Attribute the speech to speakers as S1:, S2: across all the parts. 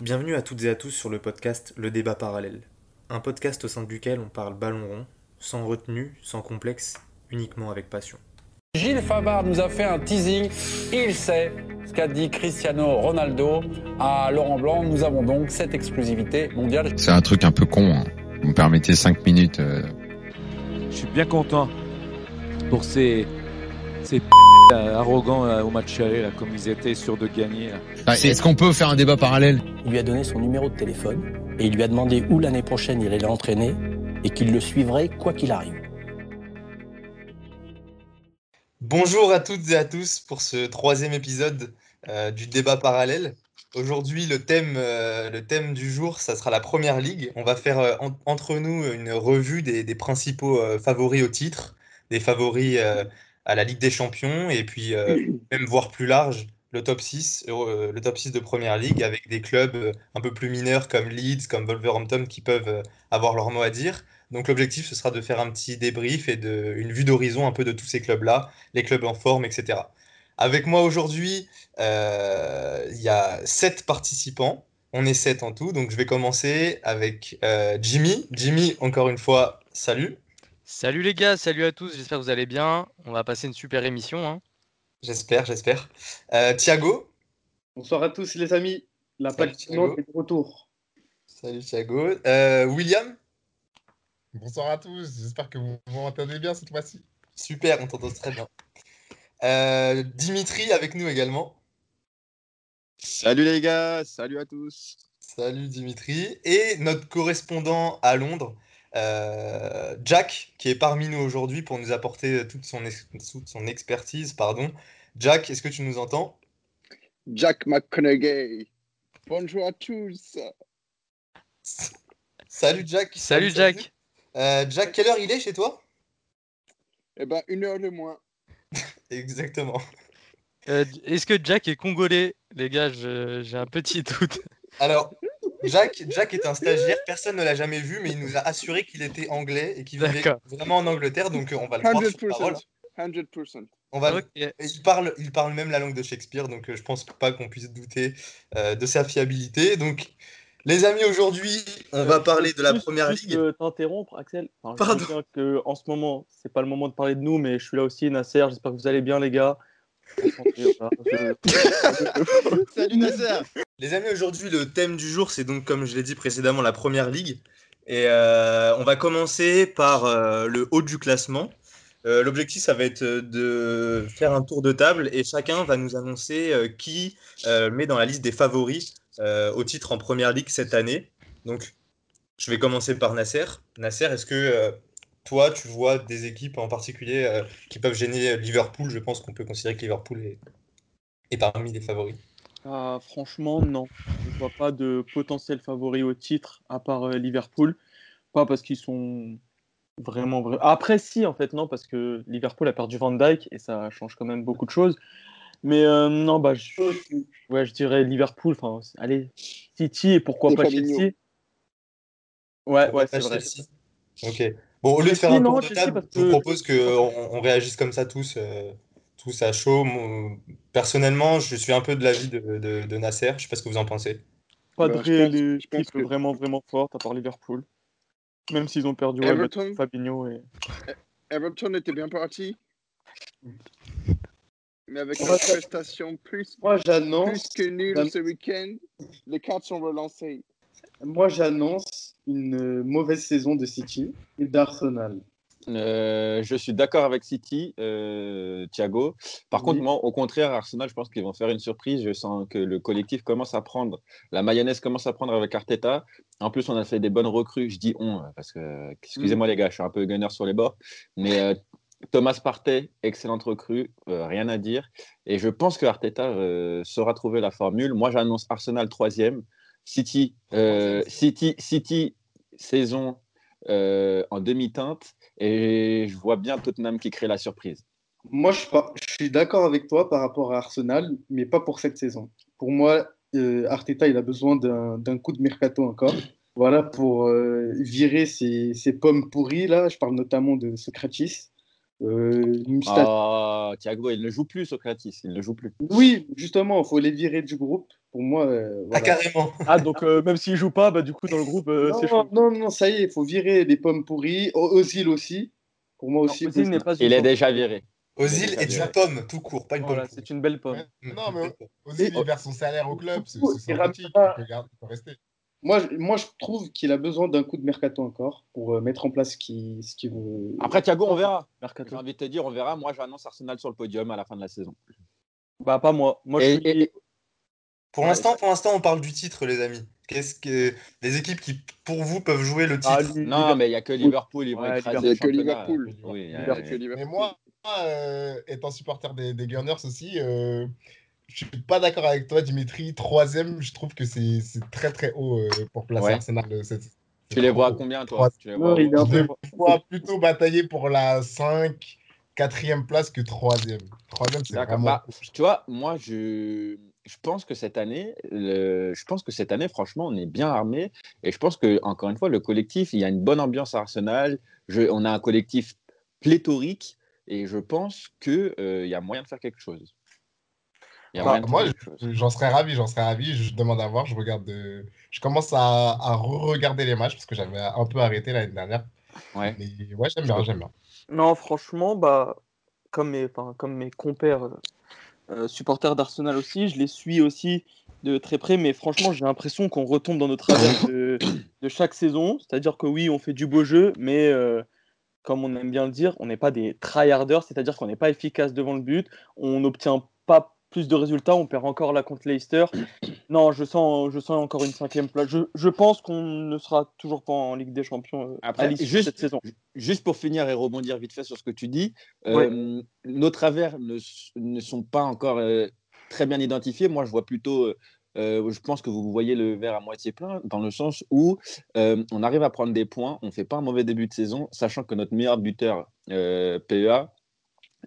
S1: Bienvenue à toutes et à tous sur le podcast Le débat parallèle, un podcast au sein duquel on parle ballon rond, sans retenue, sans complexe, uniquement avec passion.
S2: Gilles Favard nous a fait un teasing. Il sait ce qu'a dit Cristiano Ronaldo à Laurent Blanc. Nous avons donc cette exclusivité mondiale.
S3: C'est un truc un peu con. hein. Vous me permettez 5 minutes. euh,
S4: Je suis bien content pour ces, ces p- euh, arrogants là, au match aller, là, comme ils étaient sûrs de gagner. là.
S3: Ah, Est-ce qu'on peut faire un débat parallèle
S5: Il lui a donné son numéro de téléphone et il lui a demandé où l'année prochaine il allait entraîner et qu'il le suivrait quoi qu'il arrive.
S6: Bonjour à toutes et à tous pour ce troisième épisode euh, du débat parallèle. Aujourd'hui, le thème, euh, le thème du jour, ça sera la première ligue. On va faire euh, en- entre nous une revue des, des principaux euh, favoris au titre, des favoris euh, à la Ligue des Champions, et puis euh, même voir plus large, le top 6, euh, le top 6 de première ligue, avec des clubs euh, un peu plus mineurs comme Leeds, comme Wolverhampton, qui peuvent euh, avoir leur mot à dire. Donc l'objectif, ce sera de faire un petit débrief et de, une vue d'horizon un peu de tous ces clubs-là les clubs en forme, etc. Avec moi aujourd'hui, euh, il y a sept participants. On est sept en tout, donc je vais commencer avec euh, Jimmy. Jimmy, encore une fois, salut.
S7: Salut les gars, salut à tous, j'espère que vous allez bien. On va passer une super émission. hein.
S6: J'espère, j'espère. Euh, Thiago.
S8: Bonsoir à tous les amis. La
S6: Salut,
S8: plaque tournante
S6: Thiago.
S8: est de retour.
S6: Salut Thiago. Euh, William.
S9: Bonsoir à tous, j'espère que vous vous entendez bien cette fois-ci.
S6: Super, on t'entend très bien. Euh, Dimitri avec nous également.
S10: Salut les gars, salut à tous.
S6: Salut Dimitri. Et notre correspondant à Londres, euh, Jack, qui est parmi nous aujourd'hui pour nous apporter euh, toute son, ex- toute son expertise. Pardon. Jack, est-ce que tu nous entends
S10: Jack McConaughey. Bonjour à tous.
S6: Salut Jack.
S7: Salut Jack.
S6: Euh, Jack, quelle heure il est chez toi
S10: Eh ben, une heure de moins.
S6: Exactement.
S7: Euh, Est-ce que Jack est congolais Les gars, je- j'ai un petit doute.
S6: Alors, Jack, Jack est un stagiaire, personne ne l'a jamais vu, mais il nous a assuré qu'il était anglais et qu'il vivait
S7: D'accord.
S6: vraiment en Angleterre, donc euh, on va le croire sur parole.
S10: 100%. 100%.
S6: On
S8: Ah
S6: va,
S7: Ok.
S8: Euh,
S6: Et Il parle, il parle même la langue de Shakespeare, donc euh, je pense pas qu'on puisse douter euh, de sa fiabilité. Donc, les amis, aujourd'hui, on va parler de la
S8: Juste-
S6: première
S8: juste,
S6: ligue.
S8: euh, t'interrompre, Axel. Enfin, je
S6: Pardon.
S8: veux dire que en ce moment, c'est pas le moment de parler de nous, mais je suis là aussi, Nasser. J'espère que vous allez bien, les gars. Voilà, je-
S10: Salut Nasser.
S6: Les amis, aujourd'hui, le thème du jour, c'est donc, comme je l'ai dit précédemment, la première ligue. Et euh, on va commencer par euh, le haut du classement. Euh, L'objectif, ça va être euh, de faire un tour de table et chacun va nous annoncer euh, qui euh, met dans la liste des favoris euh, au titre en première ligue cette année. Donc, je vais commencer par Nasser. Nasser, est-ce que euh, toi, tu vois des équipes en particulier euh, qui peuvent gêner Liverpool Je pense qu'on peut considérer que Liverpool est, est parmi les favoris.
S8: Ah, franchement, non. Je vois pas de potentiel favori au titre à part euh, Liverpool. Pas parce qu'ils sont vraiment vra- Après, si, en fait, non, parce que Liverpool a perdu Van Dyke et ça change quand même beaucoup de choses. Mais euh, non, bah, je, ouais, je dirais Liverpool. Enfin, c'est- allez, City et pourquoi
S10: Et
S8: pas
S10: Fabinho.
S8: Chelsea.
S6: Pourquoi
S8: Ouais, Ah ouais, c'est
S6: pas
S8: vrai.
S6: Chelsea Ok. Bon, au lieu de
S8: Chelsea,
S6: faire un
S8: non,
S6: tour de
S8: Chelsea,
S6: table,
S8: parce
S6: je vous
S8: que-
S6: propose qu'on on réagisse comme ça tous, euh, tous à chaud. Moi, personnellement, je suis un peu de l'avis de, de- de Nasser. Je sais pas ce que vous en pensez.
S8: Pas
S10: Bah,
S8: de
S10: je
S8: réelle
S10: pense- je
S8: équipe
S10: pense que-
S8: vraiment, vraiment forte à part Liverpool. Même s'ils ont perdu ouais,
S10: Everton
S8: Fabinho et.
S10: Everton était bien parti. Mais avec
S8: On
S10: une
S8: va-
S10: prestation plus,
S11: Moi
S10: plus
S11: j'annonce,
S10: que nulle
S11: Dan-
S10: ce week-end, les cartes sont relancées.
S11: moi j'annonce une euh, mauvaise saison de City
S1: Ah,
S11: et d'Arsenal.
S12: Euh, je suis d'accord avec City, euh, Thiago. Par
S11: Oui.
S12: contre, moi, au contraire, Arsenal, je pense qu'ils vont faire une surprise. Je sens que le collectif commence à prendre, la mayonnaise commence à prendre avec Arteta. En plus, on a fait des bonnes recrues. Je dis on, parce que,
S11: Mm.
S12: excusez-moi les gars, je suis un peu gunner sur les bords. Mais euh, Thomas Partey, excellente recrue, euh, rien à dire. Et je pense que Arteta euh, saura trouver la formule. Moi, j'annonce Arsenal troisième, City, euh, City, City, saison euh, en demi-teinte. Et je vois bien Tottenham qui crée la surprise.
S11: Moi je, suis pas- je suis d'accord avec toi par rapport à Arsenal, mais pas pour cette saison. Pour moi, euh, Arteta il a besoin d'un d'un coup de mercato encore. Voilà pour euh, virer ces, ces pommes pourries là. Je parle notamment de Socratis.
S5: euh, Moustaki.
S12: Ah, Thiago, il ne joue plus, Socratis. Il ne joue plus.
S5: Oui, justement, il faut les virer du groupe. Pour moi, euh, voilà.
S1: carrément.
S8: Ah, donc euh, même s'il joue pas, bah, du coup, dans le groupe, euh,
S5: non,
S8: c'est chaud.
S5: non, non, ça y est, il faut virer les pommes pourries. O- Ozil aussi. Pour moi aussi.
S8: Ozil n'est pas
S12: Il est déjà viré.
S1: Ozil
S12: Il est
S1: est
S12: déjà
S1: une pomme, tout court, pas une
S8: Voilà,
S1: pomme.
S8: c'est une belle pomme.
S6: Non, mais aussi, il verse son salaire au club. C'est
S5: Oh,
S6: c'est
S5: il
S6: sympathique.
S5: ramènera-
S6: Il peut garder- il peut rester.
S5: Moi, je- moi, je trouve qu'il a besoin d'un coup de mercato encore pour euh, mettre en place ce qu'il ce qu'il veut.
S12: Après, Thiago, on verra. J'ai
S8: Mercato.
S12: envie de te dire, on verra. Moi, j'annonce Arsenal sur le podium à la fin de la saison.
S8: Bah, pas moi. Moi, je
S12: Et-
S8: suis-
S12: et- et-
S1: Pour
S12: Ouais,
S1: l'instant, pour l'instant, on parle du titre, les amis. Qu'est-ce que les équipes qui, pour vous, peuvent jouer le titre
S8: Ah, lui,
S12: Non, mais il n'y a que Liverpool. Ils vont
S8: Ouais,
S12: écraser
S10: Il n'y
S12: le
S10: a que
S12: championnat.
S10: Liverpool.
S12: Oui, il y a-
S10: Il y a que Liverpool.
S6: Mais moi, euh, étant supporter des, des Gunners aussi, euh, je suis pas d'accord avec toi, Dimitri. Troisième, je trouve que c'est c'est très très haut euh, pour placer
S12: Ouais.
S6: Arsenal. euh, c'est- c'est
S12: Tu les
S6: trop
S12: vois à
S6: haut.
S12: combien, toi
S6: Trois-
S12: Tu les
S5: Non,
S12: vois
S5: il est un peu-
S6: Je vois plutôt batailler pour la 5, 4e place que 3e. 3e, c'est
S12: D'accord.
S6: vraiment.
S12: Bah, tu vois, moi, je, je pense que cette année, le- je pense que cette année, franchement, on est bien armé. Et je pense que, encore une fois, le collectif, il y a une bonne ambiance à Arsenal. Je- on a un collectif pléthorique. Et je pense qu'il y a moyen de faire quelque chose. Il y a moyen
S6: Bah,
S12: de faire
S6: moi,
S12: quelque chose.
S6: J'en serais ravi, j'en serais ravi. Je demande à voir, je regarde. euh, Je commence à, à re-regarder les matchs parce que j'avais un peu arrêté l'année dernière.
S12: Ouais.
S6: Mais ouais, j'aime bien, j'aime bien.
S8: Non, franchement, bah, comme mes, enfin, comme mes compères euh, euh, supporters d'Arsenal aussi, je les suis aussi de très près, mais franchement, j'ai l'impression qu'on retombe dans nos travers de, de chaque saison. C'est-à-dire que oui, on fait du beau jeu, mais euh, comme on aime bien le dire, on n'est pas des tryharders, c'est-à-dire qu'on n'est pas efficace devant le but, on n'obtient pas plus de résultats, on perd encore là contre Leicester. Non, je sens, je sens encore une cinquième place. Je, je pense qu'on ne sera toujours pas en Ligue des Champions euh,
S12: Après,
S8: à l'issue de
S12: juste-
S8: cette saison.
S12: Juste pour finir et rebondir vite fait sur ce que tu dis, euh, nos travers ne, s- ne sont pas encore euh, très bien identifiés. Moi, je vois plutôt, euh, euh, je pense que vous voyez le verre à moitié plein, dans le sens où euh, on arrive à prendre des points, on ne fait pas un mauvais début de saison, sachant que notre meilleur buteur, euh, PEA,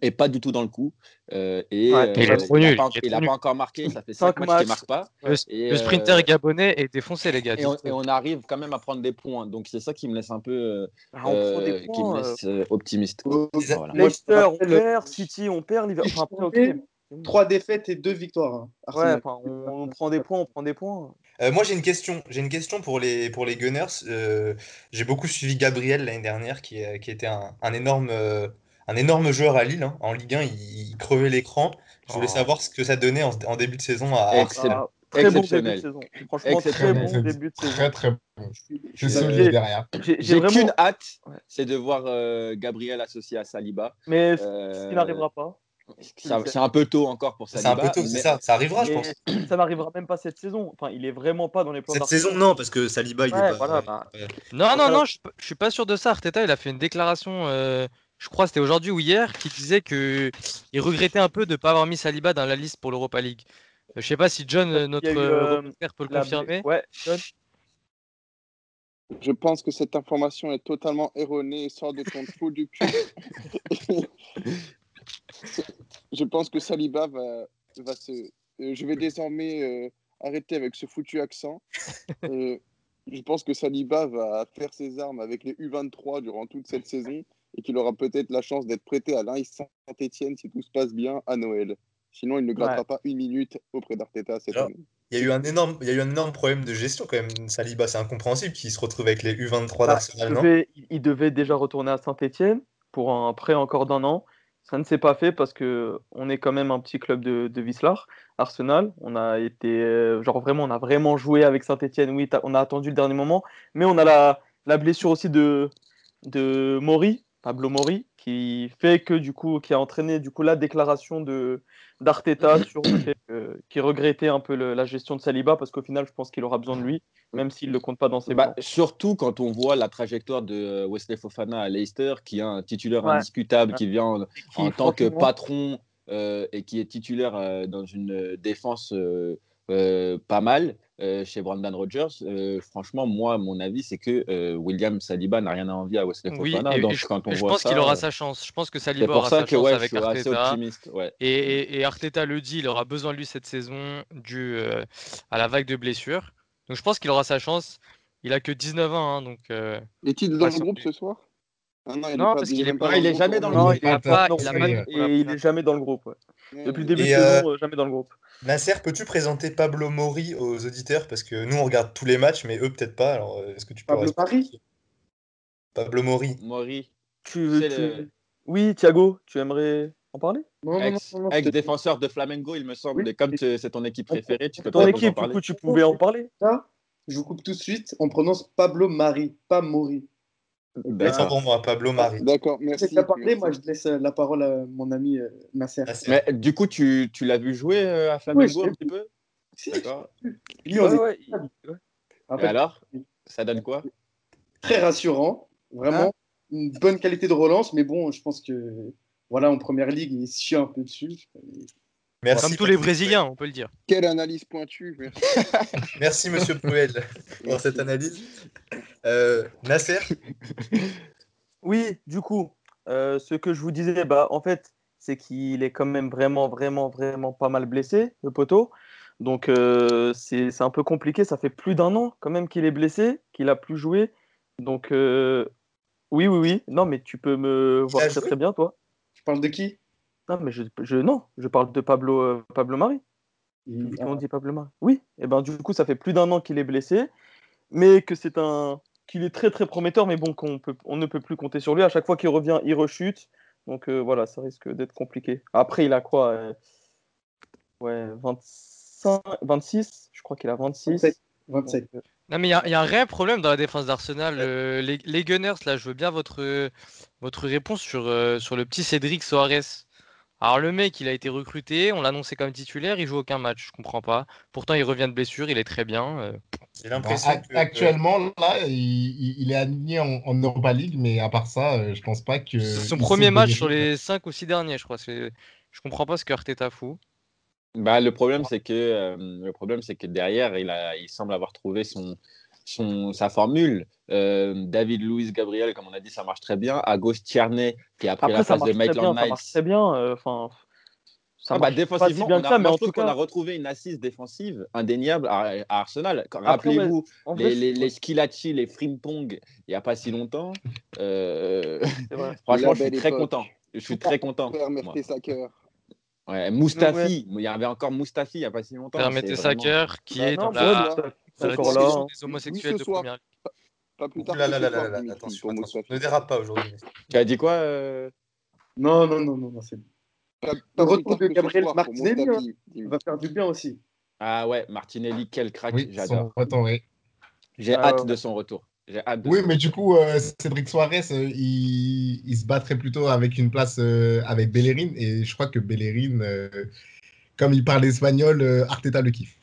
S12: est pas du tout dans le coup. euh, et
S8: Ouais.
S2: Il est
S12: euh,
S2: trop
S12: il n'a
S2: nul,
S12: pas,
S2: il est
S12: il
S2: trop
S12: a pas
S2: nul.
S12: encore marqué, ça fait
S8: Cinq
S12: 5 matchs qu'il
S8: matchs.
S12: ne marque pas.
S2: Le,
S12: Et,
S2: le sprinter
S12: euh,
S2: gabonais est défoncé, les gars.
S12: et on,
S2: dites-le.
S12: et on arrive quand même à prendre des points. Donc c'est ça qui me laisse un peu euh,
S8: Ah, on prend
S12: euh,
S8: des
S12: qui me
S8: points. euh,
S12: laisse euh, optimiste. quoi.
S5: Euh,
S1: Les-
S12: Voilà.
S5: Moi, je me
S8: Leicester, on
S5: rappelle,
S8: perd. City, on perd. Liver- Enfin, après, ok.
S5: Ils
S8: Ouais,
S5: sont Trois défaites et deux victoires. hein, Arsenal.
S8: enfin, on, on prend des points, on prend des points.
S1: Euh, moi, j'ai une question. J'ai une question pour les, pour les Gunners. Euh, j'ai beaucoup suivi Gabriel l'année dernière, qui, euh, qui était un, un énorme, euh, un énorme joueur à Lille. hein. En Ligue 1, il, il crevait l'écran. Je voulais
S2: Oh.
S1: savoir ce que ça donnait en, en début de saison à
S12: Excellent.
S1: Arsenal.
S8: Ah, très bon début de
S12: Exceptionnel.
S8: saison. Franchement, très
S6: Très bon,
S8: bon
S6: c'est
S8: début de saison.
S6: Très très bon. Je suis
S12: J'ai-
S6: solide derrière.
S8: J'ai j'ai
S12: J'ai
S8: vraiment.
S12: qu'une hâte,
S8: Ouais.
S12: c'est de voir euh, Gabriel associé à Saliba.
S8: Mais f- ce
S12: Euh,
S8: qui n'arrivera pas.
S12: ça- c'est un peu tôt encore pour
S1: C'est un peu
S12: Saliba.
S1: tôt, c'est
S12: mais-
S1: ça. Ça arrivera, je
S8: mais
S1: pense.
S8: ça n'arrivera même pas cette saison. Enfin, il est vraiment pas dans les plans
S1: Cette
S8: d'Arsenal.
S1: saison, non, parce que Saliba, il est
S8: Ouais,
S1: pas. euh,
S8: voilà,
S1: il est
S8: bah.
S1: pas-
S2: Non, non,
S8: Enfin,
S2: non, je, suis pas- je suis pas sûr de ça. Arteta, il a fait une déclaration, euh, je crois que c'était aujourd'hui ou hier, qui disait que il regrettait un peu de ne pas avoir mis Saliba dans la liste pour l'Europa League. Euh, je sais pas si John, euh,
S8: Il y a
S2: notre
S8: eu,
S2: euh,
S8: euh,
S2: reporter, peut le
S8: la-
S2: confirmer.
S8: Ouais, John.
S10: Je pense que cette information est totalement erronée et sort de ton trou du cul. je pense que Saliba va, va se. euh, je vais désormais euh, arrêter avec ce foutu accent. Euh, je pense que Saliba va faire ses armes avec les U23 durant toute cette saison et qu'il aura peut-être la chance d'être prêté à l'AIS Saint-Etienne si tout se passe bien à Noël. Sinon, il ne grattera
S8: Ouais.
S10: pas une minute auprès d'Arteta cette
S1: Ah.
S10: année.
S1: Il y a eu un énorme, il y a eu un énorme problème de gestion quand même. Saliba, c'est incompréhensible qu'il se retrouve avec les U23
S8: Bah,
S1: d'Arsenal,
S8: il,
S1: non?
S8: devait, il- il devait déjà retourner à Saint-Etienne pour un prêt encore d'un an. Ça ne s'est pas fait parce que on est quand même un petit club de, de Wislar, Arsenal. On a été, euh, genre vraiment, on a vraiment joué avec Saint-Etienne. Oui, t'as- on a attendu le dernier moment, mais on a la, la blessure aussi de, de Mori, Pablo Mori, qui fait que du coup, qui a entraîné du coup la déclaration de d'Arteta sur le fait que- qui regrettait un peu le- la gestion de Saliba parce qu'au final, je pense qu'il aura besoin de lui, même s'il le compte pas dans ses
S12: Bah,
S8: plans.
S12: surtout quand on voit la trajectoire de euh, Wesley Fofana à Leicester, qui est un titulaire
S8: Ouais.
S12: indiscutable, qui vient en,
S8: Qui,
S12: en tant que
S8: franchement,
S12: patron euh, et qui est titulaire euh, dans une euh, défense euh, euh, pas mal euh, chez Brandon Rogers. Euh, franchement, moi, mon avis, c'est que euh, William Saliba n'a rien à envier à Wesley
S2: Oui,
S12: Fofana.
S2: et, et
S12: Donc,
S2: je,
S12: quand on
S2: et je
S12: voit
S2: pense
S12: ça,
S2: qu'il aura
S12: euh,
S2: sa chance. Je pense que
S12: c'est
S2: Saliba
S12: pour
S2: aura
S12: ça
S2: sa
S12: que
S2: chance
S12: ouais, je
S2: avec
S12: suis assez
S2: Arteta.
S12: optimiste. Ouais.
S2: Et, et- et Arteta le dit, il aura besoin de lui cette saison dû euh, à la vague de blessures. Donc je pense qu'il aura sa chance. Il a que 19 ans, hein, donc euh,
S10: Est-il dans
S2: pas
S10: le
S2: sûr
S10: groupe
S2: que-
S10: ce soir Ah
S13: non,
S8: Non,
S13: pas-
S8: parce
S13: il
S8: qu'il est
S13: même
S8: pas-
S13: dans
S8: il est
S13: le
S8: jamais
S13: groupe,
S8: dans
S13: non,
S8: le
S13: il est pas- il a pas-
S8: Et il est jamais dans le groupe. ouais. Depuis le
S10: Mm.
S8: début de
S1: Et, euh,
S8: saison, euh, jamais dans le groupe.
S1: Nasser, peux-tu présenter Pablo Mori aux auditeurs Parce que nous, on regarde tous les matchs, mais eux, peut-être pas. Alors, euh, est-ce que tu peux.
S10: Pablo Paris
S1: Pablo Mori.
S12: Mori.
S8: Tu veux.
S12: C'est
S8: tu-
S12: le-
S8: Oui, Thiago, tu aimerais en parler
S12: Ex- Ex-défenseur de Flamengo, il me semble.
S10: Oui.
S12: Et comme tu- c'est ton équipe préférée, tu peux
S10: Ton
S12: pas
S10: équipe,
S12: en parler.
S10: du coup, tu
S8: pouvais en parler
S10: Là, je vous coupe tout de suite. On prononce Pablo Mari, pas Mori.
S1: Attends pour moi, Pablo Mari.
S13: D'accord,
S10: Merci. Tu as parlé, moi je laisse euh, la parole à mon ami euh, Nasser.
S1: Ah,
S12: Mais du coup, tu, tu l'as vu jouer euh, à
S10: Oui, je
S12: Flamengo
S10: l'ai
S12: un petit peu D'accord.
S10: Lui, on
S12: Ouais,
S10: est-
S12: ouais,
S10: En
S12: Et
S10: fait,
S12: alors Ça donne quoi
S10: très rassurant,
S13: Hein
S10: vraiment une bonne qualité de relance, mais bon, je pense que voilà, en première ligue, il se chie un peu dessus.
S2: Comme tous les Brésiliens, on peut le dire.
S13: Quelle analyse pointue. merci.
S1: Merci, monsieur Pouel, pour cette analyse. Euh, Nasser
S8: Oui, du coup, euh, ce que je vous disais, bah, en fait, c'est qu'il est quand même vraiment, vraiment, vraiment pas mal blessé, le poteau. Donc, euh, c'est c'est un peu compliqué. Ça fait plus d'un an quand même qu'il est blessé, qu'il a plus joué. Donc, euh, oui, oui, oui. Non, mais tu peux me voir très, très bien, toi.
S10: Tu parles de qui
S8: Non, mais je, je- non, je parle de Pablo, euh, Pablo Mari.
S6: ah.
S8: On dit Pablo Mari. Oui, et ben du coup, ça fait plus d'un an qu'il est blessé, mais que c'est un qu'il est très très prometteur, mais bon, qu'on peut, on ne peut plus compter sur lui. À chaque fois qu'il revient, il rechute. Donc euh, voilà, ça risque d'être compliqué. Après, il a quoi euh, Ouais, 25, 26, je crois qu'il a 26.
S10: 27.
S2: Non, mais il y, a- il y a un réel problème dans la défense d'Arsenal. Euh, les, les Gunners, là, je veux bien votre, euh, votre réponse sur, euh, sur le petit Cédric Soares. Alors, le mec, il a été recruté, on l'annonçait comme titulaire, il joue aucun match, je comprends pas. Pourtant, il revient de blessure, il est très bien. euh.
S1: J'ai euh,
S6: Bah, ac- actuellement, là, il, il- il est aligné en, en Europa League, mais à part ça, euh, je pense pas que.
S2: C'est son
S6: il
S2: premier
S6: sauve
S2: match
S6: des
S2: sur
S6: mérites.
S2: les 5 ou 6 derniers, je crois. C'est- Je comprends pas ce que Arteta fout.
S12: Bah, le problème, c'est que, euh, le problème, c'est que derrière, il, a, il semble avoir trouvé son, son, sa formule. Euh, David Luiz Gabriel, comme on a dit, ça marche très bien. À gauche, Tierney, qui a pris
S8: Après,
S12: la
S8: ça
S12: place
S8: marche
S12: de
S8: très bien, ça
S12: Maitland
S8: marche
S12: Niles.
S8: très bien. euh, Enfin, ça
S12: Ah bah,
S8: marche pas si
S12: défensivement,
S8: bien
S12: on
S8: que
S12: a,
S8: ça, mais
S12: moi,
S8: en
S12: je trouve
S8: tout
S12: qu'on
S8: cas-
S12: a retrouvé une assise défensive indéniable à, à Arsenal. Quand-
S8: Après, ouais,
S12: Rappelez-vous,
S8: en vrai,
S12: les,
S8: c'est-
S12: les, les Skilacci, les Frimpong, il n'y a pas si longtemps. Euh,
S8: vrai.
S12: Franchement,
S13: La
S12: je suis
S13: belle
S12: très
S13: époque.
S12: content. Je suis très content.
S13: Père
S12: moi.
S13: Mertesacker.
S12: Ouais, Moustafi, il y avait encore Moustafi il n'y a pas si longtemps.
S2: Permettez
S12: c'est vraiment- Bah
S2: Sacker, qui
S8: Bah,
S2: est dans
S12: non,
S2: la,
S12: bon,
S2: dans la
S12: encore là,
S2: discussion
S12: hein.
S2: des homosexuels
S12: Oui,
S2: de
S12: ce soir.
S2: première ligue.
S13: Pas plus
S1: Ouh
S13: tard
S1: là
S13: que
S1: là
S13: ce
S1: là là
S13: soir,
S1: là,
S13: Dimitri,
S1: attention,
S13: pour
S1: attention.
S13: Moustafi.
S1: Ne dérape pas aujourd'hui.
S12: Tu as dit quoi euh
S10: Non, non, non, non, non, c'est bon.
S13: Pas-
S10: Le
S13: pas plus
S10: retour
S13: tard
S10: de
S13: que ce
S10: Gabriel
S13: soir pour
S10: Martinelli
S13: Mostafi,
S10: hein, va faire du bien aussi.
S12: Ah ouais, Martinelli, quel crack,
S6: Oui,
S12: j'adore.
S6: son retour, oui.
S12: J'ai
S6: Ah,
S12: hâte
S6: ouais.
S12: de son retour. J'ai hâte de
S6: Oui,
S12: son
S6: mais
S12: retour.
S6: du coup, euh, Cédric Soares, euh, il, il se battrait plutôt avec une place euh, avec Bellerin. Et je crois que Bellerin, euh, comme il parle espagnol, euh, Arteta le kiffe.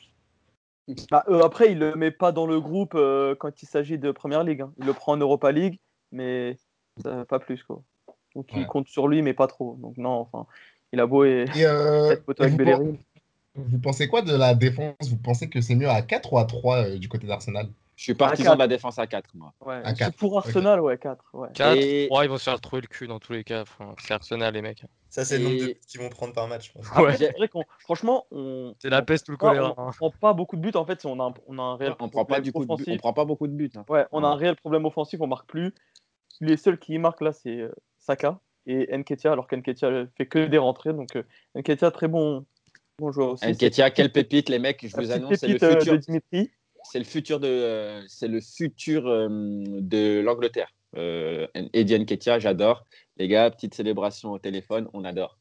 S8: Bah, euh, après, il le met pas dans le groupe euh, quand il s'agit de Première Ligue. hein. Il le prend en Europa League, mais euh, pas plus quoi. Donc il
S6: Ouais.
S8: compte sur lui, mais pas trop. Donc non, enfin, il a beau et-
S6: Et, euh,
S8: être poteau
S6: et
S8: avec
S6: vous,
S8: Bellerin.
S6: pen- vous pensez quoi de la défense Vous pensez que c'est mieux à 4 ou à 3 euh, du côté d'Arsenal
S12: Je suis
S8: À
S12: partisan
S8: Ah, quatre.
S12: de la défense à 4, moi.
S8: Ouais.
S6: À quatre.
S8: Pour Arsenal, ouais, 4. Ouais.
S2: 4,
S12: Et-
S2: 3, ils vont se faire trouver le cul dans tous les cas. Enfin, c'est Arsenal, les mecs.
S1: Ça, c'est le nombre de buts qu'ils vont prendre par match. je pense.
S8: Après, c'est vrai qu'on, franchement, on.
S2: C'est la peste ou le
S12: Ah,
S8: on-
S2: choléra. hein.
S8: On prend pas beaucoup de buts en fait. On a un, on a un réel
S12: On prend pas du coup de but-
S8: offensif.
S12: on prend pas beaucoup de buts. hein.
S8: Ouais, on a un réel problème offensif, on marque plus. Les seuls qui marquent là, c'est euh, Saka et Nketia, alors qu'Nketia euh, fait que des rentrées. Donc euh, Nketia, très bon, bon joueur aussi.
S12: Nketiah,
S8: C'est-
S12: quelle pépite, les mecs, je
S8: La
S12: vous
S8: petite
S12: annonce, c'est le
S8: pépite, euh,
S12: futur.
S8: de Dimitri.
S12: C'est le futur de, euh, c'est le futur euh, de l'Angleterre. Euh, Eddie Nketiah, j'adore. Les gars, petite célébration au téléphone, on adore.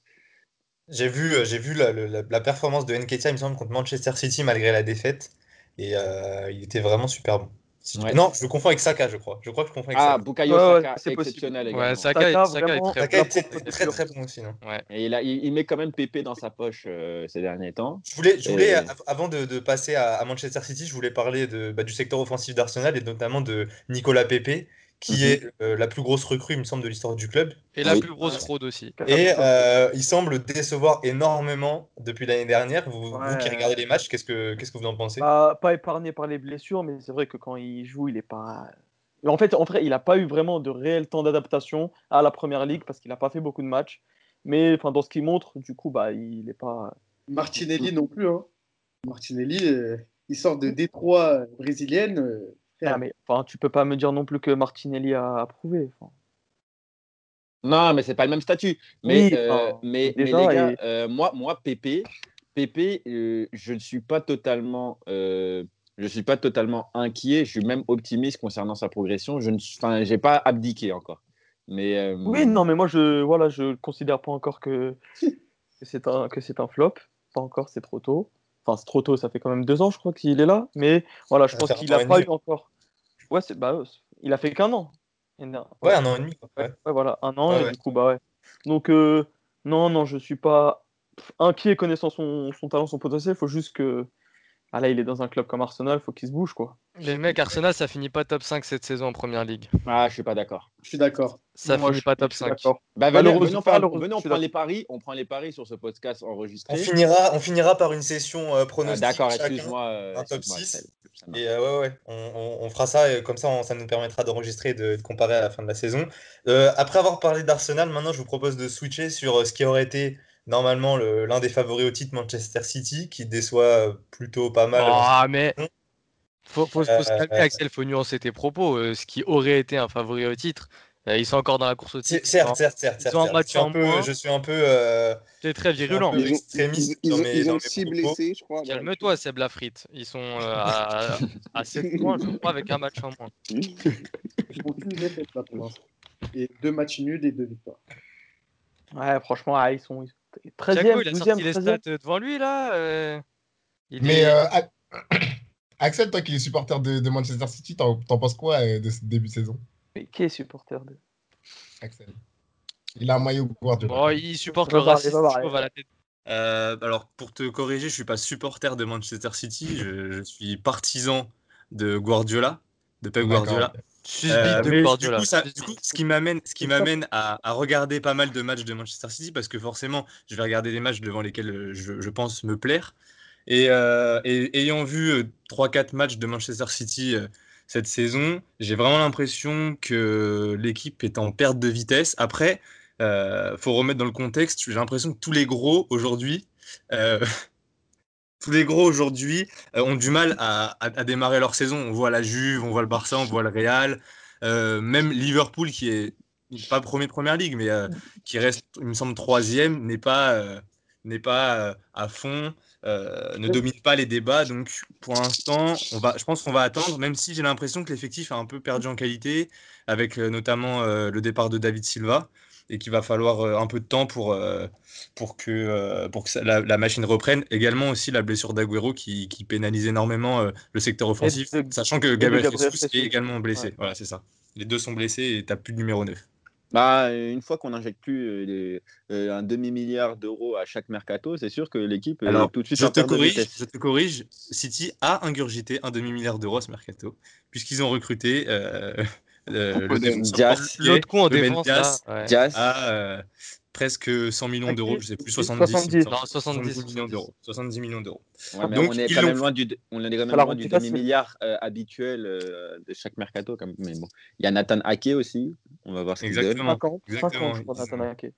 S1: J'ai vu, euh, j'ai vu la, le- la- la performance de Nketiah, il me semble, contre Manchester City malgré la défaite. Et euh, il était vraiment super bon. Si je-
S12: Ouais.
S1: Non, je le confonds avec Saka, je crois. Je crois que je confonds avec
S12: Ah,
S1: Saka.
S12: Bukayo Saka, exceptionnel également.
S2: Ouais, Saka, Saka, est très
S1: Saka
S2: bon.
S1: était très, très bon aussi. non
S12: Et il, a- il- il met quand même Pépé dans sa poche euh, ces derniers temps.
S1: Je voulais, je voulais,
S12: Et-
S1: av- avant de, de passer à, à Manchester City, je voulais parler de, bah, du secteur offensif d'Arsenal et notamment de Nicolas Pepe, qui
S12: Mhm.
S1: est euh, la plus grosse recrue, il me semble, de l'histoire du club.
S2: Et la plus grosse fraude aussi.
S12: Ah,
S1: Et euh, il semble décevoir énormément depuis l'année dernière. Vous, vous
S8: Ouais.
S1: qui regardez les matchs, qu'est-ce que, qu'est-ce que vous en pensez?
S12: Bah,
S8: Pas, pas épargné par les blessures, mais c'est vrai que quand il joue, il est pas. En fait, en vrai, il n'a pas eu vraiment de réel temps d'adaptation à la première ligue parce qu'il n'a pas fait beaucoup de matchs. Mais enfin, dans ce qu'il montre, du coup, bah, il n'est pas.
S10: Martinelli non plus. Hein. Martinelli, euh, il sort de Détroit euh, brésilienne. euh,
S8: Ah, mais enfin, tu peux pas me dire non plus que Martinelli a approuvé. enfin.
S12: Non, mais c'est pas le même statut. Mais,
S14: Oui,
S12: euh,
S14: enfin,
S12: mais, mais
S14: déjà,
S12: les gars,
S14: et-
S12: euh, moi, moi, Pépé, Pépé, euh, je ne suis pas totalement, euh, je suis pas totalement inquiet. Je suis même optimiste concernant sa progression. Je ne, suis- enfin, j'ai pas abdiqué encore. Mais euh,
S8: Oui, non, mais moi, je voilà, je le considère pas encore que, que c'est un, que c'est un flop. Pas encore, c'est trop tôt. Enfin, c'est trop tôt, ça fait quand même deux ans, je crois, qu'il est là. Mais voilà, je
S1: Ça
S8: pense
S1: fait un
S8: qu'il a
S1: an et
S8: pas
S1: demi.
S8: eu encore. Ouais, c'est, bah, euh, il a fait qu'un an. Et non,
S1: Ouais, un an et demi.
S8: Ouais, ouais, voilà, un an,
S1: Ouais,
S8: et
S1: ouais.
S8: du coup, bah ouais. Donc, euh, non, non, je suis pas pff, inquiet connaissant son, son talent, son potentiel. Faut juste que. Ah là, il est dans un club comme Arsenal, faut qu'il se bouge, quoi.
S2: Les mecs, Arsenal, ça finit pas top 5 cette saison en première ligue.
S12: Ah, je suis pas d'accord.
S14: Je suis d'accord.
S2: Ça
S12: Moi,
S2: finit
S12: je-
S2: pas top
S12: je suis
S2: 5.
S12: d'accord. Bah, venez, venez, on, parle- venez, on prend les paris, on prend les paris sur ce podcast enregistré.
S1: On finira, on finira par une session euh, pronostic.
S12: Ah, d'accord,
S1: chacun,
S12: excuse-moi, euh,
S1: un top
S12: excuse-moi,
S1: 6.
S12: ça
S1: Et euh, ouais, ouais, on, on- on fera ça,
S6: euh,
S1: et comme ça, on- ça nous permettra d'enregistrer et de, de comparer à la fin de la saison. Euh, après avoir parlé d'Arsenal, maintenant, je vous propose de switcher sur euh, ce qui aurait été normalement le- l'un des favoris au titre, Manchester City, qui déçoit euh, plutôt pas mal.
S2: Ah, mais. Faut, faut, faut se
S1: Euh,
S2: calmer, Axel, faut nuancer tes propos. euh, ce qui aurait été un favori au titre, euh, ils sont encore dans la course au titre.
S1: C'est- Certes,
S2: Ils
S1: certes,
S2: ont-
S1: certes. certes,
S2: Ils ont un
S1: certes. je,
S2: match
S1: suis un
S2: en
S1: peu,
S2: moins.
S1: je suis un peu. euh,
S2: T'es très
S1: je suis un
S2: virulent.
S1: peu extrémiste
S2: ils-
S1: dans
S2: ils
S1: mes-
S2: ont
S1: dans mes
S2: six
S1: propos.
S2: blessés, Calme-toi, Seb Lafrite. Ils sont euh, à, à 7 points, je crois, avec un match en moins.
S14: Ils ont qu'une défaite là pour l'instant. Et deux matchs nuls et deux victoires.
S8: Ouais, franchement, ah, ils sont ils sont 13e,
S2: Thiago, il a
S8: 12e,
S2: sorti les
S8: 13e.
S2: stats devant lui, là. euh, il
S6: Mais
S2: est-
S6: euh, Ac- Axel, toi qui es supporter de, de Manchester City, t'en t'en penses quoi euh, de ce début de saison
S8: Mais qui est supporter de
S6: Axel. Il a un maillot Guardiola.
S2: Bon, il supporte
S6: Va
S2: le
S6: parler,
S2: racisme
S6: va parler.
S2: chauve à la tête.
S1: Euh, alors, pour te corriger, je suis pas supporter de Manchester City, je, je suis partisan de Guardiola, de Pep
S6: D'accord,
S1: Guardiola.
S6: ok.
S2: Susbite de
S1: Euh, mais
S2: Guardiola,
S1: Du coup, ça- du coup, ce qui m'amène, ce qui
S2: Une sorte-
S1: m'amène à, à regarder pas mal de matchs de Manchester City, parce que forcément, je vais regarder des matchs devant lesquels euh, je, je pense me plaire. Et, euh, et ayant vu euh, 3-4 matchs de Manchester City euh, cette saison, j'ai vraiment l'impression que l'équipe est en perte de vitesse. Après, euh, faut remettre dans le contexte, j'ai l'impression que tous les gros aujourd'hui, euh, tous les gros aujourd'hui euh, ont du mal à, à- à démarrer leur saison. On voit la Juve, on voit le Barça, on voit le Real, euh, même Liverpool qui est pas premier première ligue, mais euh, qui reste, il me semble, troisième, n'est pas, euh, n'est pas euh, à fond, euh, ne domine pas les débats. Donc pour l'instant, on va, je pense qu'on va attendre, même si j'ai l'impression que l'effectif a un peu perdu en qualité, avec euh, notamment euh, le départ de David Silva, et qu'il va falloir euh, un peu de temps pour. euh, pour que, euh, pour que ça- la, la machine reprenne. Également aussi la blessure d'Aguero qui, qui pénalise énormément euh, le secteur offensif,
S8: de-
S1: sachant
S8: et
S1: que
S8: de
S1: Gabriel
S8: Gabriel
S1: Jesus est
S8: Jesus.
S1: également blessé.
S8: Ouais.
S1: Voilà, c'est ça. Les deux sont blessés et t'as plus de numéro 9.
S12: Bah, euh, une fois qu'on n'injecte plus euh, les- euh, un demi-milliard d'euros à chaque mercato, c'est sûr que l'équipe euh,
S1: Alors,
S12: est tout de suite
S1: je
S12: en
S1: te,
S12: perte de
S1: corrige,
S12: vitesse.
S1: je te corrige, City a ingurgité un demi-milliard d'euros à ce mercato, puisqu'ils ont recruté euh, euh, le
S12: Foden.
S1: défenseur
S12: Dias.
S1: portugais,
S12: L'autre con en
S1: Ruben
S12: défense,
S1: Dias,
S12: là, ouais. Dias.
S1: à euh, presque 100 millions d'euros, je sais plus, 70, il me
S12: 70.
S1: semble.
S12: Non, 70,
S1: 70 millions d'euros. 70 millions d'euros.
S12: Ouais, mais
S1: Donc,
S12: on est
S1: ils
S12: quand
S1: l'ont
S12: même loin du, on est quand
S1: Ça
S12: même
S1: la
S12: loin
S1: rend
S12: du
S1: plus facile.
S12: demi-milliard euh, habituel euh, de chaque mercato. Comme... Mais bon, il y a Nathan Ake aussi. On va voir ce qu'il donne.
S8: 50, 50, je crois, Nathan Ake.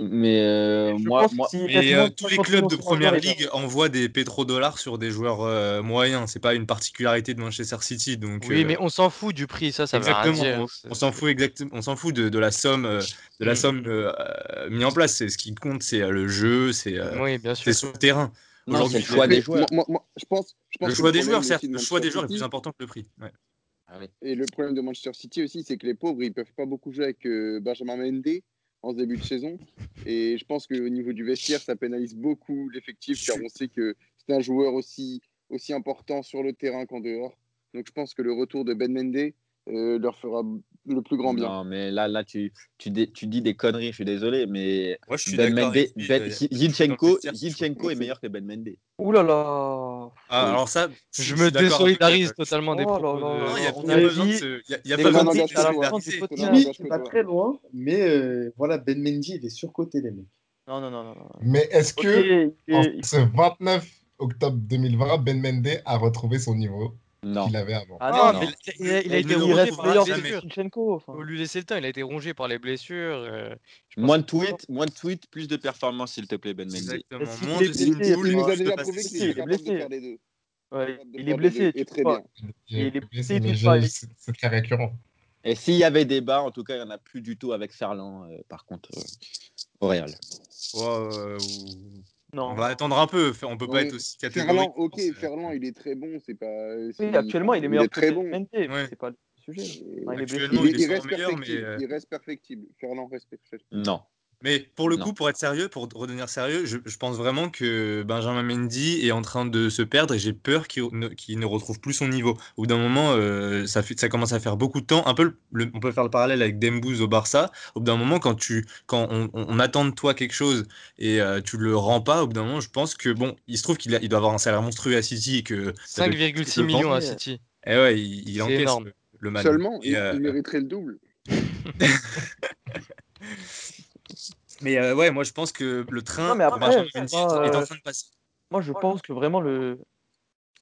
S12: Mais euh, moi,
S8: pense
S12: moi...
S8: qu'il
S1: Mais euh, tous les clubs de première ligue envoient des pétrodollars sur des joueurs euh, moyens. C'est pas une particularité de Manchester City. Donc,
S2: Oui,
S1: euh,
S2: mais on s'en fout du prix, ça, ça veut rien
S1: exactement.
S2: dire.
S1: on- On s'en fout exactement. On s'en fout de, de la somme, euh, de la
S2: Mm.
S1: somme euh, euh, mise en place. C'est ce qui compte, c'est euh, le jeu, c'est euh,
S2: Oui, bien
S1: c'est
S2: sûr.
S1: sur le terrain.
S12: Non,
S1: Aujourd'hui,
S12: c'est le choix des
S1: les-
S12: joueurs.
S10: Moi- moi- je pense, je pense
S1: Le
S10: que
S1: choix des
S10: problème
S1: joueurs,
S10: aussi
S1: certes,
S10: de
S1: le choix des
S10: Manchester
S1: joueurs est plus
S10: City,
S1: important que le prix. Ouais.
S10: Et le problème de Manchester City aussi, c'est que les pauvres, ils peuvent pas beaucoup jouer avec euh, Benjamin Mendy en ce début de saison. Et je pense qu'au niveau du vestiaire, ça pénalise beaucoup l'effectif, car on sait que c'est un joueur aussi, aussi important sur le terrain qu'en dehors. Donc je pense que le retour de Ben Mendy euh, leur fera le plus grand bien.
S12: Non, mais là, là tu, tu, dé- tu dis des conneries, je suis désolé, mais
S1: Moi, je suis
S12: Ben
S1: d'accord
S12: Mende-
S1: avec lui,
S12: Ben-
S1: euh,
S12: Zi-
S1: dans le
S12: Zinchenko,
S1: vestiaire, je
S12: Zinchenko est meilleur que Ben Mende.
S8: Ouh là là
S1: Ah,
S12: Oui.
S1: alors ça, je
S2: Je
S1: suis
S2: me
S1: d'accord avec,
S2: désolidarise
S1: euh,
S2: totalement des
S8: Oh
S2: propos
S8: là là
S2: de-
S8: là,
S1: il y a-
S8: on
S1: il y a
S8: avait
S1: besoin de
S8: dit-
S1: se- il y a- il y a
S8: des
S1: pas
S8: grands
S1: besoin de se
S8: engagements, à la fin du
S1: solidariser.
S8: podcast.
S14: Oui, c'est pas très loin, mais euh, voilà, Ben Mendy, il est surcoté, les mecs.
S8: Non, non, non, non. non.
S6: Mais est-ce que
S8: Ok, euh, il
S6: en
S8: est- il-
S6: ce 29 octobre 2020, Ben Mende a retrouvé son niveau qu'il avait avant
S8: Ah
S2: Ah,
S8: non,
S2: mais
S8: non.
S2: il a, il a
S1: Il
S2: été
S1: ne le
S2: rongé
S8: reste
S2: par
S8: meilleur
S2: les
S8: que
S2: blessures.
S8: Zinchenko. enfin.
S2: Faut lui laisser le temps, il a été rongé par les blessures. euh, je pense
S12: Moins de
S2: que-
S12: tweets, moins de tweets, plus de performances, s'il te plaît, Ben Mendy.
S2: Exactement.
S8: Si
S2: Moins
S8: il est
S2: de
S8: blessé,
S2: signes
S8: il
S2: de
S10: Il nous a
S2: plus de
S10: déjà
S2: passes
S10: prouvé qu'il
S8: Il est
S10: était
S2: décisives.
S10: capable de
S8: blessé.
S10: faire les deux.
S8: Ouais, il
S10: Capable de
S8: est
S10: faire les deux,
S8: blessé.
S10: et
S8: tu
S10: très
S8: vois.
S10: bien.
S8: Il est
S6: J'ai oublié,
S8: blessé, il touche
S6: mais
S8: pas.
S6: j'ai- c'est c'est très récurrent.
S12: Et s'il y avait débat, en tout cas, il n'y en a plus du tout avec Ferland, euh, par contre, euh, au Real.
S1: On va attendre un peu. On peut pas
S12: Oui.
S1: être aussi catégorique.
S10: Ferland, ok, Ferland, il est très bon, c'est pas.
S8: Oui, actuellement, il est meilleur que
S10: très bon.
S8: Clemente, mais C'est pas le sujet. Enfin, il est blessé.
S10: Il, il
S1: souvent
S10: reste
S1: meilleur,
S10: perfectible.
S1: mais, euh,
S10: Il reste perfectible. Ferland reste perfectible.
S12: Non.
S1: Mais pour le
S10: Non.
S1: coup, pour être sérieux, pour redevenir sérieux, je, je pense vraiment que Benjamin Mendy est en train de se perdre et j'ai peur qu'il ne, qu'il ne retrouve plus son niveau. Au bout d'un moment, euh, ça, fait- ça commence à faire beaucoup de temps. Un peu, le- le- on peut faire le parallèle avec Dembouz au Barça. Au bout d'un moment, quand, tu, quand on, on- on attend de toi quelque chose et euh, tu le rends pas, au bout d'un moment, je pense que, bon, il se trouve qu'il a- il doit avoir un salaire monstrueux à City et que... ça fait
S6: 5,6
S1: le penser.
S6: millions à City.
S1: Eh ouais, il, il
S6: C'est
S1: encaisse
S6: énorme.
S1: le, le man.
S10: Seulement,
S1: Et,
S10: il,
S1: euh,
S10: il mériterait le double.
S1: Mais euh, ouais, moi je pense que le train
S8: Non, mais
S1: pour Benjamin
S8: après,
S1: Mendy
S8: moi,
S1: est en
S8: euh,
S1: train de passer.
S8: moi, je pense que vraiment le,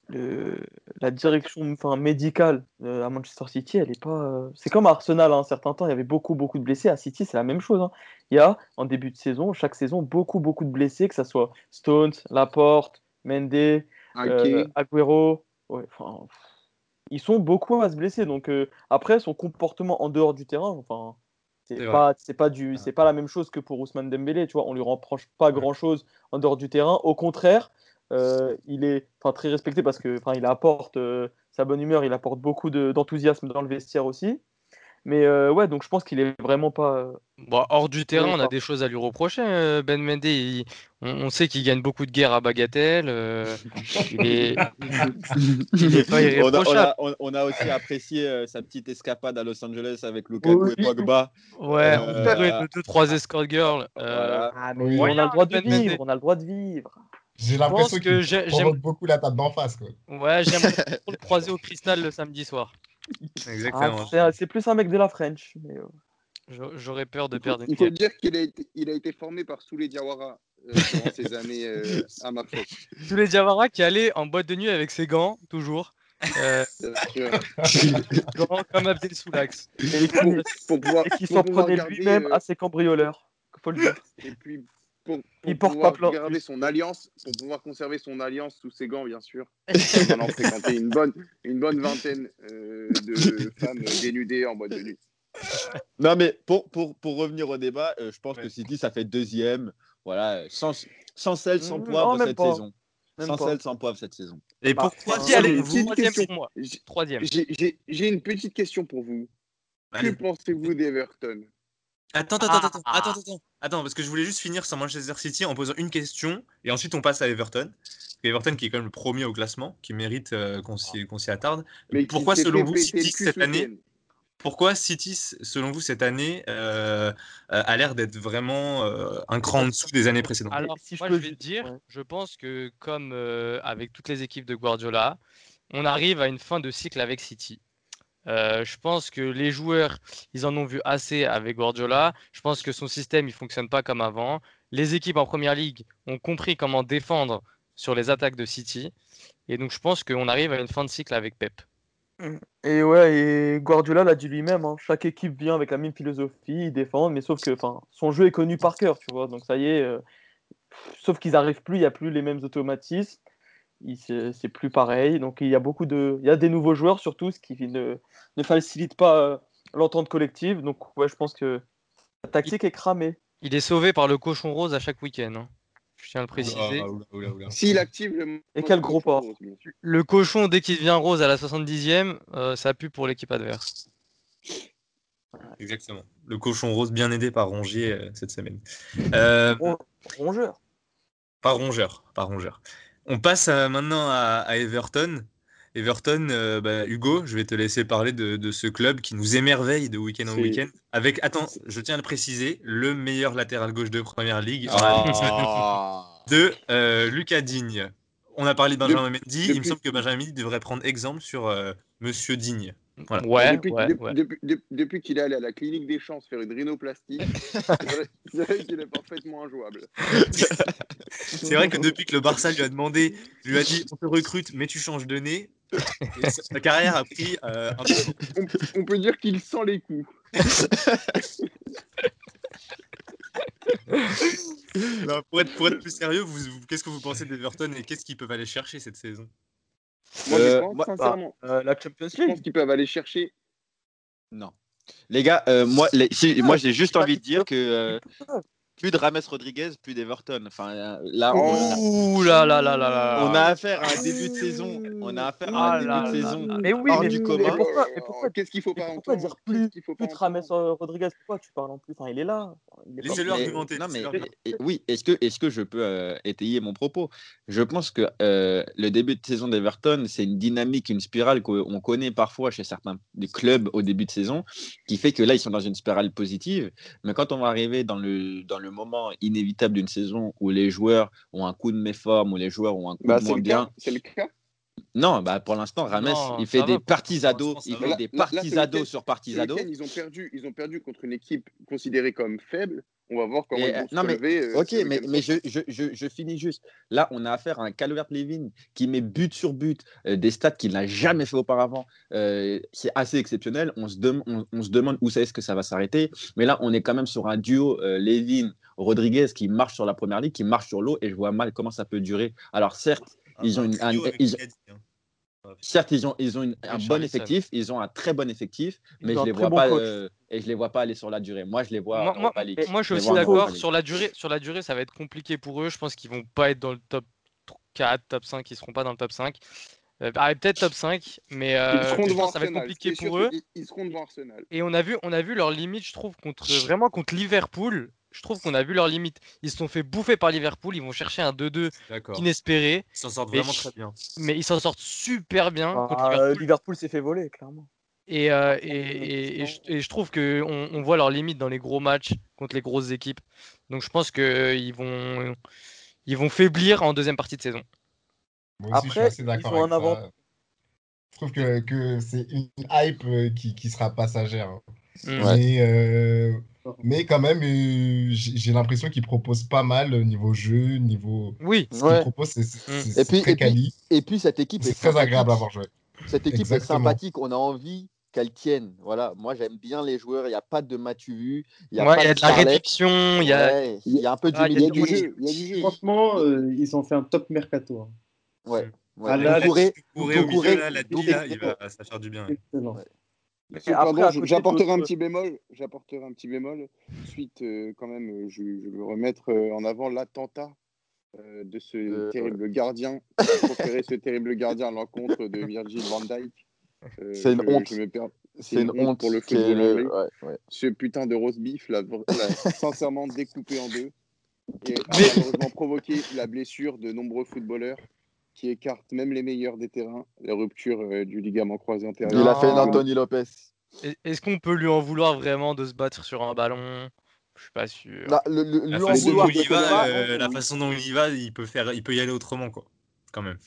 S8: le, la direction enfin, médicale euh, à Manchester City, elle est pas. euh, C'est comme à Arsenal, hein, un certain temps, il y avait beaucoup, beaucoup de blessés. À City, c'est la même chose. hein. Il y a, en début de saison, chaque saison, beaucoup, beaucoup de blessés, que ce soit Stones, Laporte, Mendy, euh,
S10: Ake.
S8: Agüero. Ouais, enfin, pff, ils sont beaucoup à se blesser. Donc, euh, après, son comportement en dehors du terrain, enfin.
S1: C'est
S8: C'est
S1: vrai.
S8: pas, c'est pas, du, c'est pas la même chose que pour Ousmane Dembélé, tu vois. On lui reproche pas grand chose en dehors du terrain. Au contraire, euh, il est enfin, très respecté parce que enfin, il apporte euh, sa bonne humeur, il apporte beaucoup de- d'enthousiasme dans le vestiaire aussi. Mais euh, ouais, donc je pense qu'il est vraiment pas. euh,
S6: Bon, hors du terrain,
S8: Oui,
S6: on a
S8: enfin.
S6: des choses à lui reprocher. euh, Ben Mendy, Il- on, on sait qu'il gagne beaucoup de guerres à bagatelle. euh, il est, il est pas
S12: on, a, on
S6: irréprochable.
S12: a- on- on a aussi apprécié euh, sa petite escapade à Los Angeles avec Lukaku
S8: Oui.
S12: et Pogba.
S6: Ouais, on
S12: Euh,
S6: pourrait de 2-3 escort girls. euh,
S8: Ah, mais
S15: Oui.
S8: on a
S6: moyen,
S8: le droit de
S6: Ben
S8: vivre,
S6: Mendy.
S8: on a le droit de vivre.
S15: J'ai
S6: pense
S15: l'impression
S6: que
S15: qu'il
S6: j'ai-
S15: provoque beaucoup la table d'en face. Quoi.
S6: Ouais, j'aimerais trop le croiser au cristal le samedi soir.
S8: Ah,
S1: Exactement.
S8: c'est- c'est plus un mec de la French. mais, euh,
S6: J'a- J'aurais peur de
S10: Il faut,
S6: perdre une
S10: il faut
S6: guerre.
S10: dire qu'il a été, il a été formé par Souley Diawara euh, durant ses années euh, à Marseille.
S6: Tous les Diawara qui allaient en boîte de nuit avec ses gants, toujours. Euh, gants comme Abdel Soulax.
S8: et qui,
S10: Pour pouvoir,
S8: et qui
S10: pour
S8: s'en
S10: pouvoir
S8: prenait
S10: garder,
S8: lui-même
S10: euh,
S8: à ses cambrioleurs. Faut le dire.
S10: et puis pour, pour
S8: Il porte
S10: pouvoir
S8: pas plainte.
S10: garder son alliance, pour pouvoir conserver son alliance sous ses gants, bien sûr, en allant fréquenter une bonne, une bonne vingtaine euh, de femmes dénudées en boîte de nuit.
S12: Non, mais pour, pour, pour revenir au débat, euh, je pense que City, ça fait deuxième. Voilà, euh, sans, sans sel, sans
S8: Mm,
S12: poivre
S8: non, même
S12: cette
S8: pas.
S12: saison.
S8: Même
S12: sans
S8: pas.
S12: sel, sans poivre cette saison.
S1: Et
S8: Bah,
S1: pourquoi,
S8: enfin,
S10: Tiens,
S6: Allez,
S10: j'ai une petite
S6: troisième
S10: question.
S6: pour moi.
S10: J'ai-
S6: Troisième.
S10: j'ai- J'ai j'ai une petite question pour vous. Que
S1: Allez.
S10: pensez-vous d'Everton
S1: Attends,
S10: Ah,
S1: attends, attends, attends, attends, attends, attends, parce que je voulais juste finir sur Manchester City en posant une question, et ensuite on passe à Everton. Everton qui est quand même le premier au classement, qui mérite euh, qu'on s'y qu'on s'y attarde.
S10: Ah. Mais qui
S1: pourquoi
S10: s'est
S1: selon
S10: fait
S1: vous
S10: péter le
S1: City
S10: cul
S1: cette
S10: ce
S1: année
S10: week-end
S1: Pourquoi City selon vous cette année euh, euh, a l'air d'être vraiment euh, un cran en dessous des années précédentes
S10: Ah.
S6: Alors,
S8: si je
S6: moi, je
S8: peux
S6: vais
S8: juste-
S6: te dire,
S8: ouais.
S6: je pense que comme euh, avec toutes les équipes de Guardiola, on arrive à une fin de cycle avec City. Euh, je pense que les joueurs, ils en ont vu assez avec Guardiola. Je pense que son système, il fonctionne pas comme avant. Les équipes en première ligue ont compris comment défendre sur les attaques de City. Et donc, je pense qu'on arrive à une fin de cycle avec Pep.
S8: Mm. Et ouais, et Guardiola l'a dit lui-même, hein, chaque équipe vient avec la même philosophie, ils défendent, mais sauf que enfin, son jeu est connu par cœur, tu vois, donc ça y est, euh, pff, sauf qu'ils n'arrivent plus, il n'y a plus les mêmes automatismes, il- c'est c'est plus pareil, donc il y a beaucoup de... Il y a des nouveaux joueurs surtout, ce qui ne, ne facilite pas euh, l'entente collective, donc ouais, je pense que la tactique est cramée.
S6: Il est sauvé par le cochon rose à chaque week-end. hein. Je tiens à le préciser.
S1: Oula, oula, oula, oula.
S10: S'il active le.
S8: Et
S10: mode
S8: quel gros
S10: contrôle,
S8: porc.
S10: bien sûr.
S6: Le cochon, dès qu'il devient rose à la 70e, euh, ça pue pour l'équipe adverse.
S1: Exactement. Le cochon rose bien aidé par Rongier euh, cette semaine. Euh,
S8: Ron- Rongeur.
S1: Par rongeur, par rongeur. On passe euh, maintenant à, à Everton. Everton, euh, bah, Hugo, je vais te laisser parler de, de ce club qui nous émerveille de week-end en
S10: C'est-
S1: week-end. Avec, attends, je tiens à le préciser, le meilleur latéral gauche de Première Ligue dans la-
S12: Ah.
S1: de euh, Lucas Digne. On a parlé de Benjamin Mendy. Il me
S10: depuis-
S1: semble que Benjamin Mendy devrait prendre exemple sur euh, Monsieur Digne. Voilà.
S6: Ouais,
S10: depuis
S6: ouais,
S10: depuis-
S6: ouais.
S10: depuis- depuis- depuis qu'il est allé à la clinique des champs se faire une rhinoplastie, c'est vrai- c'est vrai qu'il est parfaitement injouable.
S1: C'est vrai que depuis que le Barça lui a demandé, lui a dit, on te recrute, mais tu changes de nez. et sa sa carrière a pris euh, un tournant.
S10: On, on peut dire qu'il sent les coups.
S1: Non, pour, être, pour être plus sérieux, vous, vous- qu'est-ce que vous pensez d'Everton et qu'est-ce qu'ils peuvent aller chercher cette saison
S10: Moi,
S12: Euh,
S10: je pense
S12: moi-
S10: sincèrement,
S8: la Champions
S10: je pense qu'ils peuvent aller chercher
S12: Non. Les gars, euh, moi, les- si- moi j'ai juste envie de dire que euh, plus de Rames Rodriguez, plus d'Everton. Enfin, euh, là, on,
S8: Ouh là là là là là.
S12: on a affaire à un début de saison. On a affaire à
S8: Ah
S12: un début
S8: là
S12: de
S8: là
S12: saison.
S8: là. Mais oui,
S12: hors
S8: mais-
S12: du
S8: mais
S12: commun.
S16: pourquoi- et pourquoi-
S10: Qu'est-ce qu'il faut pas
S16: mais pourquoi dire plus, plus de Rames euh, Rodriguez Pourquoi tu parles en plus Enfin, il est là. Il est pas-
S12: Mais- Non, mais, et- oui, est-ce que, est que je peux euh, étayer mon propos Je pense que euh, le début de saison d'Everton, c'est une dynamique, une spirale qu'on connaît parfois chez certains des clubs au début de saison, qui fait que là, ils sont dans une spirale positive. Mais quand on va arriver dans le, dans le moment inévitable d'une saison où les joueurs ont un coup de méforme, où les joueurs ont un coup
S10: Bah,
S12: de
S10: c'est
S12: moins
S10: le
S12: bien.
S10: cas. C'est le cas.
S12: Non, bah, pour l'instant, Rames,
S10: Non,
S12: il
S10: ça
S12: fait
S10: va,
S12: des
S10: pour- pour
S12: partisado, il
S10: Là-
S12: fait des
S10: là- là, ce
S12: partisado
S10: week-end-
S12: sur
S10: ce
S12: partisado.
S10: week-end, ils ont perdu, ils ont perdu contre une équipe considérée comme faible. On va voir comment
S12: Mais,
S10: ils
S12: euh,
S10: vont se
S12: non, mais,
S10: relever. euh,
S12: ok,
S10: ce week-end.
S12: mais, mais je, je, je, je finis juste. Là, on a affaire à un Calvert-Levin qui met but sur but, euh, des stats qu'il n'a jamais fait auparavant. Euh, c'est assez exceptionnel. On se, dem- on, on se demande où c'est, est-ce que ça va s'arrêter. Mais là, on est quand même sur un duo euh, Levin. Rodriguez qui marche sur la première ligue, qui marche sur l'eau, et je vois mal comment ça peut durer. Alors, certes, ils ont une, un- ils-
S1: hein. Ah, bah,
S12: certes, ils ont, ils ont une- un bon
S8: Richarlison.
S12: effectif, ils ont un très bon effectif,
S8: Ils
S12: mais
S8: ont
S12: je
S8: un
S12: les
S8: très
S12: vois
S8: bon
S12: pas,
S8: coach.
S12: euh, et je les vois pas aller sur la durée. Moi, je les vois.
S8: Moi,
S12: en
S8: moi-
S12: Europa League.
S8: moi, je suis
S12: les
S8: aussi
S12: vois en Europa
S8: d'accord
S12: League.
S8: sur la durée. Sur la durée, ça va être compliqué pour eux. Je pense qu'ils vont pas être dans le top 4, top 5. Ils seront pas dans le top 5. Euh, ah, peut-être top 5, mais, euh,
S10: Ils
S8: mais
S10: seront
S8: je pense
S10: devant
S8: que ça va être
S10: Arsenal. Ce
S8: compliqué
S10: qui est sûr,
S8: pour
S10: c'est
S8: eux.
S10: qu'ils- Ils seront devant Arsenal.
S8: Et on a vu, on a vu leur limite, je trouve, contre vraiment contre Liverpool. Je trouve qu'on a vu leur limite. Ils se sont fait bouffer par Liverpool. Ils vont chercher un 2-2
S1: D'accord.
S8: inespéré.
S1: Ils s'en sortent
S8: Mais-
S1: vraiment très bien.
S8: Mais ils s'en sortent super bien
S16: Ah,
S8: contre
S16: euh,
S8: Liverpool.
S16: Liverpool s'est fait voler, clairement.
S8: Et, euh, et, et- et je, et je trouve que on, on voit leurs limites dans les gros matchs contre les grosses équipes. Donc je pense que euh, ils vont ils vont faiblir en deuxième partie de saison.
S6: Moi aussi, je suis
S16: Après,
S6: assez d'accord
S16: ils ont
S6: avec
S16: un
S6: ça.
S16: avant-
S6: Je trouve que, que c'est une hype euh, qui, qui sera passagère. hein.
S8: Mm.
S6: Mais, euh, mais quand même, euh, j'ai j'ai l'impression qu'ils proposent pas mal au niveau jeu, niveau.
S8: Oui.
S6: Ce
S12: Ouais.
S6: qu'ils proposent, c'est-
S12: Mm.
S6: c'est
S12: Et
S6: c'est
S12: puis,
S6: très
S12: et, puis,
S6: quali.
S12: et puis cette équipe est,
S6: C'est très
S12: sympathique.
S6: agréable à voir jouer.
S12: Cette équipe est
S6: Exactement.
S12: sympathique. On a envie qu'elle tienne. Voilà. Moi, j'aime bien les joueurs. Il n'y a pas de Mathieu Vu. Il n'y a
S8: Ouais,
S12: pas
S8: il y a de la
S12: Scarlett.
S8: réflexion, il y a-
S12: Ouais, Il y a un peu
S8: Ah, il y a
S12: d'humilité.
S8: du- on est-
S11: Franchement, euh, ils ont fait un top mercato. hein.
S12: Ouais.
S11: Ah,
S12: ouais.
S11: là,
S12: Doucouré-
S11: Doucouré
S1: au
S12: Doucouré-
S1: milieu, là, la
S12: Doucouré-
S1: Dili, là, il va, ça va faire du bien. ouais.
S11: Excellent.
S10: Cependant,
S16: après, à
S10: je-
S16: côté
S10: j'apporterai un
S16: d'autres-
S10: petit bémol. J'apporterai un petit bémol. Suite, euh, quand même, euh, je, je veux remettre euh, en avant l'attentat euh, de ce terrible gardien, qui a proféré ce terrible gardien à l'encontre de Virgil van Dijk. Euh,
S12: C'est une
S10: je-
S12: honte.
S10: je me perds-
S12: C'est une honte
S10: pour le
S12: qui est
S10: football
S12: le-
S10: anglais.
S12: ouais, ouais.
S10: Ce putain de roast beef l'a l'a sincèrement découpé en deux et a
S12: Mais-
S10: malheureusement provoqué la blessure de nombreux footballeurs qui écartent même les meilleurs des terrains, la rupture euh, du ligament croisé antérieur.
S12: Il a fait une
S8: Non.
S12: Anthony Lopez.
S8: est- Est-ce qu'on peut lui en vouloir vraiment de se battre sur un ballon? Je suis pas sûr.
S12: La- le- le-
S1: La
S12: lui en
S1: façon
S12: vouloir,
S1: dont il
S12: peut-être
S1: va,
S12: pas.
S1: euh, la façon dont il y va, il peut faire, il peut y aller autrement quoi. Quand même.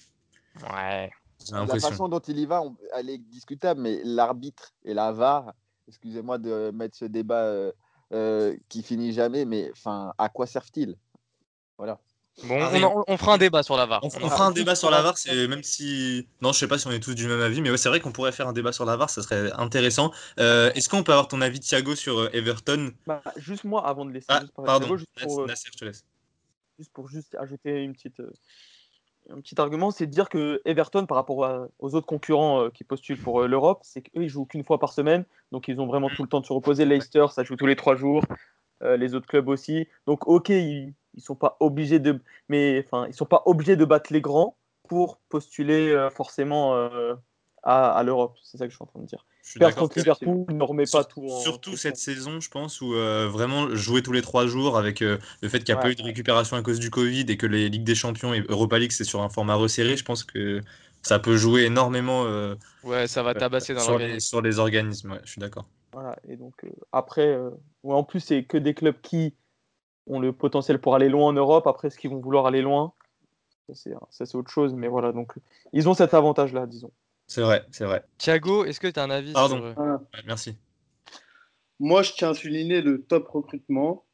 S8: Ouais.
S1: J'ai
S12: La
S1: l'impression.
S12: façon dont il y va, on- elle est discutable, mais l'arbitre et la VAR, excusez-moi de mettre ce débat euh, euh, qui finit jamais, mais
S8: euh.
S12: enfin, à quoi servent-ils Voilà.
S8: Bon,
S1: Ah,
S8: on,
S1: rien.
S8: en- on fera un débat sur la VAR.
S1: On, f- on
S8: en
S1: fera un débat sur la VAR, c'est même si. Non, je sais pas si on est tous du même avis, mais ouais, c'est vrai qu'on pourrait faire un débat sur la VAR, ça serait intéressant. Euh, Est-ce qu'on peut avoir ton avis, Thiago, sur euh, Everton
S16: Bah, juste moi, avant de laisser
S1: Ah,
S16: juste parler à
S1: pardon,
S16: Thiago, juste pour, euh,
S1: Nasser, je te laisse.
S16: juste pour juste ajouter une petite, euh, un petit argument, c'est de dire que Everton, par rapport à- aux autres concurrents euh, qui postulent pour euh, l'Europe, c'est qu'eux, ils jouent qu'une fois par semaine, donc ils ont vraiment
S1: Mm.
S16: tout le temps de se reposer. Leicester, ça joue tous les trois jours, euh, les autres clubs aussi. Donc, ok, ils, ils sont pas obligés de, mais enfin, ils sont pas obligés de battre les grands pour postuler euh, forcément euh, à, à l'Europe. C'est ça que je suis en train de dire.
S1: Je suis
S16: Perdre
S1: d'accord
S16: contre
S1: que-
S16: Liverpool ne remet pas tout en
S1: Surtout cette saison, je pense, où euh, vraiment jouer tous les trois jours avec euh, le fait qu'il n'y a
S16: Ouais.
S1: pas eu de récupération à cause du Covid et que les Ligues des Champions et Europa League, c'est sur un format resserré, je pense que ça peut jouer énormément euh,
S8: Ouais, ça va
S1: euh,
S8: tabasser dans
S1: sur, les,
S8: l'organisme.
S1: sur les organismes. ouais, je suis d'accord.
S16: Voilà, et donc euh, après, euh, ouais, en plus, c'est que des clubs qui ont le potentiel pour aller loin en Europe. Après, ce qu'ils vont vouloir aller loin, ça, c'est- ça c'est autre chose. Mais voilà, donc ils ont cet avantage-là, disons.
S1: C'est vrai, c'est vrai.
S8: Thiago, est-ce que tu as un avis
S1: Pardon.
S8: sur. euh,
S11: Voilà.
S1: Ouais, merci.
S11: Moi, je tiens à souligner le top recrutement.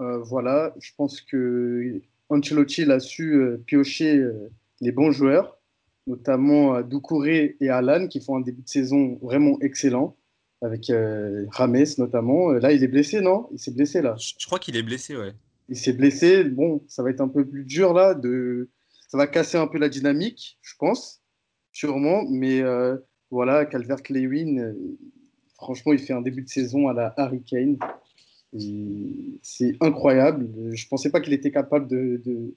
S11: Euh, voilà, je pense que Ancelotti il a su euh, piocher euh, les bons joueurs, notamment euh, Doucouré et Alan, qui font un début de saison vraiment excellent, avec euh, Rames notamment. Euh, là, il est blessé, non? Il s'est blessé là.
S1: Je je crois qu'il est blessé, ouais.
S11: Il s'est blessé. Bon, ça va être un peu plus dur là. De... Ça va casser un peu la dynamique, je pense, sûrement. Mais euh, voilà, Calvert-Lewin, euh, Franchement, il fait un début de saison à la Harry Kane. Et C'est incroyable. Je pensais pas qu'il était capable de, de,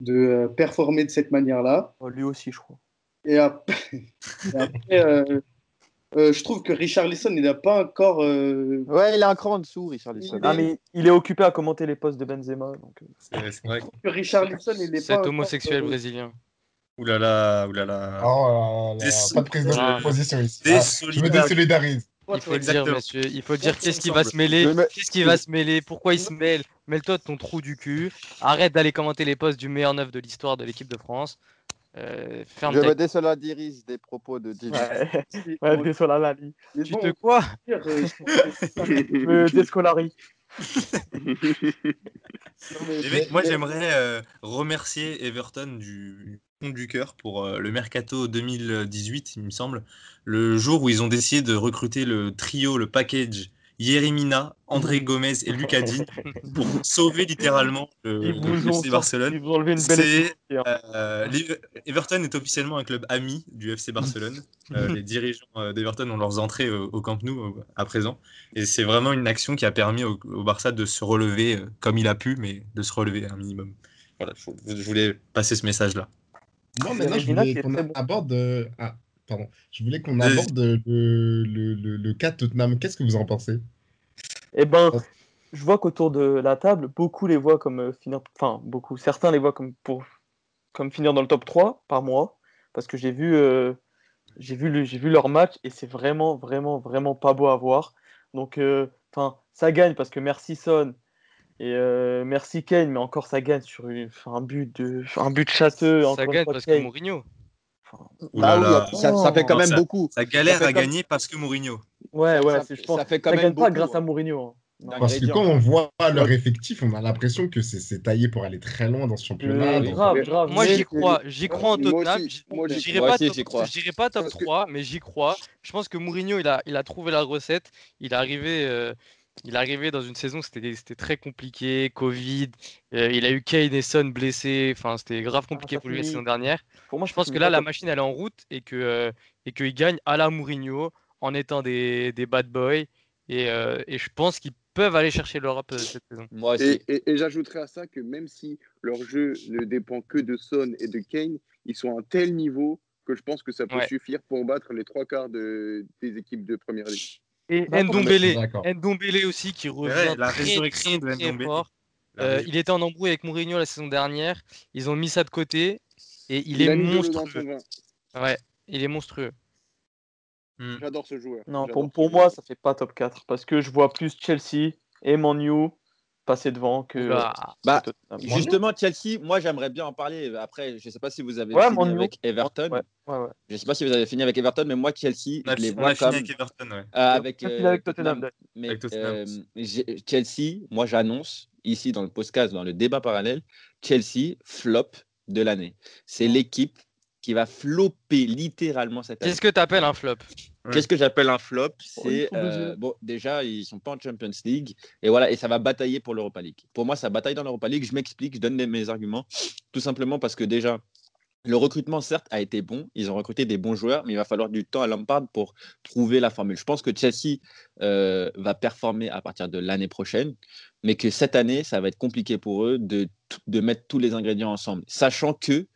S11: de, euh, performer de cette manière-là.
S8: Oh,
S16: Lui aussi, je crois.
S11: Et ap- et après, euh, euh, je trouve que Richard Lisson, il n'a pas encore. euh,
S16: Ouais, il est un cran en dessous, Richard
S11: Lisson.
S16: Ah, mais il est occupé à commenter les postes de Benzema. Donc... euh.
S1: C'est vrai.
S11: que Richard Lisson, il n'est pas.
S8: Cet
S11: encore,
S8: homosexuel
S11: euh,
S8: brésilien.
S1: Oulala, oulala.
S6: Oh là là,
S1: Des-
S6: pas de prise de
S8: Ah.
S6: position ici.
S1: Des
S6: Ah, je me
S1: solidarité.
S6: désolidarise.
S8: Il faut le dire,
S1: Exactement.
S8: monsieur. Il faut le dire
S1: Tout
S8: qu'est-ce qui va
S1: ensemble.
S8: se mêler.
S1: Je me-
S8: Qu'est-ce qui va se mêler Pourquoi il se mêle Mêle-toi de ton trou du cul. Arrête d'aller commenter les postes du meilleur neuf de l'histoire de l'équipe de France. Euh, ferme
S10: Je
S8: ta
S10: me désolidarise des propos de Didier.
S16: Ouais, ouais désolé, Lali.
S11: Mais
S8: Tu
S11: bon,
S8: te quoi
S11: on peut dire, euh, je pense que-
S16: Euh, Descolari.
S11: Non, mais-
S1: Les mecs, moi j'aimerais euh, remercier Everton du fond du cœur pour euh, le mercato 2018, il me semble, le jour où ils ont décidé de recruter le trio, le package Yerimina, André Gomez et Lucadine pour sauver littéralement le,
S16: Ils
S1: le
S16: vous ont
S1: FC
S16: sorti-
S1: Euh, Barcelone.
S16: Ils vous ont enlevé une belle
S1: C'est,
S16: équipe.
S1: Euh, l'Ever- Everton est officiellement un club ami du FC Barcelone. Euh, les dirigeants euh, d'Everton ont leurs entrées au, au Camp Nou euh, à présent. Et c'est vraiment une action qui a permis au, au Barça de se relever euh, comme il a pu, mais de se relever un minimum. Voilà, je, je voulais passer ce message-là.
S6: Moi,
S16: Il y
S6: maintenant,
S16: a
S6: je
S16: Medina
S6: voulais
S16: qui est
S6: qu'on
S16: très bon.
S6: aborde. euh, Ah, pardon. Je voulais qu'on
S1: Vas-y.
S6: aborde euh, le, le, le, le cas Tottenham. Qu'est-ce que vous en pensez
S16: Eh ben, je vois qu'autour de la table, beaucoup les voient comme euh, finir. Enfin, beaucoup. Certains les voient comme pour comme finir dans le top 3 par mois. Parce que j'ai vu, euh, j'ai vu, le- j'ai vu leur match et c'est vraiment, vraiment, vraiment pas beau à voir. Donc, euh, enfin, ça gagne parce que merci Son et euh, merci Kane, mais encore ça gagne sur une- sur un but de, sur un but châteux.
S8: Ça
S16: encore une
S8: gagne
S16: fois
S8: parce que
S16: Kane.
S8: Mourinho.
S1: Ouh là
S12: Bah oui,
S1: là.
S12: ça, ça fait quand
S1: Non, Ah
S12: même
S1: ça-
S6: Oh,
S12: beaucoup.
S1: Ça galère
S12: Ça fait
S1: à
S12: comme-
S1: gagner parce que Mourinho.
S16: Ouais,
S12: Ça-
S16: ouais,
S12: ça-
S16: c'est- je pense.
S12: ça fait quand
S16: Ça
S12: même
S16: gagne pas
S12: beaucoup,
S16: grâce à
S12: hein.
S16: Mourinho. hein. Non.
S6: Parce que
S12: Ingrédient.
S6: quand on voit leur
S12: Ouais.
S6: effectif, on a l'impression que c'est- c'est taillé pour aller très loin dans ce championnat.
S16: Euh,
S6: dans-
S16: grave,
S10: Mais-
S16: grave.
S8: Moi
S10: Mais-
S8: j'y crois, j'y crois en
S10: Moi
S8: Tottenham.
S10: aussi,
S8: J'y-
S10: moi aussi.
S8: J'irai
S12: Moi
S8: pas,
S12: aussi,
S8: top-
S12: j'y crois.
S8: j'irai pas top
S10: Parce que-
S8: 3, mais j'y crois. Je pense que Mourinho il a, il a trouvé la recette. Il est arrivé, euh, il est arrivé dans une saison où c'était c'était très compliqué, Covid. euh, il a eu Kane et Son blessés. Enfin, c'était grave compliqué
S16: Ah, ça
S8: pour lui la
S16: finit-
S8: saison dernière.
S16: Pour moi,
S8: Je pense que là la machine elle est en route et que euh, et qu'il gagne à la Mourinho en étant des, des bad boys. Et, euh, et je pense qu'ils peuvent aller chercher l'Europe euh, cette saison.
S12: Moi aussi.
S10: Et, et- et j'ajouterais à ça que même si leur jeu ne dépend que de Son et de Kane, ils sont à un tel niveau que je pense que ça peut
S8: Ouais.
S10: suffire pour battre les trois quarts de- des équipes de première ligue.
S8: Et
S16: D'accord.
S8: Ndombele,
S6: D'accord.
S8: Ndombele aussi qui
S1: Ouais,
S8: revient
S1: la
S8: très,
S1: résurrection de
S8: très, très
S1: Ndombele.
S8: fort.
S1: La
S8: Euh,
S1: ré-
S8: il était en embrouille avec Mourinho la saison dernière. Ils ont mis ça de côté et il,
S10: Il
S8: est
S10: a mis de l'eau dans
S8: monstrueux.
S10: son vin.
S8: Ouais, il est monstrueux.
S1: Hmm.
S10: J'adore ce joueur.
S16: Non,
S10: J'adore
S16: pour,
S10: ce
S16: pour
S10: joueur.
S16: moi, ça fait pas top 4 parce que je vois plus Chelsea et Man U passer devant que.
S8: Oula.
S12: Bah,
S16: que Tottenham.
S12: justement, Chelsea, moi j'aimerais bien en parler. Après, je sais pas si vous avez
S16: Ouais,
S12: fini
S16: Man U.
S12: avec Everton.
S16: Ouais, ouais, ouais.
S12: Je sais pas si vous avez fini avec Everton, mais moi Chelsea,
S1: On a,
S12: je les
S1: fi- on
S12: vois
S1: a fini
S12: comme
S1: avec Everton, ouais.
S12: Euh, avec,
S16: J'ai fini
S12: euh,
S16: avec Tottenham. d'ailleurs.
S12: Mais
S1: Avec Tottenham.
S12: euh, j'ai- Chelsea, moi j'annonce ici dans le podcast, dans le débat parallèle, Chelsea flop de l'année. C'est l'équipe qui va flopper littéralement cette année.
S8: Qu'est-ce que t'appelles un flop
S1: Ouais.
S12: Qu'est-ce que j'appelle un flop
S16: Oh, ils
S12: C'est
S16: sont deuxièmes.
S12: euh, bon, déjà ils sont pas en Champions League et voilà et ça va batailler pour l'Europa League. Pour moi, ça bataille dans l'Europa League. Je m'explique, je donne les- mes arguments, tout simplement parce que déjà le recrutement certes a été bon. Ils ont recruté des bons joueurs, mais il va falloir du temps à Lampard pour trouver la formule. Je pense que Chelsea euh, va performer à partir de l'année prochaine, mais que cette année ça va être compliqué pour eux de de mettre tous les ingrédients ensemble, sachant que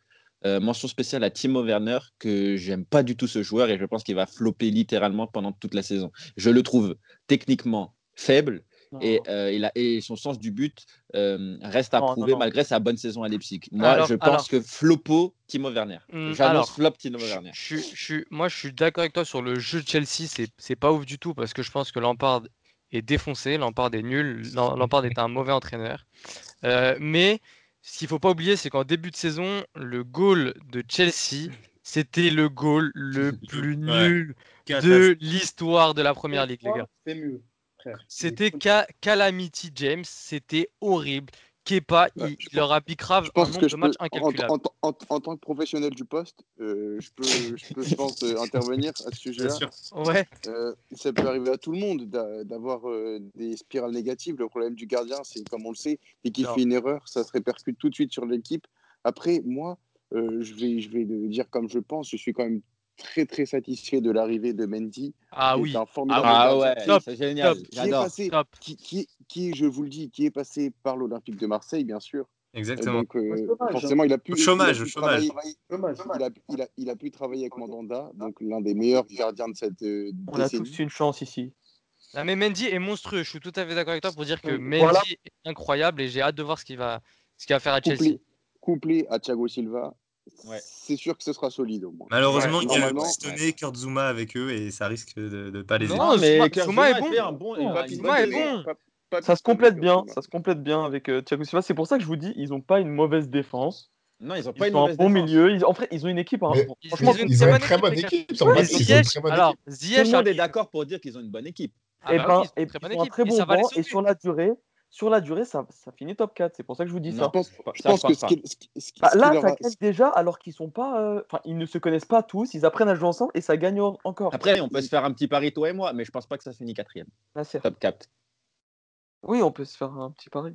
S12: euh, mention spéciale à Timo Werner, que j'aime pas du tout ce joueur et je pense qu'il va flopper littéralement pendant toute la saison. Je le trouve techniquement faible
S16: Non.
S12: et, euh, il a, et son sens du but euh, reste à
S16: Non, non,
S12: prouver
S16: non.
S12: malgré sa bonne saison à Leipzig. Moi,
S8: Alors,
S12: je pense
S8: alors.
S12: que flopo Timo Werner.
S8: Hmm,
S12: J'annonce
S8: alors.
S12: flop Timo
S8: Je-
S12: Werner.
S8: je- je- moi, je suis d'accord avec toi sur le jeu de Chelsea. C'est c'est pas ouf du tout parce que je pense que Lampard est défoncé, Lampard est nul, Lam- Lampard est un mauvais entraîneur. Euh, mais ce qu'il faut pas oublier, c'est qu'en début de saison, le goal de Chelsea, c'était le goal le plus
S1: Ouais.
S8: nul
S1: Catastrophe.
S8: de l'histoire de la première ligue, les gars.
S11: C'est mieux, frère.
S8: C'était ca- Calamity James, c'était horrible. Kepa,
S10: Ouais,
S8: il,
S10: je
S8: il leur a mis grave
S10: Je
S8: un
S10: pense
S8: nombre
S10: que
S8: de
S10: je peux,
S8: matchs
S10: en,
S8: incalculable.
S10: en- en- en tant que professionnel du poste, euh, je peux, je peux, je pense, euh, intervenir à ce
S1: Bien
S10: sujet-là.
S1: sûr.
S8: Ouais,
S10: Euh, ça peut arriver à tout le monde d'a- d'avoir euh, des spirales négatives. Le problème du gardien, c'est comme on le sait, et qu'il
S8: Non.
S10: fait une erreur, ça se répercute tout de suite sur l'équipe. Après, moi, euh, je, vais, je vais le dire comme je pense, je suis quand même très très satisfait de l'arrivée de Mendy.
S8: Ah
S10: qui est
S8: oui.
S10: un formidable
S12: Ah
S10: gardien.
S12: ouais, Top, c'est génial, top,
S10: Qui est
S12: j'adore.
S10: passé, qui, qui- qui, je vous le dis, qui est passé par l'Olympique de Marseille, bien sûr.
S1: Exactement.
S10: Et donc, euh,
S1: Au chômage,
S10: forcément,
S1: hein.
S10: il a pu,
S1: Au chômage,
S10: il a
S1: au
S10: pu
S1: chômage.
S10: travailler- Il a, il a- il a pu travailler avec Mandanda, donc l'un des meilleurs gardiens de cette euh,
S16: On a
S10: décennie.
S16: tous une chance ici.
S8: Non, mais Mendy est monstrueux. Je suis tout à fait d'accord avec toi pour dire que
S10: Euh,
S8: Mendy
S10: voilà.
S8: est incroyable et j'ai hâte de voir ce qu'il va, ce qu'il va faire à Chelsea.
S10: Couplé, couplé à Thiago Silva, c'est sûr que ce sera solide au moins.
S1: Malheureusement, il y a le
S10: Normalement,
S1: pistonné Kurt Zuma avec eux et ça risque de ne pas les aider.
S10: Non, mais
S1: Kurt
S10: Zuma est
S1: Zuma
S10: bon.
S1: fait un
S10: Non,
S1: il a- il
S10: Papi
S1: a-
S10: Zuma est
S1: il a-
S10: bon.
S16: Ça se complète bien, ça se complète bien avec euh, Thiago Silva. C'est pour ça que je vous dis, ils n'ont pas une mauvaise défense.
S12: Non, ils ont
S16: Ils sont un bon milieu. Ils- En fait, ils ont une équipe. hein.
S12: Mais
S16: Bon,
S12: ils-
S16: franchement,
S12: ils ont une Ils ont une très bonne très bonne équipe, équipe. sur le
S16: Ouais.
S12: papier, ils ont une très bonne
S16: alors,
S12: équipe.
S16: Ziyech
S12: Tout le monde
S16: arrive.
S12: est d'accord pour dire qu'ils ont une bonne équipe.
S8: Ah bah
S16: Eh ben, et- ils font un très bon banc et sur la durée, sur la durée, ça, ça finit top 4. C'est pour ça que je vous dis
S12: Non,
S16: ça.
S12: je pense- je Ça, pense je pense que ce pas. qui- ce qui- ce qui-
S16: Bah,
S12: ce qui
S16: là,
S12: leur
S16: ça
S12: a-
S16: gagne déjà alors qu'ils sont pas, euh, enfin, ils ne se connaissent pas tous. Ils apprennent à jouer ensemble et ça gagne en- encore.
S12: Après, on peut se faire un petit pari, toi et moi, mais je pense pas que ça finit quatrième.
S16: Nasser.
S12: Top 4.
S16: Oui, on peut se faire un petit pari.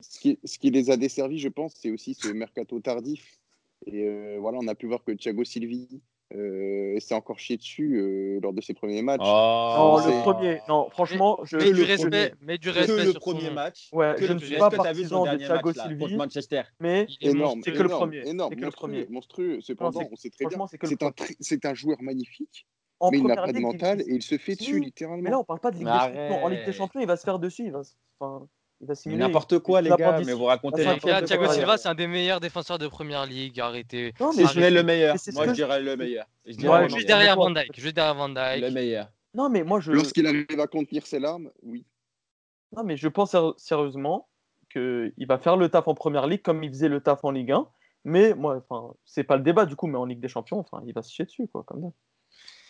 S10: ce qui, ce qui les a desservis, je pense, c'est aussi ce mercato tardif. Et euh, voilà, on a pu voir que Thiago Silvi euh, s'est encore chié dessus euh, lors de ses premiers
S16: Ah,
S10: matchs.
S8: Oh,
S16: Non,
S10: C'est-
S16: Oh, le premier. Non, franchement, je.
S10: mais du
S16: je- je-
S10: respect,
S8: mais du
S12: Que le premier match.
S16: Ouais,
S12: que
S16: je ne
S12: le premier-
S16: suis
S12: Est-ce
S16: pas
S12: que t'as vu son
S16: partisan de
S12: dernier
S16: Thiago
S12: match là,
S16: Silvi.
S12: contre Manchester
S16: Mais
S10: énorme,
S16: c'est que le
S10: énorme,
S16: premier.
S10: énorme,
S16: C'est que le
S10: monstrueux,
S16: premier.
S10: monstrueux. Cependant,
S16: c'est-
S10: on sait très bien,
S16: franchement, c'est que le
S10: c'est un,
S16: premier.
S10: tr- c'est un joueur magnifique,
S16: En
S10: mais il n'a
S16: première
S10: pas de
S16: ligue, il-
S10: mental et il se fait
S16: Si,
S10: dessus littéralement.
S16: Mais là, on parle pas de Ligue
S10: Mais
S16: des Champions. En Ligue des
S10: arrête.
S16: Champions, il va se faire dessus. Il va, se- enfin, il va
S12: Mais
S16: simuler.
S12: n'importe quoi, les gars, mais vous racontez
S8: Les gars,
S12: n'importe
S8: Thiago
S12: quoi. hein.
S8: Silva, c'est un des meilleurs défenseurs de première ligue. Arrêtez.
S12: Non, mais je
S8: Arrêtez.
S12: mets le meilleur. Moi, je dirais le meilleur. Je dirais
S8: Moi,
S12: le
S8: juste
S12: meilleur.
S8: derrière Van Dyke. Juste derrière Van Dyke.
S12: Le meilleur.
S16: Non, mais moi, je.
S10: Lorsqu'il arrive à contenir ses larmes, oui.
S16: Non, mais je pense ser- sérieusement qu'il va faire le taf en première ligue comme il faisait le taf en Ligue 1. Mais moi, enfin, c'est pas le débat du coup, mais en Ligue des Champions, enfin, il va se chier dessus, quoi, comme d'hab.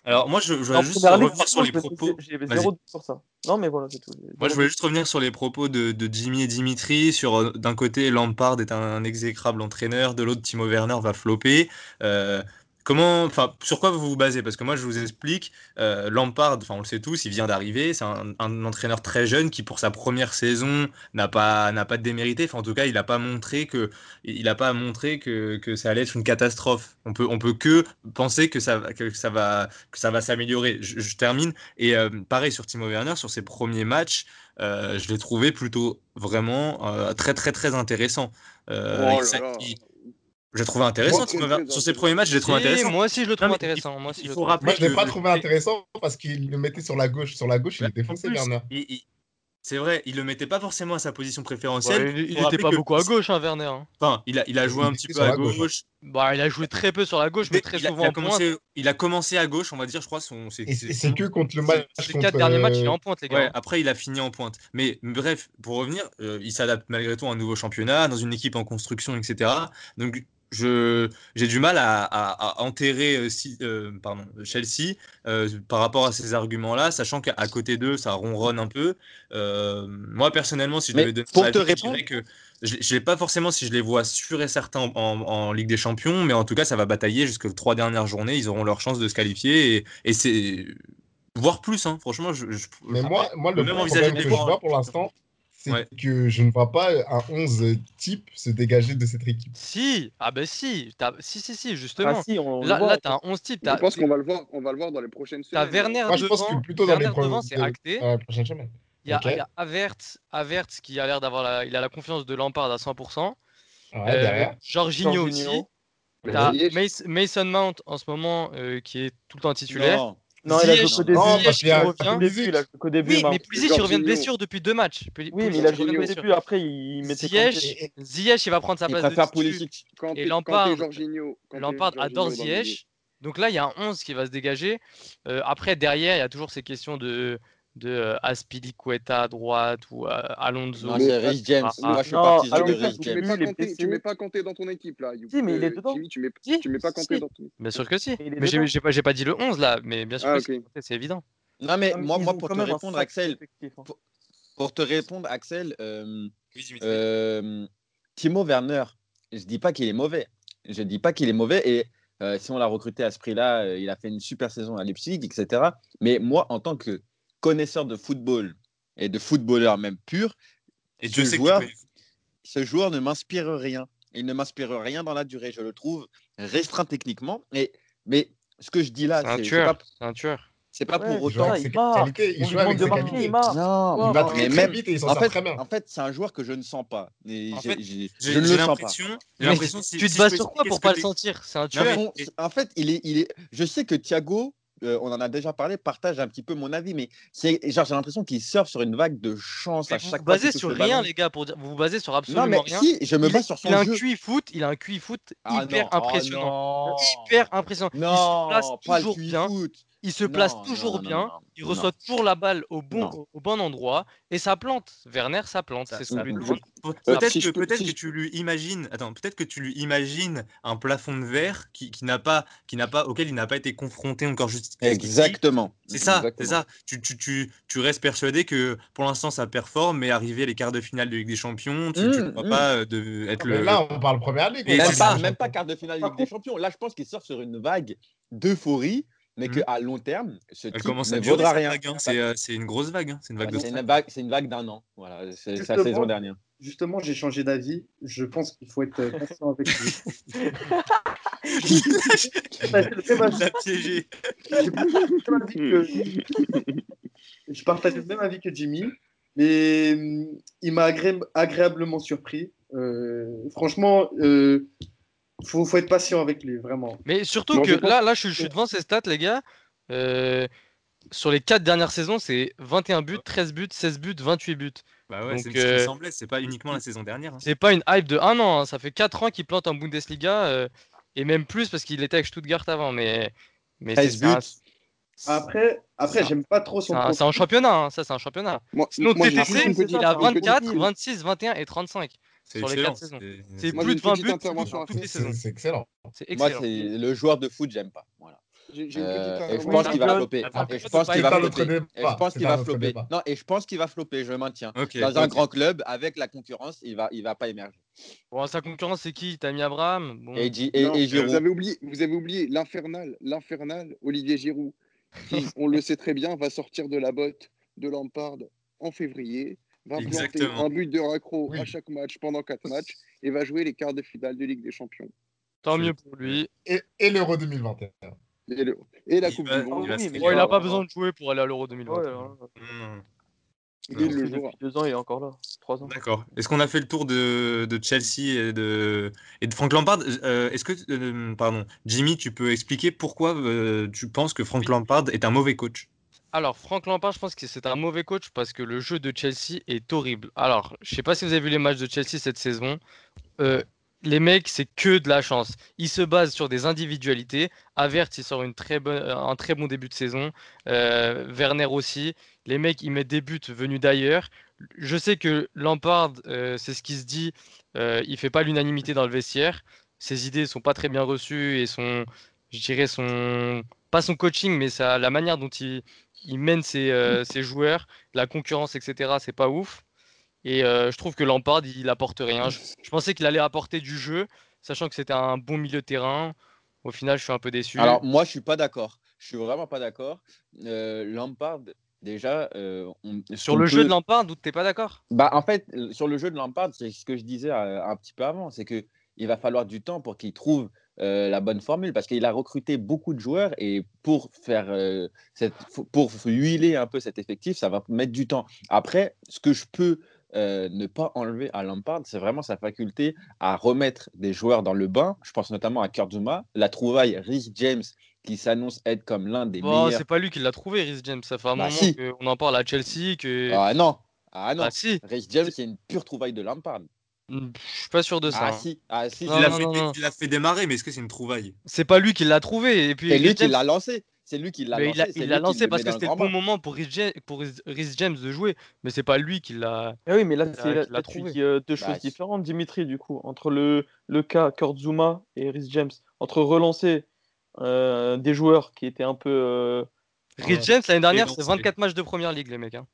S1: Alors, moi, je, je voudrais
S16: En
S1: juste
S16: première ligue,
S1: revenir
S16: franchement,
S1: sur les
S16: je vais-
S1: propos.
S16: J'ai j'ai
S1: Vas-y.
S16: zéro doute sur ça. Non, mais voilà, c'est tout. J'ai
S1: Moi, je
S16: zéro
S1: voulais
S16: doute.
S1: juste revenir sur les propos de, de Jimmy et Dimitri. Sur euh, d'un côté, Lampard est un, exécrable entraîneur, de l'autre, Timo Werner va flopper. Euh, comment, enfin, sur quoi vous vous basez Parce que moi, je vous explique. euh, Lampard, enfin, on le sait tous, il vient d'arriver. C'est un, un entraîneur très jeune qui, pour sa première saison, n'a pas n'a pas démérité. Enfin, en tout cas, il n'a pas montré que il n'a pas montré que, que ça allait être une catastrophe. On peut on peut que penser que ça va- que ça va que ça va s'améliorer. Je, je termine et euh, pareil sur Timo Werner sur ses premiers matchs. Euh, je l'ai trouvé plutôt vraiment euh, très très très intéressant. Euh,
S10: Oh
S1: il-
S10: là
S1: ça-
S10: là.
S1: il- je l'ai trouvé intéressant.
S6: Moi,
S1: Timo
S6: très,
S1: Werner.
S6: très
S1: sur ses premiers matchs, je l'ai trouvé
S8: Si,
S1: intéressant.
S8: moi aussi, je le
S1: Non,
S8: trouve
S1: mais
S8: intéressant. Moi aussi,
S1: il
S8: je le
S1: faut
S8: trouve
S1: rappeler
S6: Moi, je l'ai
S1: que-
S6: pas trouvé intéressant parce qu'il le mettait sur la gauche. Sur la gauche, il est défoncé,
S1: plus,
S6: Werner.
S1: il- il- c'est vrai, il le mettait pas forcément à sa position préférentielle.
S8: Ouais, il
S1: Faut
S8: il était
S1: rappeler
S8: pas
S1: que-
S8: beaucoup à gauche, hein, Werner. hein.
S1: Enfin, il a, il a joué
S8: Il
S1: un
S8: était
S1: petit peu
S8: sur
S1: à
S8: la gauche.
S1: gauche.
S8: Bah, il a joué très peu sur la gauche, mais très
S1: Il a,
S8: souvent
S1: il a
S8: en pointe.
S1: commencé, il a commencé à gauche, on va dire, je crois. Son, c'est-
S6: Et
S1: c'est-
S6: c'est c'est que contre le match
S1: Ces
S6: contre.
S1: quatre derniers matchs, il est
S6: euh,
S1: en pointe, les gars.
S8: hein.
S1: Ouais, après, il a fini en pointe. Mais bref, pour revenir, euh, il s'adapte malgré tout à un nouveau championnat, dans une équipe en construction, etc. Donc, je, j'ai du mal à, à- à enterrer euh, si- euh, pardon, Chelsea euh, par rapport à ces arguments-là, sachant qu'à à côté d'eux, ça ronronne un peu. Euh, moi, personnellement, si je
S12: Mais
S1: devais donner
S12: pour
S1: mon
S12: te
S1: avis, je
S12: répondre-
S1: dirais que je ne sais pas forcément si je les vois sûrs et certains en, en- en Ligue des Champions, mais en tout cas, ça va batailler jusqu'aux trois dernières journées. Ils auront leur chance de se qualifier et, et c'est voire plus. hein. Franchement, je, je-
S6: Mais moi,
S1: je
S6: moi
S1: peux
S6: le
S1: même envisager des
S6: problème que je
S1: points.
S6: vois pour l'instant, c'est
S1: Ouais.
S6: que je ne vois pas un 11 type se dégager de cette équipe.
S8: Si, ah ben si, t'as- si, si, si, justement.
S6: Ah si, on le
S8: là,
S6: voit,
S8: là
S6: je
S8: t'as un 11 type.
S10: Je pense qu'on va le voir, on va le voir dans les prochaines
S8: T'as
S10: semaines.
S8: Werner
S6: Moi, je
S8: devant,
S6: pense que plutôt dans les
S8: Werner
S6: pro-
S8: devant, c'est
S6: de-
S8: acté.
S6: dans la prochaine semaine.
S8: Il y a,
S6: Ok.
S8: il y a Havertz, Havertz qui a l'air d'avoir la, il a la confiance de Lampard à 100%. Euh,
S6: Ouais, derrière.
S8: Jorginho
S6: Jorginho.
S8: aussi.
S6: Mais
S8: T'as
S6: Ziyech.
S8: Mace- Mason Mount en ce moment euh, qui est tout le temps titulaire.
S12: Non.
S16: Non, il a joué qu'au début.
S8: Ziyech
S16: parce
S8: qui
S16: qu'il a-
S8: revient.
S16: au début, il a joué qu'au début.
S8: Oui, mais
S16: Marc.
S8: Pulisic il revient de blessure depuis deux matchs. Pul-
S16: Oui, mais
S8: Pulisic,
S16: il a
S8: revient de
S16: joué au
S8: blessure.
S16: début. Après, il mettait.
S8: Ziyech, Ziyech, il va prendre sa
S16: Il
S8: place
S16: préfère
S8: de dessus.
S16: Pulisic.
S10: Quand
S8: Et
S10: t'es- quand
S8: Lampard,
S10: t'es Jorginho- quand t'es
S8: Lampard
S10: Jorginho
S8: adore
S10: dans le milieu.
S8: Ziyech. Donc là, il y a un 11 qui va se dégager. Euh, après, derrière, il y a toujours ces questions de, de euh, Aspilicueta à droite ou euh, Alonso.
S12: Non, c'est Rhys James.
S16: Ah,
S12: Moi, je suis
S8: Non,
S12: partisan
S8: Alonso,
S12: de
S8: il
S12: Rhys
S8: joue
S10: Ah Tu mets
S12: James.
S10: pas
S8: les
S10: Kanté-
S8: blessés.
S10: tu mets pas Kanté dans ton équipe là. You-
S8: Si, mais il est
S10: euh,
S8: dedans.
S10: Jimmy, tu mets,
S8: Si,
S10: tu mets pas Kanté
S8: si.
S10: dans ton équipe.
S8: Bien sûr que si.
S16: il est
S8: Mais j'ai
S16: dedans.
S8: j'ai pas, j'ai pas dit le 11 là, mais bien sûr
S10: Ah,
S8: que
S10: ok.
S8: si, c'est évident.
S12: Non, mais
S16: Comme-
S12: moi,
S16: ils
S12: moi
S16: ont
S12: pour
S16: quand
S12: te
S16: même un
S12: répondre,
S16: sacré
S12: Axel,
S16: effectif, hein.
S12: pour, pour te répondre, Axel, euh, euh, Timo Werner, je dis pas qu'il est mauvais. Je dis pas qu'il est mauvais. Et euh, si on l'a recruté à ce prix-là, euh, il a fait une super saison à Leipzig, etc. Mais moi, en tant que connaisseur de football et de footballeur même pur,
S1: Et
S12: ce
S1: Dieu sait que tu
S12: joueur,
S1: connais.
S12: ce joueur ne m'inspire rien. Il ne m'inspire rien dans la durée. Je le trouve restreint techniquement. Et, mais ce que je dis là,
S8: C'est un
S12: c'est- c'est
S8: tueur.
S12: pas-
S8: C'est un tueur.
S12: c'est pas
S8: Ouais,
S12: pour
S8: il joue
S12: autant.
S8: avec ses Il marque. qualités, il
S12: On
S8: joue
S12: lui demande
S8: avec
S12: de
S8: ses
S12: marquer,
S8: qualités.
S12: il marque. Non,
S8: Il marque
S12: mais
S8: très
S12: même-
S8: vite et il s'en
S12: en
S8: sort
S12: fait,
S8: très bien.
S12: En fait, c'est un joueur que je ne sens pas. Et
S8: En
S12: j'ai-
S8: fait,
S12: j'ai-
S8: j'ai-
S12: je ne
S8: j'ai
S12: le sens pas.
S8: l'impression- j'ai Mais l'impression si- tu te si je bases peux sur quoi expliquer pour ce que pas le t'es- sentir C'est un
S12: Non,
S8: tueur.
S12: mais on- En fait, il est, il est. Je sais que Thiago. euh, on en a déjà parlé, partage un petit peu mon avis, mais c'est genre j'ai l'impression qu'il surfe sur une vague de chance à
S8: Mais
S12: chaque
S8: vous
S12: fois.
S8: vous basez
S12: qu'il touche
S8: sur
S12: le
S8: rien,
S12: ballon.
S8: les gars, pour dire- vous vous basez sur absolument
S12: Non, mais
S8: rien.
S12: si, je me
S8: Il
S12: base
S8: est-
S12: sur son
S8: il a
S12: jeu.
S8: Un QI foot, il a un QI foot
S12: Ah
S8: hyper
S12: non, ah
S8: impressionnant.
S12: non.
S8: hyper impressionnant.
S12: Non,
S8: il se
S12: pas
S8: place
S12: le
S8: toujours
S12: QI
S8: bien. Il se place
S12: Non, non,
S8: toujours
S12: non, non,
S8: bien.
S12: non, non.
S8: Il reçoit
S12: Non.
S8: toujours la balle au bon,
S12: Non.
S8: au bon endroit et ça plante. Werner, ça plante. C'est ce qu'on lui demande. Ça
S1: Peut-être
S8: plante.
S1: que, peut-être que tu lui imagines, attends, peut-être que tu lui imagines un plafond de verre qui, qui n'a pas, qui n'a pas, auquel il n'a pas été confronté encore juste.
S12: Exactement.
S1: C'est ça, c'est
S12: Exactement.
S1: ça. Tu, tu, tu, tu restes persuadé que pour l'instant ça performe, mais arriver à les quarts de finale de Ligue des Champions, tu ne
S12: Mm,
S1: vois
S12: mm.
S1: pas euh, de, être le.
S6: Ah, là, on parle Première Ligue.
S1: Et
S12: même,
S1: c'est
S12: pas,
S1: ça.
S12: Ah, même pas quart de finale Ligue des Champions. Là, je pense qu'il sort sur une vague d'euphorie, mais qu'à long terme, ce
S1: Hum. Elle
S12: type
S1: commence
S12: ne
S1: à durer
S12: vaudra
S1: cette
S12: rien. Ah, bah.
S1: vague, hein. C'est euh, c'est une grosse vague. hein. C'est une vague de
S12: C'est une vague, c'est une vague d'un an. Voilà, c'est c'est la
S11: Justement.
S12: saison dernière.
S11: Justement, j'ai changé d'avis. Je pense qu'il faut être euh, patient avec lui.
S1: l'a piégé.
S11: J'ai partagé le même avis que- Je partage le même avis que Jimmy, mais hum, il m'a agré- agréablement surpris. Euh, franchement, il faut, faut être patient avec lui, vraiment.
S8: Mais surtout
S11: Moi,
S8: que
S11: je pense-
S8: là, là, je, suis- je suis devant ces stats, les gars. Euh, sur les 4 dernières saisons, c'est 21 buts, 13 buts, 16 buts, 28 buts.
S1: Bah ouais,
S8: Donc,
S1: c'est ce qui me
S8: euh,
S1: semblait. C'est pas uniquement la saison dernière. hein.
S8: C'est pas une hype de un an, hein. ça fait 4 ans qu'il plante en Bundesliga euh, et même plus parce qu'il était avec Stuttgart avant. Mais, mais c'est
S11: 13
S8: c'est un-
S11: buts. Après, après
S8: Ça-
S11: j'aime pas trop son
S8: c'est un, c'est
S11: profil.
S8: un championnat, hein. ça c'est un championnat.
S11: Moi-
S8: Sinon,
S11: moi, j'ai
S8: TTC,
S11: juste une petite-
S8: il a
S11: une petite-
S8: 24, 26, 21 et 35
S12: C'est
S8: sur les
S12: excellent,
S8: 4 saisons.
S12: c'est-
S8: C'est
S12: Moi,
S8: plus
S12: j'ai
S8: de
S12: une
S8: 20
S12: petite
S8: buts
S12: intervention à
S8: toutes les
S12: faire.
S8: saisons.
S12: C'est
S6: excellent.
S8: C'est
S12: Moi,
S8: excellent.
S12: c'est le joueur de foot, j'aime pas. Voilà.
S10: J'ai j'ai une petite
S12: Euh, et je
S10: intervention.
S12: pense qu'il va
S10: Attends,
S12: flopper.
S10: attends,
S12: Et je
S10: c'est
S12: pense
S10: pas
S12: qu'il va
S10: un autre
S12: flopper.
S10: débat.
S12: Et je pense
S10: C'est
S12: qu'il
S10: un
S12: va
S10: autre
S12: flopper.
S10: débat.
S12: Non, et je pense qu'il va flopper. Je maintiens.
S1: Ok,
S12: Dans un
S1: ok.
S12: grand club avec la concurrence, il va, il va pas émerger.
S8: Bon, sa concurrence, c'est qui T'as mis Abraham bon.
S12: Et Gi-
S10: Non, Vous avez oublié, vous avez oublié l'infernal, l'infernal Olivier Giroud, qui, on le sait très bien, va sortir de la botte de Lampard en février, va planter
S8: Exactement.
S10: un but de raccro à chaque match pendant quatre matchs et va jouer les quarts de finale de Ligue des Champions.
S8: Tant mieux pour lui.
S6: Et, et l'Euro 2021.
S10: Et, le- et la
S6: Il
S10: Coupe
S6: va-
S10: du Monde.
S6: il va se
S8: Bon, il a pas besoin de jouer pour aller à l'Euro 2020.
S10: Il le jouera.
S16: Depuis deux ans, il est encore là. Trois ans.
S1: D'accord. Est-ce qu'on a fait le tour de, de Chelsea et de, et de Frank Lampard Euh, Est-ce que, euh, pardon, Jimmy, tu peux expliquer pourquoi euh, tu penses que Frank Lampard est un mauvais coach
S8: Alors, Franck Lampard, je pense que c'est un mauvais coach parce que le jeu de Chelsea est horrible. Alors, je sais pas si vous avez vu les matchs de Chelsea cette saison. Euh, les mecs, c'est que de la chance. Ils se basent sur des individualités. Avert, il sort une très bonne, euh, un très bon début de saison. Euh, Werner aussi. Les mecs, ils mettent des buts venus d'ailleurs. Je sais que Lampard, euh, c'est ce qui se dit. euh, il fait pas l'unanimité dans le vestiaire. Ses idées sont pas très bien reçues et son, je dirais son, pas son coaching, mais sa, la manière dont il, il mène ses, euh, ses joueurs, la concurrence, etc. C'est pas ouf. Et euh, je trouve que Lampard, il apporte rien. Je, je pensais qu'il allait apporter du jeu, sachant que c'était un bon milieu de terrain. Au final, je suis un peu déçu.
S12: Alors moi, je suis pas d'accord. Je suis vraiment pas d'accord. Euh, Lampard, déjà, euh, on- ce
S8: sur
S12: qu'on
S8: le jeu
S12: peut-
S8: de Lampard, d'où t'es pas d'accord
S12: Bah, en fait, euh, sur le jeu de Lampard, c'est ce que je disais euh, un petit peu avant, c'est que il va falloir du temps pour qu'il trouve euh, la bonne formule, parce qu'il a recruté beaucoup de joueurs et pour faire euh, cette, pour huiler un peu cet effectif, ça va mettre du temps. Après, ce que je peux euh, ne pas enlever à Lampard, c'est vraiment sa faculté à remettre des joueurs dans le bain. Je pense notamment à Kurdzuma, la trouvaille Rhys James qui s'annonce être comme l'un des
S8: Bon,
S12: meilleurs.
S8: Oh, C'est pas lui qui l'a trouvé, Rhys James. Ça fait un
S12: Bah,
S8: moment
S12: si.
S8: qu'on en parle à Chelsea. Que...
S12: Ah non, ah non.
S8: Bah, si. Hmm,
S12: Rhys James, c'est une pure trouvaille de Lampard.
S8: Je suis pas sûr de ça.
S12: Ah
S8: hein.
S12: si, ah si.
S8: Non,
S1: il, l'a
S8: non,
S1: fait,
S8: non, non.
S1: il l'a fait démarrer, mais est-ce que c'est une trouvaille
S8: C'est pas lui qui l'a trouvé. Et puis,
S12: C'est lui
S8: Rhys
S12: qui
S8: James-
S12: l'a lancé. C'est lui qui l'a
S8: Mais
S12: lancé.
S8: il a-
S12: c'est
S8: il
S12: lui
S8: l'a
S12: qui
S8: lancé
S12: le
S8: parce
S12: met
S8: que
S12: dans
S8: c'était le
S12: grand
S8: bon
S12: bain.
S8: moment pour Rhys Ja- pour Rhys Rhys James de jouer, mais c'est pas lui qui l'a.
S16: Ah oui, mais là,
S8: qui l'a-
S16: c'est là,
S8: qui l'a
S16: là, tu
S8: trouvé.
S16: dis euh, deux
S8: Bah,
S16: choses différentes, Dimitri, du coup, entre le, le cas Kurtzuma et Rhys James, entre relancer euh, des joueurs qui étaient un peu. euh,
S8: Rhys
S16: euh,
S8: James l'année dernière, c'est 24 matchs de première ligue, les mecs. hein.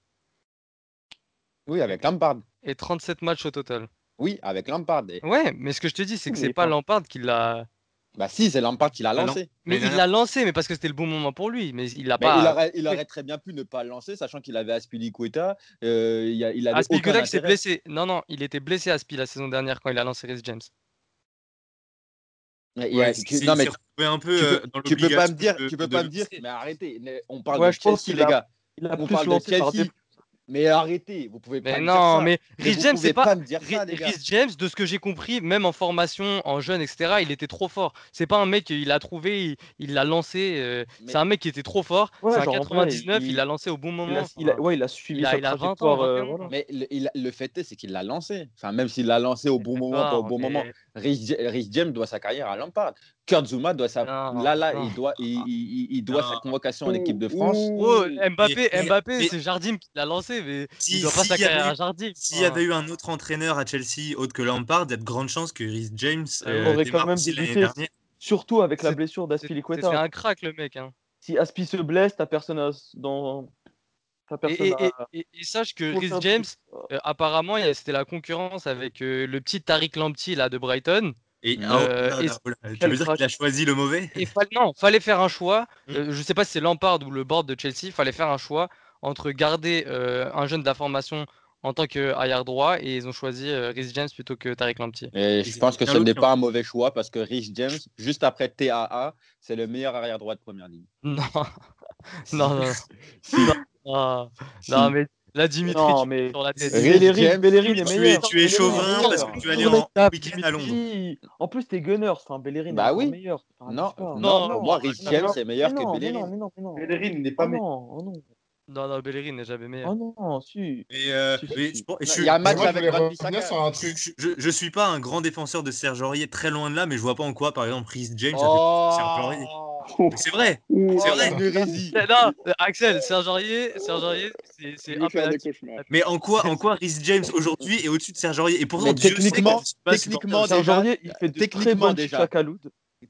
S12: Oui, avec Lampard.
S8: Et 37 matchs au total.
S12: Oui, avec Lampard. et-
S8: Ouais, mais ce que je te dis, c'est que
S12: Oui,
S8: c'est
S12: mais
S8: pas
S12: enfin-
S8: Lampard qui l'a.
S12: Bah si, c'est Lampard qui l'a
S8: Bah non.
S12: lancé.
S8: Mais
S12: Mais
S8: il l'a lancé, mais parce que c'était le bon moment pour lui. Mais il l'a
S12: Mais
S8: pas.
S12: il, aurait, il aurait très bien pu ne pas le lancer, sachant qu'il avait Aspilicueta. euh, il, a- il avait
S8: Aspilicueta
S12: aucun
S8: qui s'est
S12: intérêt.
S8: blessé. Non, non, il était blessé Aspi la saison dernière quand il a lancé Rhys James.
S12: Ouais,
S1: Ouais,
S12: tu-
S1: c'est-
S12: non, mais
S1: il s'est retrouvé un peu
S12: tu
S1: euh,
S12: peux-
S1: dans
S12: tu peux pas me
S1: l'obligation
S12: dire,
S1: de-
S12: tu peux
S1: de-
S12: pas me dire, mais arrêtez, mais on parle
S8: Ouais,
S12: de
S8: je pense
S12: Chelsea,
S8: qu'il
S12: les
S8: a-
S12: gars.
S16: il a
S12: on
S16: plus
S12: parle de
S16: lancé par
S12: Chelsea. Mais arrêtez, vous pouvez pas
S8: Mais
S12: me dire
S8: non,
S12: ça.
S8: mais
S12: Mais
S8: Rhys
S12: vous
S8: James,
S12: pouvez
S8: c'est pas.
S12: me dire
S8: Rhys-
S12: ça, les gars.
S8: Rhys James, de ce que j'ai compris, même en formation, en jeune, etc., il était trop fort. C'est pas un mec, il l'a trouvé, il- il l'a lancé. euh,
S12: Mais-
S8: C'est un mec qui était trop fort.
S16: Ouais,
S8: c'est un
S16: genre, en vrai,
S8: 99,
S16: il-
S8: il l'a lancé au bon
S16: Il
S8: moment.
S16: a, il a-
S8: Enfin,
S16: ouais, il a suivi
S8: il a-
S16: sa
S8: il a 20 ans,
S16: trajectoire. euh,
S8: 21 ans.
S16: voilà.
S12: Mais le, il a- le fait est, c'est qu'il l'a lancé. Enfin, même s'il l'a lancé au bon moment, pas au
S8: D'accord,
S12: bon
S8: mais-
S12: moment. Rich, James doit sa carrière à Lampard. Kurt Zuma doit sa.
S8: Non,
S12: là, là,
S8: non.
S12: il doit, il, il- il- il doit sa
S1: Non.
S12: convocation en équipe de France.
S8: Gros, Oh, Mbappé,
S1: Mais-
S8: Mbappé,
S1: mais-
S8: c'est Jardim qui l'a lancé, mais
S1: Si-
S8: il doit pas
S1: s'il
S8: sa
S1: y avait
S8: carrière
S1: eu-
S8: à hein. Jardim.
S1: S'il y avait eu un autre entraîneur à Chelsea autre que Lampard, il y a de grandes chances que Rhys James
S16: On
S1: euh,
S16: aurait
S1: démarre
S16: quand même
S1: aussi l'année
S16: débuté,
S1: dernière.
S16: surtout avec la
S8: C'est-
S16: blessure
S8: C'est
S16: d'Aspilicueta.
S8: un crack, le mec. hein.
S16: Si Aspi se blesse, t'as personne à- dans. T'as
S8: Et,
S16: personne
S8: et- et-
S16: à-
S8: et- et sache que
S16: Aucun
S8: Rhys
S16: truc.
S8: James, euh, apparemment, il y a- c'était la concurrence avec euh, le petit Tariq Lamptey là, de Brighton.
S1: Et,
S8: Euh,
S1: ah, oh là
S8: et-
S1: là, oh là, tu
S16: quel
S1: veux dire
S16: crack.
S1: qu'il a choisi le mauvais
S8: Et fa- non, fallait faire un choix.
S16: Hmm.
S8: Euh, je sais pas si c'est Lampard ou le board de Chelsea. Fallait faire un choix entre garder euh, un jeune de la formation en tant qu'arrière droit et ils ont choisi euh, Rhys James plutôt que Tariq Lamptey.
S12: Et
S1: Et
S12: je pense que
S1: bien
S12: ce n'est
S1: l'autre,
S12: pas un mauvais choix parce que Rich James, juste après TAA, c'est le meilleur arrière-droit de première ligne.
S8: Non, non, non.
S12: Si.
S8: non,
S12: Si.
S8: non, mais là, Dimitri,
S16: Non,
S8: tu me
S16: mais-
S8: prends sur la tête.
S12: Rhys
S16: Bellerin,
S12: James,
S16: Bellerin est
S1: Tu es-
S16: meilleur.
S1: tu es
S16: Bellerin est
S1: chauvin
S16: meilleur.
S1: parce que tu es allé
S16: Sur les
S1: en
S16: tapes,
S1: week-end à Londres.
S16: Dimitri. En plus, t'es gunner. Enfin, Bellerin
S12: Bah
S16: est encore
S12: oui.
S16: meilleur. Enfin,
S12: Non,
S16: dis pas.
S12: non,
S8: Non,
S12: pour moi, Rich
S16: Mais
S12: James
S16: non,
S12: est
S16: mais
S12: meilleur que
S16: non, mais non,
S12: Bellerin.
S16: mais non, mais non.
S11: Bellerin n'est
S16: Oh
S11: pas meilleur.
S16: non, oh non.
S8: Non, non, Bellerin n'est jamais meilleur.
S16: Oh non, si.
S1: Et, euh,
S16: Si, si,
S1: mais
S16: si.
S1: je pense- et je
S12: Non,
S1: suis-
S12: Il y a un
S1: je
S12: match
S1: vois-
S6: Moi, je voulais
S12: avec Wan
S6: revenir
S12: Bissaka.
S6: sur un
S1: je,
S6: truc.
S1: je, je- je suis pas un grand défenseur de Serge Aurier, très loin de là, mais je vois pas en quoi, par exemple, Rhys James a fait plus que Serge Aurier.
S12: Oh,
S1: Mais C'est vrai,
S10: Ouh,
S1: c'est
S12: oh
S1: vrai.
S12: la hérésie.
S8: C'est- Non, euh, Axel, Serge Aurier, Serge Aurier, c'est
S10: je
S8: c'est
S10: vais
S8: un
S10: faire des
S8: penalty.
S10: cauchemars.
S1: Mais en quoi, en quoi Rhys James aujourd'hui est au-dessus de Serge Aurier Et pourtant,
S12: Mais
S1: Dieu sait que
S12: techniquement-
S1: je suis pas supporter
S12: techniquement,
S1: de Serge
S12: déjà-
S16: Serge Aurier, il fait de très
S12: techniquement
S16: bonnes
S12: déjà.
S16: chips à Caloud.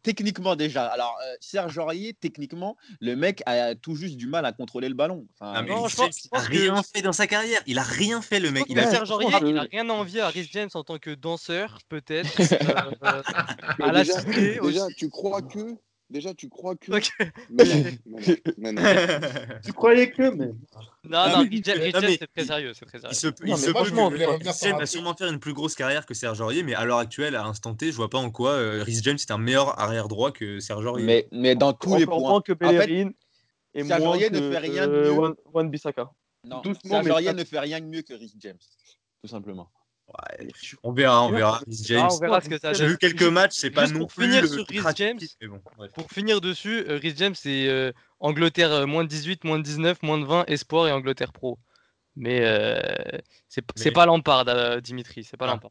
S12: Techniquement déjà. Alors euh, Serge Aurier, techniquement, le mec a tout juste du mal à contrôler le ballon. Enfin,
S1: Ah, mais
S8: Non,
S1: Rhys
S8: je
S1: James,
S8: pense- je
S1: il a
S8: pense que-
S1: rien fait dans sa carrière. Il a rien fait, le
S8: Je
S1: mec.
S8: pense
S1: Il
S8: que
S1: a fait
S8: Serge Aurier, il a
S10: je-
S8: rien à envier à Rhys James en tant que danseur, peut-être. euh, euh, à
S10: Mais
S8: la
S10: déjà,
S8: cité
S10: déjà,
S8: aussi.
S10: tu crois que. Déjà, tu crois que.
S8: Ok.
S10: Mais non, mais non, mais non.
S11: Tu croyais que, mais.
S8: Non,
S1: Non,
S8: non,
S1: mais-
S8: Rhys James,
S1: non,
S8: Rhys
S1: mais
S8: James, c'est très
S1: il-
S8: sérieux, c'est très
S1: Il
S8: sérieux.
S1: se, peut-
S16: Non,
S1: il
S16: mais
S1: se
S16: moi,
S1: peut
S16: je
S1: que
S16: m'en
S6: voulais revenir
S1: Rhys
S6: sur un
S1: James Ah, va
S6: truc.
S1: sûrement faire une plus grosse carrière que Serge Aurier, mais à l'heure actuelle, à l'instant T, je vois pas en quoi euh, Rhys James est un meilleur arrière-droit que Serge Aurier.
S12: mais, mais dans tous les
S16: Encore
S12: points.
S16: moins que
S12: En fait,
S16: Bellerin et
S12: Serge
S16: moins
S12: Aurier
S16: que
S12: ne fait rien de
S16: euh,
S12: mieux.
S16: Wan- Wan Bissaka.
S12: non,
S11: Doucement,
S12: Serge
S11: mais
S12: Aurier
S11: ça-
S12: ne fait rien de mieux que Rhys James, tout simplement.
S1: Ouais, on verra, on
S16: Non,
S1: verra Rhys James.
S8: Ah, on verra ce que ça
S1: J'ai
S8: donne.
S1: vu quelques matchs, c'est pas
S8: Juste
S1: non
S8: pour
S1: plus
S8: finir
S1: le
S8: sur
S1: plus
S8: Rhys
S1: crack-
S8: James.
S1: mais bon, bref.
S8: Pour finir dessus, euh, Rhys James, c'est euh, Angleterre euh, moins 18, moins 19, moins 20, espoir et Angleterre pro. Mais euh, c'est p- c'est
S1: Mais-
S8: pas Lampard, euh, Dimitri, c'est pas
S1: Ah.
S8: Lampard.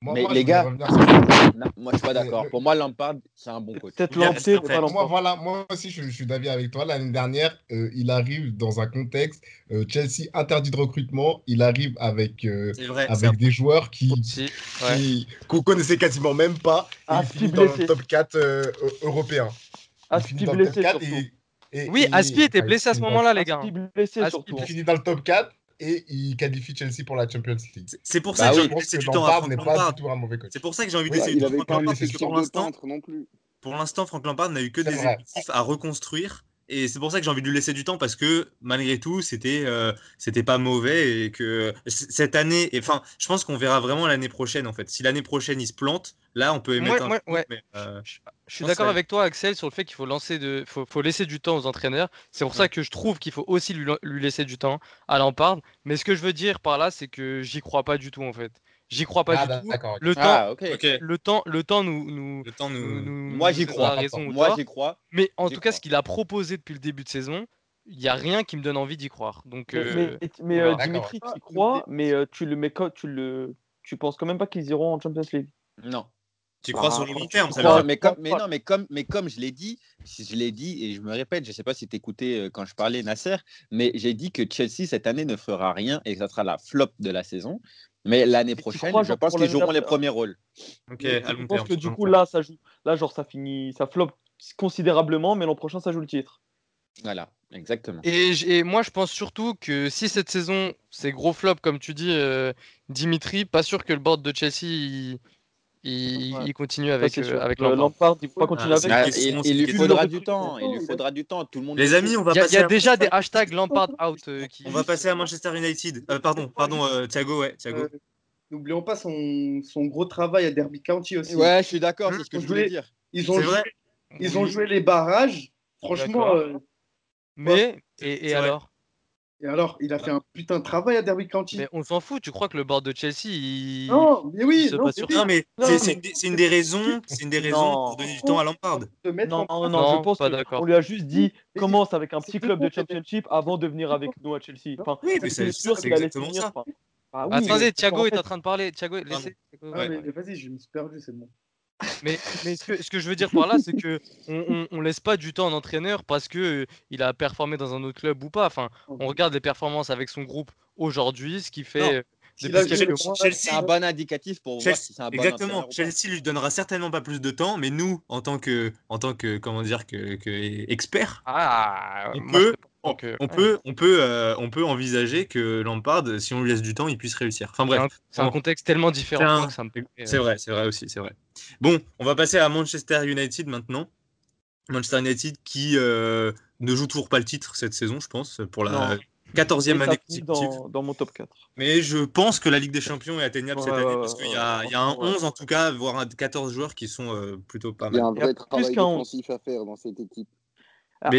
S6: Moi,
S12: Mais
S6: moi,
S12: les
S6: je voulais
S12: gars-
S6: revenir sur un truc.
S12: Non, moi, je suis pas
S6: Mais
S12: d'accord.
S6: le-
S12: Pour moi, Lampard, c'est un bon coach.
S16: Peut-être
S1: Il y a
S16: Lamptey,
S1: juste
S16: mais pas
S1: après.
S6: Moi, moi,
S16: Lampard.
S6: voilà, moi aussi, je, je suis d'avis avec toi. L'année dernière, euh, il arrive dans un contexte, euh, Chelsea interdit de recrutement, il arrive avec, euh,
S1: C'est vrai, c'est un
S6: avec des joueurs qui,
S8: Si, ouais.
S6: qui, qu'on connaissait quasiment même pas, et il
S16: Aspi
S6: finit dans le
S16: Ah, blessé.
S6: top 4 euh, euh, européen. Il
S16: Aspi
S6: finit dans le top
S16: blessé
S6: 4
S16: surtout.
S6: et... et-
S8: Oui,
S6: et-
S8: Aspi
S1: Ah,
S6: enfin,
S8: était
S6: il
S8: blessé à ce
S6: finit dans-
S8: moment-là, les gars. hein.
S16: Aspi blessé
S12: Ah,
S8: Aspi
S16: surtout.
S6: il
S16: hein.
S8: blessé.
S6: finit dans le top 4 et il qualifie Chelsea pour la Champions League.
S1: C'est c'est pour ça
S12: Bah
S1: que j'ai
S12: oui.
S1: envie de
S6: Je pense
S1: laisser
S6: que
S1: du temps à
S6: Lampard
S1: Franck
S6: n'est pas du
S1: Lampard.
S6: tout un mauvais coach.
S1: C'est pour ça que j'ai envie de
S10: Oui,
S1: laisser du
S10: il
S1: temps à
S10: avait
S1: Franck
S10: pas un
S1: Lampard, parce que
S10: effectif
S1: pour
S10: de
S1: l'instant,
S10: peintre non plus.
S1: pour l'instant, Franck Lampard n'a eu que
S6: C'est
S1: des
S6: vrai.
S1: effectifs à reconstruire. Et c'est pour ça que j'ai envie de lui laisser du temps parce que malgré tout, c'était euh, c'était pas mauvais et que c- cette année, et enfin, je pense qu'on verra vraiment l'année prochaine en fait. Si l'année prochaine il se plante, là on peut
S8: Moi,
S1: émettre un.
S8: moi, ouais.
S1: Mais, euh,
S8: Je, je- je
S1: je
S8: suis
S1: pense que ça
S8: d'accord
S1: va
S8: avec toi, Axel, sur le fait qu'il faut lancer de, faut, faut laisser du temps aux entraîneurs. C'est pour ça que je trouve qu'il faut aussi lui, lui laisser du temps à Lampard. Mais ce que je veux dire par là, c'est que j'y crois pas du tout en fait. J'y crois pas
S6: Ah,
S8: du
S1: bah,
S8: tout.
S6: d'accord. ok.
S8: Le temps,
S12: Ah, ok.
S1: être- Ok,
S8: le temps, le temps nous, nous,
S1: le temps
S8: nous,
S1: nous.
S8: nous-
S12: Moi,
S8: nous
S12: j'y
S8: donnera
S12: crois.
S8: raison ou
S12: Moi,
S8: tort.
S12: j'y crois.
S8: Mais en
S12: J'y
S8: tout cas,
S12: crois.
S8: ce qu'il a proposé depuis le début de saison, il y a rien qui me donne envie d'y croire. Donc,
S16: Mais,
S8: euh,
S16: mais, mais, euh,
S8: on verra.
S6: D'accord.
S1: Ah,
S16: Dimitri, tu y crois, mais euh, tu le mets co- tu le tu penses quand même pas qu'ils iront en Champions League.
S12: Non.
S1: Tu crois
S8: Ah,
S16: Bah,
S1: sur le long
S16: tu
S1: terme, ça
S12: Non,
S1: leur
S16: crois,
S1: fait.
S12: mais
S16: tu
S12: comme, mais non, mais comme, mais comme je l'ai dit, si je l'ai dit et je me répète, je sais pas si t'écoutais euh, quand je parlais Nasser, mais j'ai dit que Chelsea cette année ne fera rien et que ça sera la flop de la saison. Mais l'année
S16: Mais tu
S12: prochaine,
S16: crois,
S12: je
S16: genre,
S12: pense
S16: pour
S12: qu'ils
S16: l'année
S12: joueront les
S16: d'après hein.
S12: premiers rôles.
S1: Ok,
S16: Mais
S1: à
S16: tu
S1: long
S16: penses
S1: terme.
S16: que
S1: sur
S16: du
S1: le
S16: coup
S1: long terme.
S16: là ça joue là genre ça finit ça flop considérablement mais l'an prochain ça joue le titre.
S12: Voilà, exactement.
S8: Et, j- et moi, je pense surtout que si cette saison, c'est gros flop, comme tu dis, euh, Dimitri, pas sûr que le board de Chelsea il, il-
S16: Ouais.
S8: il continue
S16: Ça
S8: avec,
S16: c'est
S8: euh,
S16: sûr.
S8: avec
S16: Euh,
S8: Lampard.
S16: Lampard, il faut pas
S1: Ah,
S16: continuer avec.
S1: c'est une
S12: Ah,
S1: question, c'est
S12: il, il
S1: une
S12: lui
S16: Tu
S1: question.
S16: le
S12: faudra
S16: recrutes
S12: du temps, il
S16: maintenant,
S12: lui
S16: il a-
S12: faudra du temps. Tout le monde
S1: Les
S12: le
S1: amis,
S12: sait.
S1: on va
S8: Il y, a- il y
S1: passer
S8: a
S1: à,
S8: déjà des hashtags Lampard out euh, qui
S1: on va
S8: existent.
S1: passer à Manchester United. Euh, pardon, pardon, euh, Thiago, ouais, Thiago.
S11: Euh, N'oublions pas son, son gros travail à Derby County aussi.
S12: Ouais, je suis d'accord,
S1: Hmm.
S12: c'est ce que
S11: Donc,
S12: je
S11: je
S12: voulais
S11: voulais-
S12: dire.
S11: Ils ont,
S8: C'est
S11: joué,
S8: vrai.
S11: ils ont
S8: Oui.
S11: joué les barrages. Franchement.
S8: D'accord.
S11: euh,
S8: Mais, et, et alors
S11: Et alors, il a fait un putain de travail à Derby County.
S8: Mais on s'en fout, tu crois que le board de Chelsea, il.
S11: Non, mais oui,
S8: il se
S11: non,
S8: base
S11: mais
S8: sur
S11: oui.
S8: ça
S11: Non, mais Non, c'est- mais- c'est une
S1: C'est une des raisons, c'est une des raisons pour donner du temps à Lampard.
S16: Non, non,
S8: Non,
S16: je pense
S8: pas d'accord.
S16: qu'on lui a juste dit commence avec un petit
S11: c'est
S16: club
S11: tout,
S16: de championship avant de venir avec nous à Chelsea. Enfin,
S1: Oui, mais
S16: c'était
S1: c'est-
S16: sûr
S1: c'est
S16: qu'il allait
S1: exactement
S16: finir
S1: ça.
S16: par- Ah oui, mais-
S8: Attendez, Thiago
S16: en
S8: est
S16: fait-
S8: en train de parler. Thiago, laissez.
S11: Ah, mais Vas-y, je me suis perdu, c'est bon.
S8: Mais, mais ce, que, ce que je veux dire par là, c'est que on, on- on laisse pas du temps à un entraîneur parce que euh, il a performé dans un autre club ou pas. Enfin, on regarde les performances avec son groupe aujourd'hui, ce qui fait euh,
S1: Il a
S8: depuis
S1: joué
S8: quelques
S1: chez
S8: mois.
S1: Chelsea. C'est un
S12: bon indicatif pour
S1: Chelsea- exactement. Chelsea lui donnera certainement pas plus de temps, mais nous, en tant que, en tant que, comment dire, que, que experts,
S11: Ah,
S1: on
S8: moi, je
S1: peut,
S8: te
S1: on,
S8: que-
S1: on peut, on peut, euh, on peut envisager que Lampard, si on lui laisse du temps, il puisse réussir. Enfin bref,
S8: C'est un
S1: Bon.
S8: contexte tellement différent.
S1: C'est un-
S8: moi, que ça me plaît. euh,
S1: C'est vrai, c'est vrai aussi, c'est vrai. Bon, on va passer à Manchester United maintenant. Manchester United qui euh, ne joue toujours pas le titre cette saison, je pense, pour la
S16: Non.
S1: 14e
S16: Mais ça
S1: année
S16: fout
S1: consécutive.
S16: dans, dans mon top 4.
S1: Mais je pense que la Ligue des Champions est atteignable
S16: Ouais,
S1: cette année
S16: ouais,
S1: parce
S16: ouais,
S1: qu'il y, a-
S16: ouais,
S1: il y a un
S16: ouais,
S1: 11 en tout cas, voire un 14 joueurs qui sont euh, plutôt pas
S10: Il y
S1: mal.
S10: a un
S16: Il y a
S10: vrai
S16: plus
S10: travail
S16: qu'un onze.
S10: défensif à faire dans cette équipe.
S1: Mais-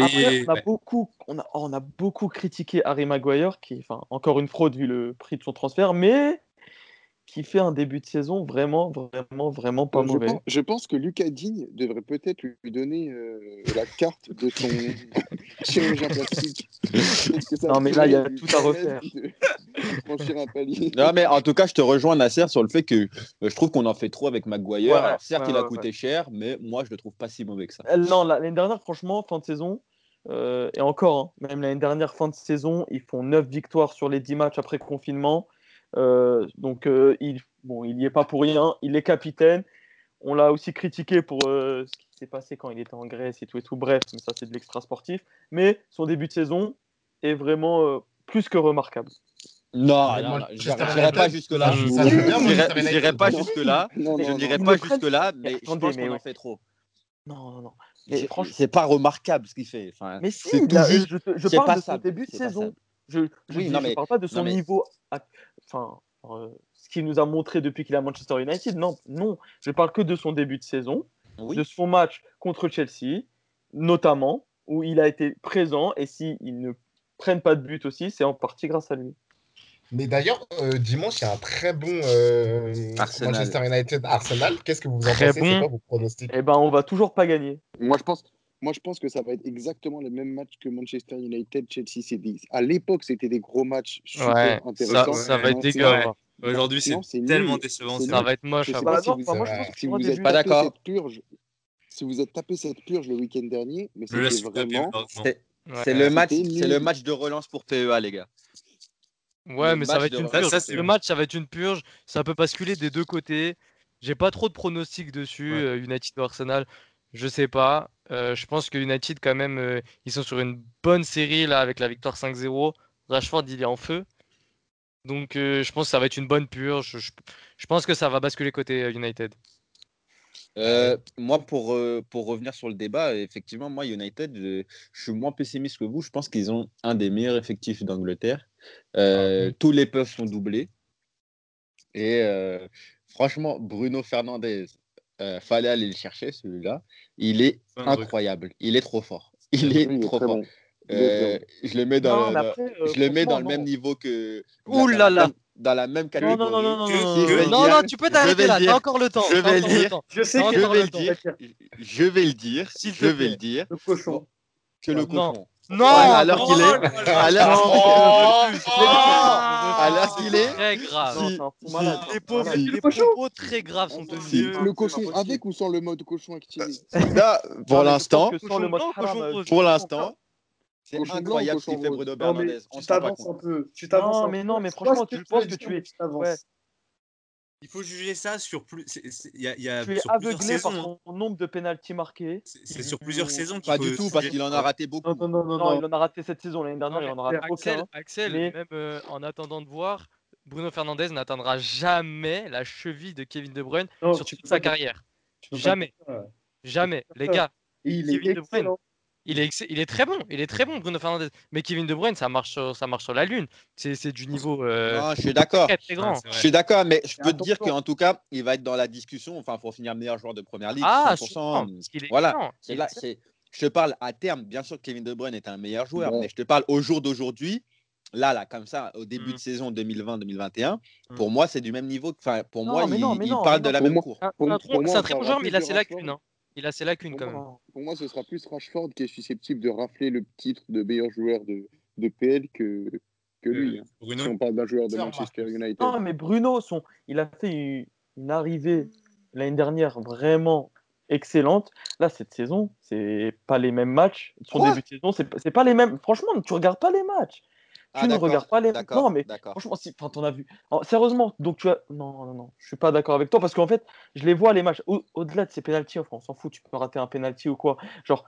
S16: Euh, Après, on a,
S1: ouais.
S16: beaucoup, on, a, on a beaucoup critiqué Harry Maguire, qui enfin encore une fraude vu le prix de son transfert, mais qui fait un début de saison vraiment, vraiment, vraiment pas
S10: je
S16: mauvais.
S10: Pense, je pense que Lucas Digne devrait peut-être lui donner euh, la carte de son chirurgien plastique. Parce que ça
S16: Non, mais là, il y a
S10: pourrait lui
S16: tout à
S10: permettre
S16: refaire.
S10: de franchir un palier.
S12: Non, mais en tout cas, je te rejoins, Nasser, sur le fait que euh, je trouve qu'on en fait trop avec
S16: Ouais,
S12: Maguire. Alors, certes,
S16: ouais,
S12: il a
S16: ouais,
S12: coûté
S16: ouais.
S12: cher, mais moi, je le trouve pas si mauvais que ça.
S16: Euh, Non, la- l'année dernière, franchement, fin de saison, euh, et encore, hein, même l'année dernière, fin de saison, ils font 9 victoires sur les 10 matchs après confinement. Euh, donc, euh, il, bon, il n'y est pas pour rien, il est capitaine. On l'a aussi critiqué pour euh, ce qui s'est passé quand il était en Grèce et tout et tout. Bref, mais ça, c'est de l'extra sportif. Mais son début de saison est vraiment euh, plus que remarquable.
S12: Non,
S16: Mais
S12: non, non,
S16: Manchester
S12: je n'irai
S16: United,
S12: pas jusque-là.
S16: ça
S12: Je
S16: joue-
S12: je
S16: ça joue bien,
S12: n'irai-
S16: Manchester
S12: je n'irai
S16: United.
S12: pas jusque-là.
S16: Non,
S12: Je
S16: non,
S12: n'irai
S16: non.
S12: pas
S16: Ils prennent-
S12: jusque-là, mais je
S16: Attendez,
S12: pense
S16: mais
S12: qu'on en
S16: ouais.
S12: fait trop.
S16: Non, non, non. Mais
S12: C'est
S16: franchement-
S12: c'est pas remarquable ce qu'il fait. Enfin,
S16: Mais si,
S12: c'est
S16: il
S12: tout
S16: a- euh,
S12: juste,
S16: je, te- je
S12: c'est
S16: parle de son
S12: passable,
S16: début de
S12: c'est
S16: saison.
S12: passable.
S16: Je ne
S12: Oui, non, mais-
S16: parle pas de
S12: non,
S16: son
S12: mais-
S16: niveau, à- enfin, euh, ce qu'il nous a montré depuis qu'il est à Manchester United. Non, non, je parle que de son début de saison, de son match contre Chelsea, notamment, où il a été présent. Et s'ils ne prennent pas de but aussi, c'est en partie grâce à lui.
S6: Mais d'ailleurs, euh, dimanche, il y a un très bon euh,
S16: Arsenal.
S6: Manchester United Arsenal. Qu'est-ce que vous en
S16: Très
S6: pensez C'est
S16: bon.
S6: quoi vos pronostics
S16: Eh ben, on va toujours pas gagner.
S10: Moi, je pense. Moi, je pense que ça va être exactement le même match que Manchester United, Chelsea, City. À l'époque, c'était des gros matches super
S8: Ouais, ça-
S10: intéressants.
S8: ça va être
S10: Maintenant,
S8: dégueu
S10: non,
S8: à voir.
S10: non,
S1: Aujourd'hui, c'est
S10: non, nul.
S1: tellement décevant, c'est
S10: C'est nul.
S8: Ça va être moche
S10: Je
S8: à
S10: sais
S8: voir.
S10: pas
S8: Bah
S10: si
S8: non,
S10: vous,
S8: enfin, moi, je pense que
S10: si
S8: c'est
S10: vous
S8: un
S10: êtes
S8: début.
S10: tapé
S8: Pas d'accord.
S10: cette purge, si vous êtes tapé cette purge le week-end dernier, mais
S12: Je laisse
S10: c'était
S12: vous taper,
S10: vraiment.
S12: pardon. C'est- c'est le match- c'est le match de relance pour PEA, les gars.
S8: Ouais,
S12: Le
S8: mais ça va
S12: match
S8: être
S12: de
S8: une
S12: Rennes.
S8: purge.
S12: Ça, c'est-
S8: le match, ça va être une purge. Ça peut basculer des deux côtés. J'ai pas trop de pronostics dessus. euh, United ou Arsenal, je sais pas. Euh, je pense que United, quand même, euh, ils sont sur une bonne série là avec la victoire 5-0. Rashford, il est en feu. Donc, euh, je pense que ça va être une bonne purge. Je, je pense que ça va basculer côté euh, United.
S12: Euh, moi, pour, euh, pour revenir sur le débat, effectivement, moi, United, euh, je suis moins pessimiste que vous. Je pense qu'ils ont un des meilleurs effectifs d'Angleterre. Euh, Tous les puffs sont doublés. Et euh, franchement, Bruno Fernandez, euh, fallait aller le chercher, celui-là. Il est
S16: Bonne recrue.
S12: incroyable. Il est trop fort. Il est,
S10: Oui, il est
S12: trop
S10: très
S12: fort.
S10: bon. Il est
S12: Euh,
S10: bon.
S12: je le mets dans
S10: Non,
S12: le,
S10: mais
S12: dans-
S10: après, euh,
S12: je le, mets dans le
S10: franchement,
S12: même
S10: non.
S12: niveau que.
S10: Ouh
S12: dans
S10: là
S12: la
S10: là.
S12: même- Dans la même
S16: Non,
S12: catégorie.
S16: non, non, non, non,
S12: Je
S16: non,
S12: vais
S16: non,
S12: le
S16: non,
S12: dire-
S16: non, tu peux t'arrêter
S12: je vais
S16: là,
S12: le
S16: t'as
S12: dire-
S16: encore le temps,
S12: Je
S16: t'as
S12: vais
S16: encore le
S12: dire.
S16: temps. Je sais que- t'as
S12: je vais le
S16: encore le
S12: dire. Je vais le dire.
S16: S'il te
S12: Je vais
S16: plaît.
S12: le dire.
S11: Le cochon.
S12: Que le
S16: Non.
S12: cochon.
S16: Non,
S12: À l'heure
S16: non,
S8: Oh,
S12: qu'il
S16: non, non,
S12: est. À l'heure
S16: non,
S12: Oh,
S16: non,
S12: oh, à l'heure
S8: C'est
S12: qu'il est.
S8: Très grave.
S12: si- si-
S8: Les pauvres,
S12: si-
S8: les propos très graves sont tenus.
S10: Le cochon avec ou sans le mode cochon activé
S12: Là, pour l'instant,
S16: euh,
S12: pour l'instant, c'est
S10: Cochon blanc ou
S12: incroyable ce
S10: cochon
S12: qu'il fait
S10: rose
S12: Bruno
S10: Non, mais
S12: Bernandez. On
S11: Tu
S12: se rend pas
S11: t'avances
S12: compte.
S11: un peu. Tu t'avances
S16: Non,
S11: un
S16: mais
S11: peu.
S16: non, mais
S11: Je vois
S16: franchement,
S11: ce que
S16: tu, je pense
S11: veux
S16: que
S11: dire,
S16: tu es.
S11: mais tu t'avances.
S16: ouais,
S1: Il faut juger ça sur plus. c'est- c'est- Il y a, il y a
S12: Ah,
S16: tu es
S1: sur plusieurs
S16: aveuglé
S1: saisons.
S16: par
S1: hein.
S16: son nombre de pénaltys marqués.
S1: C'est
S16: Il-
S1: sur plusieurs saisons qu'il
S12: Pas
S1: faut
S12: du tout,
S1: juger.
S12: parce qu'il en a raté beaucoup.
S11: Non, non, non,
S16: Non, il en a raté cette saison. L'année dernière, il en a raté
S8: Axel,
S16: aucun. hein.
S8: Axel,
S16: mais-
S8: même euh, en attendant de voir, Bruno Fernandez n'atteindra jamais la cheville de Kevin De Bruyne
S11: Non,
S8: sur
S11: tu
S8: toute
S11: peux
S8: sa
S11: pas dire-
S8: carrière.
S11: tu peux pas
S8: Jamais,
S11: dire ça.
S8: jamais, les
S11: ça.
S8: gars.
S11: Il est
S8: Kevin De Bruyne,
S11: excellent.
S8: Il est, ex- il est très bon, il est très bon Bruno Fernandez. Mais Kevin De Bruyne, ça marche, sur- ça marche sur la lune. C'est c'est du niveau. euh,
S12: Non, je suis d'accord.
S8: Très, très grand.
S12: je suis d'accord, mais je peux te dire qu'en tout cas, il va être dans la discussion. Enfin, pour finir meilleur joueur de première ligue.
S8: Ah, je
S12: 100%.
S8: comprends, parce qu'il est excellent,
S12: voilà. C'est
S8: il est
S12: là,
S8: excellent.
S12: c'est. Je te parle à terme. Bien sûr, que Kevin De Bruyne est un meilleur joueur,
S8: Ouais.
S12: mais je te parle au jour d'aujourd'hui. Là, là, comme ça, au
S8: Mm.
S12: début de saison 2020-2021, pour moi, c'est du même niveau. que- Enfin, pour
S8: Non,
S12: moi,
S8: mais
S12: il,
S8: non, mais
S12: il
S8: non,
S12: parle
S8: mais
S12: de
S8: non.
S12: la
S8: Pour
S12: même
S8: moi-
S12: cour.
S8: Ah,
S10: Pour-
S8: un
S10: pour
S8: très-
S10: moi,
S8: C'est un
S10: on
S8: très bon
S10: parlera
S8: joueur, mais il a
S10: plus de
S8: ses
S10: Rashford.
S8: lacunes. hein. Il a ses lacunes quand
S10: Pour
S8: même.
S10: moi, pour moi, ce sera plus Rashford qui est susceptible de rafler le titre de meilleur joueur de, de PL que, que
S8: Euh,
S10: lui. hein.
S1: Euh, Bruno.
S10: Si on parle d'un joueur de Manchester United.
S16: Non, mais Bruno, son, il a fait une, une arrivée l'année dernière vraiment excellente. Là, cette saison, c'est pas les mêmes matchs. Son
S12: Quoi
S16: début de saison, c'est c'est pas les mêmes. Franchement, tu regardes pas les matchs. Tu
S12: Ah,
S16: ne
S12: d'accord,
S16: regardes pas les matchs.
S12: d'accord,
S16: Non, mais
S12: d'accord.
S16: franchement, si, enfin, t'en as vu. Oh, sérieusement, donc tu as. Non, non, non, je suis pas d'accord avec toi parce qu'en fait, je les vois les matchs. Au- Au-delà de ces pénalties, enfin, on s'en fout, tu peux rater un pénalty ou quoi. Genre,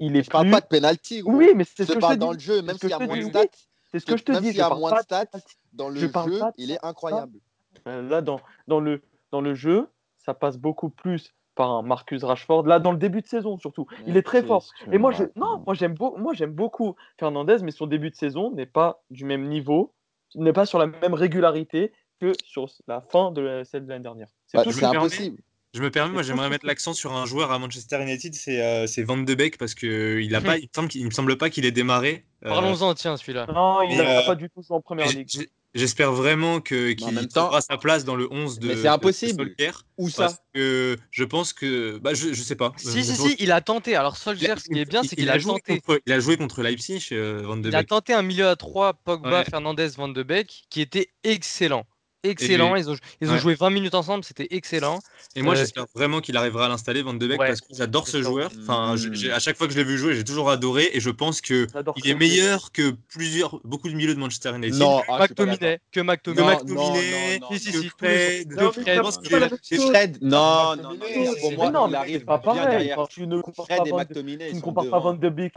S16: il est.
S12: Je parle
S16: plus-
S12: pas de penalty. gros.
S16: Oui, mais c'est
S12: Je
S16: ce que
S12: parle
S16: je te
S12: dans
S16: dis.
S12: le jeu,
S16: C'est
S12: même
S16: ce
S12: s'il
S16: que
S12: y a
S16: je te
S12: moins de
S16: dis.
S12: stats.
S16: C'est ce que je te
S12: même
S16: dis.
S12: s'il y
S16: je
S12: a
S16: parle
S12: moins
S16: pas
S12: de
S16: de
S12: stats,
S16: penalty.
S12: dans le
S16: Je parle
S12: jeu,
S16: pas de
S12: il est incroyable.
S16: Euh, là, dans, dans, le, dans le jeu, ça passe beaucoup plus par un Marcus Rashford. Là, dans le début de saison, surtout, il est très fort.
S12: qu'est-ce que
S16: Et moi,
S12: tu
S16: je,
S12: me
S16: non, moi j'aime beau- moi, j'aime beaucoup Fernandez, mais son début de saison n'est pas du même niveau, n'est pas sur la même régularité que sur la fin de la- celle de l'année dernière. C'est
S1: Bah,
S16: tout
S1: je
S16: ce
S1: me
S16: que-
S1: permets- Je me permets, moi
S16: C'est
S1: j'aimerais mettre l'accent sur un joueur à Manchester United, c'est euh, c'est Van de Beek parce que euh, il a pas, il me semble, qu'il- il me semble pas qu'il ait démarré. euh,
S8: Hmm. Parlons-en, tiens, celui-là.
S16: Non, il
S1: mais,
S16: n'a
S1: euh,
S16: pas du tout joué en première
S1: j'ai-
S16: ligue.
S1: j'ai- J'espère vraiment que
S12: en même
S1: qu'il
S12: temps-
S1: trouvera sa place dans le 11 de.
S12: Mais c'est impossible.
S1: de Solskjaer,
S12: Où ça
S1: Parce que je pense que, bah je, je sais pas.
S8: Si, si, si, il a tenté. Alors, Solskjaer, ce qui est bien, c'est qu'il a
S1: joué
S8: tenté.
S1: contre, il a joué contre Leipzig, euh, Van de
S8: Il a
S1: Beek.
S8: tenté un milieu à 3, Pogba,
S1: Ouais.
S8: Fernandez, Van de Beek, qui était excellent. Excellent.
S1: Et-
S8: Ils ont, ils ont
S1: ouais.
S8: joué 20 minutes ensemble, c'était excellent.
S1: Et moi,
S8: Euh,
S1: j'espère vraiment qu'il arrivera à l'installer, Van de Beek,
S8: Ouais.
S1: parce que j'adore ce
S8: J'espère.
S1: joueur. Enfin, je-
S12: Mm.
S1: j'ai- à chaque fois que je l'ai vu jouer, j'ai toujours adoré, et je pense que
S16: J'adore
S1: il
S16: ce
S1: est
S16: joueur.
S1: meilleur que plusieurs, beaucoup de milieux de Manchester United.
S12: Non,
S1: que
S12: ah, je suis pas
S8: McTominay, que
S12: Non,
S8: McTominay.
S12: non,
S1: McTominay,
S12: non, non,
S8: Si, si,
S12: non.
S8: si, tous les
S1: Fred, que
S8: jours. Que Fred,
S1: Fred,
S8: parce
S1: que-
S8: que-
S12: C'est Fred. Non, non, non. non.
S16: Mais
S12: Pour moi,
S16: non,
S12: il
S16: mais
S12: arrive
S16: c'est pas
S12: bien
S16: pareil.
S12: derrière.
S16: Enfin, tu ne compares
S12: Fred
S16: pas
S12: et
S16: Van de,
S12: McTominay,
S16: tu
S12: ils
S16: ne
S12: sont
S16: compares pas
S12: devant.
S16: Van de Beek.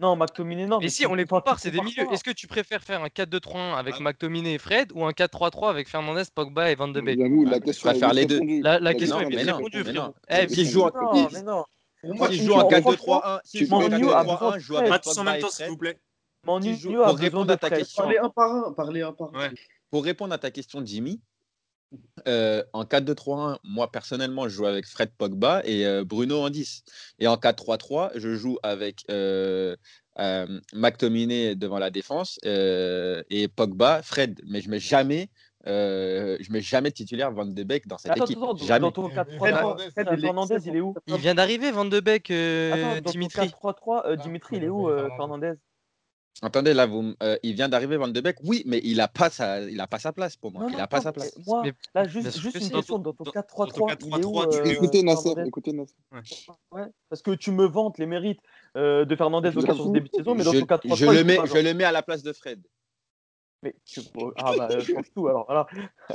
S16: Non, McTominay, non.
S8: Mais si,
S16: tu-
S8: on les
S16: enfin, tu
S8: compare, c'est des
S16: compares
S8: milieux.
S16: pas.
S8: Est-ce que tu préfères faire un 4-2-3-1 avec McTominay et Fred ou un 4-3-3 avec Fernandez, Pogba et Van de Beek
S10: J'avoue,
S12: Ouais,
S10: la
S12: mais tu
S10: question
S12: vas
S10: est
S12: faire
S10: vite
S12: les deux.
S10: répondue.
S8: La, la
S10: La
S8: question est
S12: mais
S8: bien
S12: non,
S8: répondue,
S12: mais
S8: frérot.
S12: non.
S8: Eh,
S12: S'ils
S8: bien
S12: jouent en
S8: sûr.
S16: Non, mais non. Pour moi,
S12: S'ils
S16: il
S12: jouent en
S16: faut-
S12: 4-2-3-1, s'ils
S10: tu
S12: jouent en
S10: mets pas de
S12: 4-2-3-1, je joue
S16: Fred.
S12: avec
S1: Matos en
S12: Pogba
S1: même
S12: et
S1: temps, s'il
S12: Fred.
S1: vous plaît.
S12: Qui
S16: Manu
S12: joue-
S16: a
S12: pour
S16: besoin
S12: répondre
S16: de
S12: à ta
S16: Fred.
S12: question.
S11: Parlez un par un, parlez un par un.
S1: Ouais.
S12: Pour répondre à ta question, Jimmy, euh, en 4-2-3-1, moi personnellement, je joue avec Fred Pogba et euh, Bruno en 10. Et en 4-3-3, je joue avec euh, euh, McTominay devant la défense euh, et Pogba, Fred. Mais je mets jamais, euh, je mets jamais titulaire Van de Beek dans cette
S16: Attends,
S12: équipe.
S16: attends, attends,
S12: Jamais.
S16: dans ton
S6: Et- et
S16: 4-3-3,
S6: Fernandez,
S11: il
S16: Fred
S11: est
S16: Fernandez, il est où
S8: Il vient d'arriver, Van de Beek, euh,
S16: Attends, dans ton
S8: Dimitri.
S16: 4-3-3, euh,
S6: Ah,
S16: Dimitri,
S6: mais
S16: il est
S6: non,
S16: où,
S6: mais
S16: euh,
S6: Fernandez.
S16: Fernandez
S12: Attendez, là, vous, m- euh, il vient d'arriver Van de Beek. Oui, mais il n'a pas sa, il a pas sa place pour moi.
S16: Non,
S12: Il
S16: non,
S12: n'a pas
S16: non,
S12: sa
S16: mais
S12: place.
S16: moi,
S8: Mais
S16: là,
S8: bien
S16: juste,
S8: sûr
S16: juste
S8: que
S16: une
S8: si.
S1: Dans ton-
S16: question, dans ton
S1: dans-
S16: 4-3-3, il est où,
S1: 4-3-3, tu-
S16: euh,
S10: Écoutez Nasser,
S16: Fernandez
S10: écoutez Nasser.
S16: Ouais, Parce que tu me vantes les mérites euh, de Fernandez ok, sur ce
S10: J'avoue.
S16: début de saison, mais dans
S12: Je,
S16: ton
S12: je
S16: 4-3-3, il
S12: le
S16: joue
S12: mets,
S16: pas,
S12: je
S16: genre.
S12: le mets à la place de Fred.
S16: Mais tu... oh, Ah bah, euh, change tout, alors, voilà.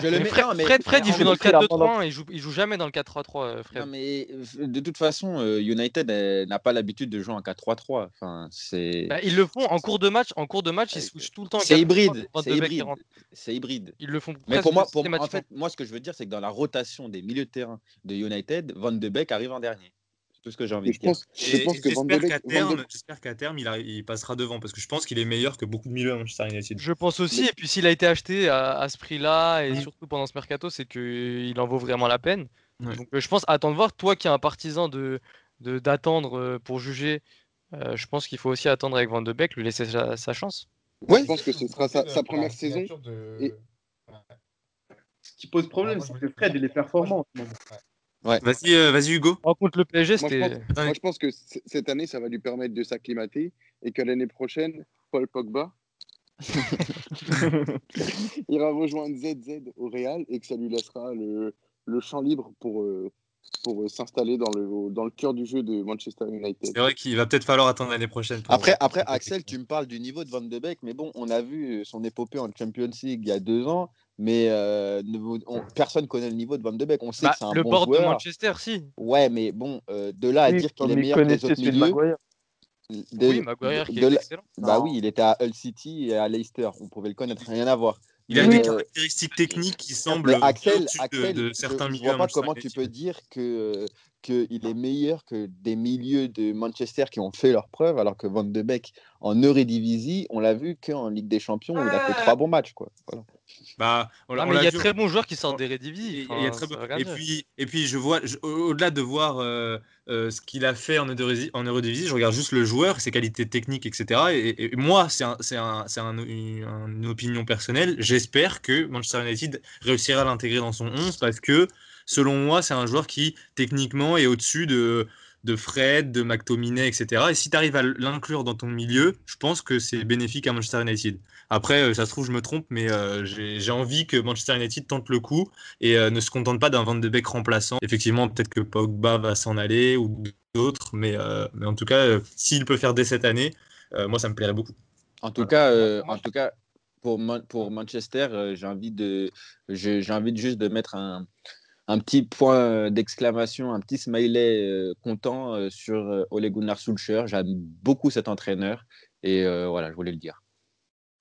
S12: Je le mets.
S8: Mais Fred,
S12: non, mais
S8: Fred, Fred, il
S16: Fernandez,
S8: joue dans le
S16: il a pendant-
S8: 4-2-3-1, il joue, il joue jamais dans le 4-3-3, euh, Fred.
S12: Non, mais euh, de toute façon, euh, United euh, n'a pas l'habitude de jouer en 4-3-3. Enfin, c'est
S8: Bah, ils le font en cours de match, en cours de match, ils switchent tout le temps. en
S12: c'est
S8: 4-3-3,
S12: hybride,
S8: Van de
S12: c'est
S8: Beek
S12: hybride,
S8: rentre.
S12: c'est hybride.
S8: Ils le font
S12: Mais
S8: presque
S12: pour moi, pour, en
S8: systématiquement.
S12: fait, moi, ce que je veux dire, c'est que dans la rotation des milieux de terrain de United, Van de Beek arrive en dernier. C'est tout ce que j'ai envie
S10: Mais
S12: de
S10: je
S12: dire.
S10: pense, je
S1: Et,
S10: pense
S1: et
S10: que Van de
S1: j'espère qu'à
S10: Beek, Van de-
S1: terme, j'espère qu'à terme, il, a- il passera devant parce que je pense qu'il est meilleur que beaucoup de milieux à Manchester United.
S8: Je pense aussi,
S10: Mais-
S8: et puis s'il a été acheté à, à ce prix-là, et
S1: Ouais.
S8: surtout pendant ce mercato, c'est qu'il en vaut vraiment la peine.
S1: Ouais.
S8: Donc euh, je pense, attendre voir, toi qui es un partisan de de- d'attendre euh, pour juger, euh, je pense qu'il faut aussi attendre avec Van de Beek, lui laisser sa, sa chance.
S12: Oui.
S10: je pense que ce sera
S6: euh,
S10: sa, sa première saison. et-
S11: Ce qui pose
S6: Ah,
S11: problème,
S6: moi, je
S11: c'est que
S6: voulais-
S11: Fred, il est performant. en ce moment.
S1: Vas-y, euh, vas-y Hugo.
S8: En contre le PSG,
S10: Moi je, pense,
S8: c'était...
S1: Attends,
S10: moi, je pense que c- cette année, ça va lui permettre de s'acclimater et que l'année prochaine, Paul Pogba ira rejoindre ZZ au Real et que ça lui laissera le, le champ libre pour, euh, pour euh, s'installer dans le, dans le cœur du jeu de Manchester United.
S1: c'est vrai qu'il va peut-être falloir attendre l'année prochaine. pour-
S12: Après, après, Axel, tu me parles du niveau de Van de Beek, mais bon, on a vu son épopée en Champions League il y a deux ans, mais euh, ne vous- on- personne connaît le niveau de Van de Beek. On sait
S8: Bah,
S12: que c'est un
S8: le
S12: bon
S8: board de
S12: joueur.
S8: Manchester, si.
S12: Ouais, mais bon, euh, de là à
S16: Oui,
S12: dire qu'il
S16: comme
S12: est
S16: il
S12: meilleur que les
S16: connaissait
S12: autres
S16: celui de
S12: milieux,
S16: Maguire.
S12: de,
S8: Oui, Maguire
S12: de-
S8: qui
S12: de
S8: est
S12: la-
S8: excellent.
S12: bah
S16: Non.
S12: oui, il était à Hull City et à Leicester, on pouvait le connaître, rien à voir.
S1: Il a
S12: Mais,
S1: des
S16: Oui.
S12: euh,
S1: caractéristiques techniques qui semblent
S12: mais
S1: bien
S12: Axel,
S1: au-dessus de,
S12: Axel,
S1: de
S12: je,
S1: certains
S12: je
S1: milieux
S12: vois
S1: à
S12: pas
S1: Manchester
S12: comment tu
S1: United.
S12: peux dire que qu'il est meilleur que des milieux de Manchester qui ont fait leurs preuves, alors que Van de Beek, en Euredivisie, on l'a vu qu'en Ligue des Champions, où il a fait trois bons matchs. Quoi. Voilà.
S1: Bah, on l'a-
S8: Non,
S1: on
S8: Ah, mais il
S1: l'a
S8: y a
S1: vu-
S8: très bons joueurs qui sortent des Redivis.
S1: Il y a très peu- Et puis, et puis je vois, je- au- au-delà de voir euh, euh, ce qu'il a fait en, Eurodivisie- en Eurodivisie, je regarde juste le joueur, ses qualités techniques, etc. Et, et- et moi, c'est un- c'est un- c'est un- une, une opinion personnelle. J'espère que Manchester United réussira à l'intégrer dans son 11 parce que, selon moi, c'est un joueur qui, techniquement, est au-dessus de, de Fred, de McTominay, etc. Et si tu arrives à l'inclure dans ton milieu, je pense que c'est bénéfique à Manchester United. Après, euh, ça se trouve, je me trompe, mais euh, j'ai j'ai envie que Manchester United tente le coup et euh, ne se contente pas d'un Van de Beek remplaçant. Effectivement, peut-être que Pogba va s'en aller ou d'autres, mais, euh, mais en tout cas, euh, s'il peut faire dès cette année, euh, moi, ça me plairait beaucoup.
S12: En tout cas, euh, en tout cas pour, Man- pour Manchester, euh, j'ai envie de, je- j'ai envie de juste de mettre un, un petit point euh, d'exclamation, un petit smiley euh, content euh, sur euh, Ole Gunnar Solskjaer. J'aime beaucoup cet entraîneur et euh, voilà, je voulais le dire.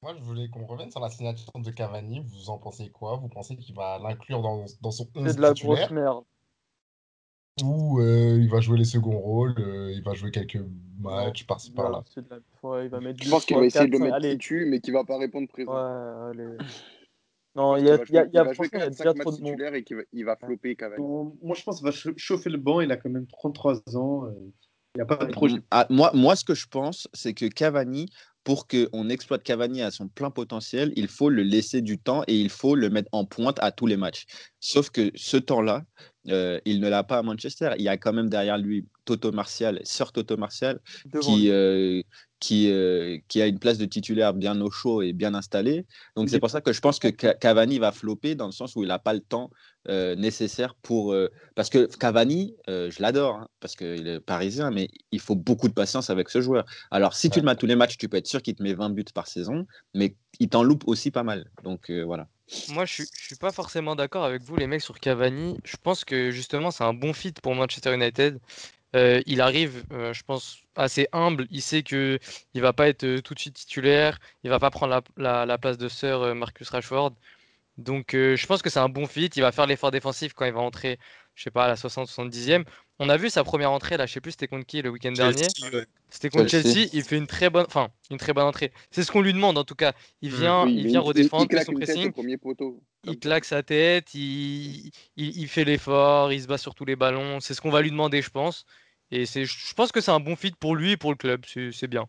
S6: Moi, je voulais qu'on revienne sur la signature de Cavani. Vous en pensez quoi Vous pensez qu'il va l'inclure dans, dans son 11
S16: C'est de la
S6: titulaire
S16: grosse merde.
S6: Ou euh, il va jouer les seconds rôles, euh, il va jouer quelques matchs par-ci par-là
S16: C'est de la... ouais, il va mettre
S10: Je
S16: deux,
S10: pense qu'il
S16: trois,
S10: va essayer de le
S16: quatre,
S10: mettre
S16: allez.
S10: titu, mais qu'il va pas répondre présent.
S16: Ouais, allez. Non,
S10: Je pense
S16: il y a,
S10: qu'il
S16: il y a-
S10: jouer-
S16: il y a-
S10: il va jouer
S16: franchement, il y a
S10: 4-5
S16: déjà trop
S10: matchs
S16: de monde.
S10: titulaires et qu'il va, il va flopper quand même.
S11: Non, Moi, je pense qu'il va cha- chauffer le banc. Il a quand même 33 ans. euh, Il n'y a pas de
S16: Mm.
S11: projet.
S12: Ah, moi, moi, ce que je pense, c'est que Cavani, pour qu'on exploite Cavani à son plein potentiel, il faut le laisser du temps et il faut le mettre en pointe à tous les matchs. Sauf que ce temps-là, euh, il ne l'a pas à Manchester. Il y a quand même derrière lui Toto Martial, Sir Toto Martial,
S16: Devant
S12: qui,
S16: lui.
S12: euh, qui, euh, qui a une place de titulaire bien au chaud et bien installée. Donc c'est pour ça que je pense que Ca- Cavani va flopper dans le sens où il n'a pas le temps euh, nécessaire pour... euh, parce que Cavani, euh, je l'adore, hein, parce qu'il est parisien, mais il faut beaucoup de patience avec ce joueur. Alors si tu le mets à tous les matchs, tu peux être sûr qu'il te met 20 buts par saison, mais il t'en loupe aussi pas mal. Donc euh, voilà.
S8: Moi, je suis, je suis pas forcément d'accord avec vous, les mecs, sur Cavani. Je pense que justement, c'est un bon fit pour Manchester United. Euh, il arrive, euh, je pense, assez humble. Il sait que il va pas être euh, tout de suite titulaire. Il va pas prendre la, la- la place de Sir euh, Marcus Rashford. Donc, euh, je pense que c'est un bon fit. Il va faire l'effort défensif quand il va entrer, je sais pas, à la 60-70e. On a vu sa première entrée, là, je sais plus c'était contre qui le week-end dernier. C'était contre Chelsea.
S10: Chelsea.
S8: Il fait une très bonne, enfin, une très bonne entrée. C'est ce qu'on lui demande en tout cas. Il vient,
S10: Mm. Oui,
S8: il
S10: mais
S8: vient
S10: il
S8: redéfendre, fait
S10: claque
S8: son
S10: une tête au
S8: pressing
S10: premier poteau.
S8: il claque sa tête, il, il, il fait l'effort, il se bat sur tous les ballons. C'est ce qu'on va lui demander, je pense. Et c'est, je pense que c'est un bon fit pour lui et pour le club. C'est c'est bien.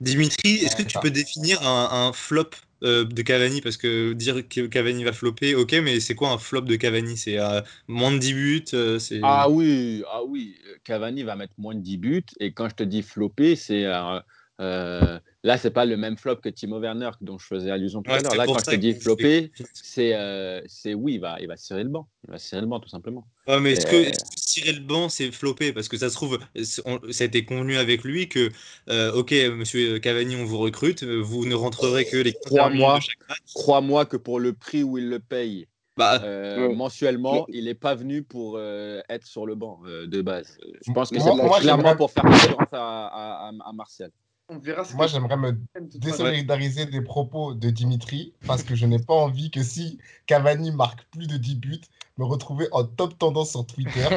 S1: Dimitri, est-ce que
S8: Ouais,
S1: tu
S8: ça.
S1: peux définir un, un flop euh, de Cavani Parce que dire que Cavani va flopper, ok, mais c'est quoi un flop de Cavani C'est euh, moins de 10 buts euh, c'est...
S12: Ah oui, ah oui, euh, Cavani va mettre moins de 10 buts. Et quand je te dis flopper, c'est euh, euh, là, c'est pas le même flop que Timo Werner dont je faisais allusion tout
S1: Ouais,
S12: à l'heure.
S1: c'est
S12: Là,
S1: pour
S12: quand je
S1: ça
S12: te dis
S1: que-
S12: flopper, c'est euh, c'est oui, il va, il va serrer le banc. Il va serrer le banc, tout simplement.
S1: Ouais, mais est-ce que,
S12: Euh,
S1: est-ce que tirer le banc, c'est flopper? Parce que ça se trouve, c'est- on- ça a été convenu avec lui que, euh, ok, monsieur Cavani, on vous recrute, euh, vous ne rentrerez que les 15 dernières minutes
S12: Crois-moi,
S1: de chaque match.
S12: crois-moi que pour le prix où il le paye
S1: Bah,
S12: euh,
S1: Ouais.
S12: mensuellement, il n'est pas venu pour euh, être sur le banc euh, de base. Je pense que
S6: Moi-
S12: c'est
S6: moi,
S12: clairement
S6: j'aimerais-
S12: pour faire concurrence à, à, à, à Martial.
S11: On verra ce
S6: Moi,
S11: que-
S6: j'aimerais me désolidariser des propos de Dimitri parce que je n'ai pas envie que si Cavani marque plus de 10 buts, me retrouver en top tendance sur Twitter,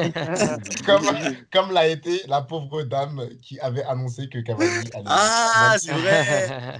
S6: comme, comme l'a été la pauvre dame qui avait annoncé que Cavani allait.
S1: Ah, Oh,
S8: c'est vrai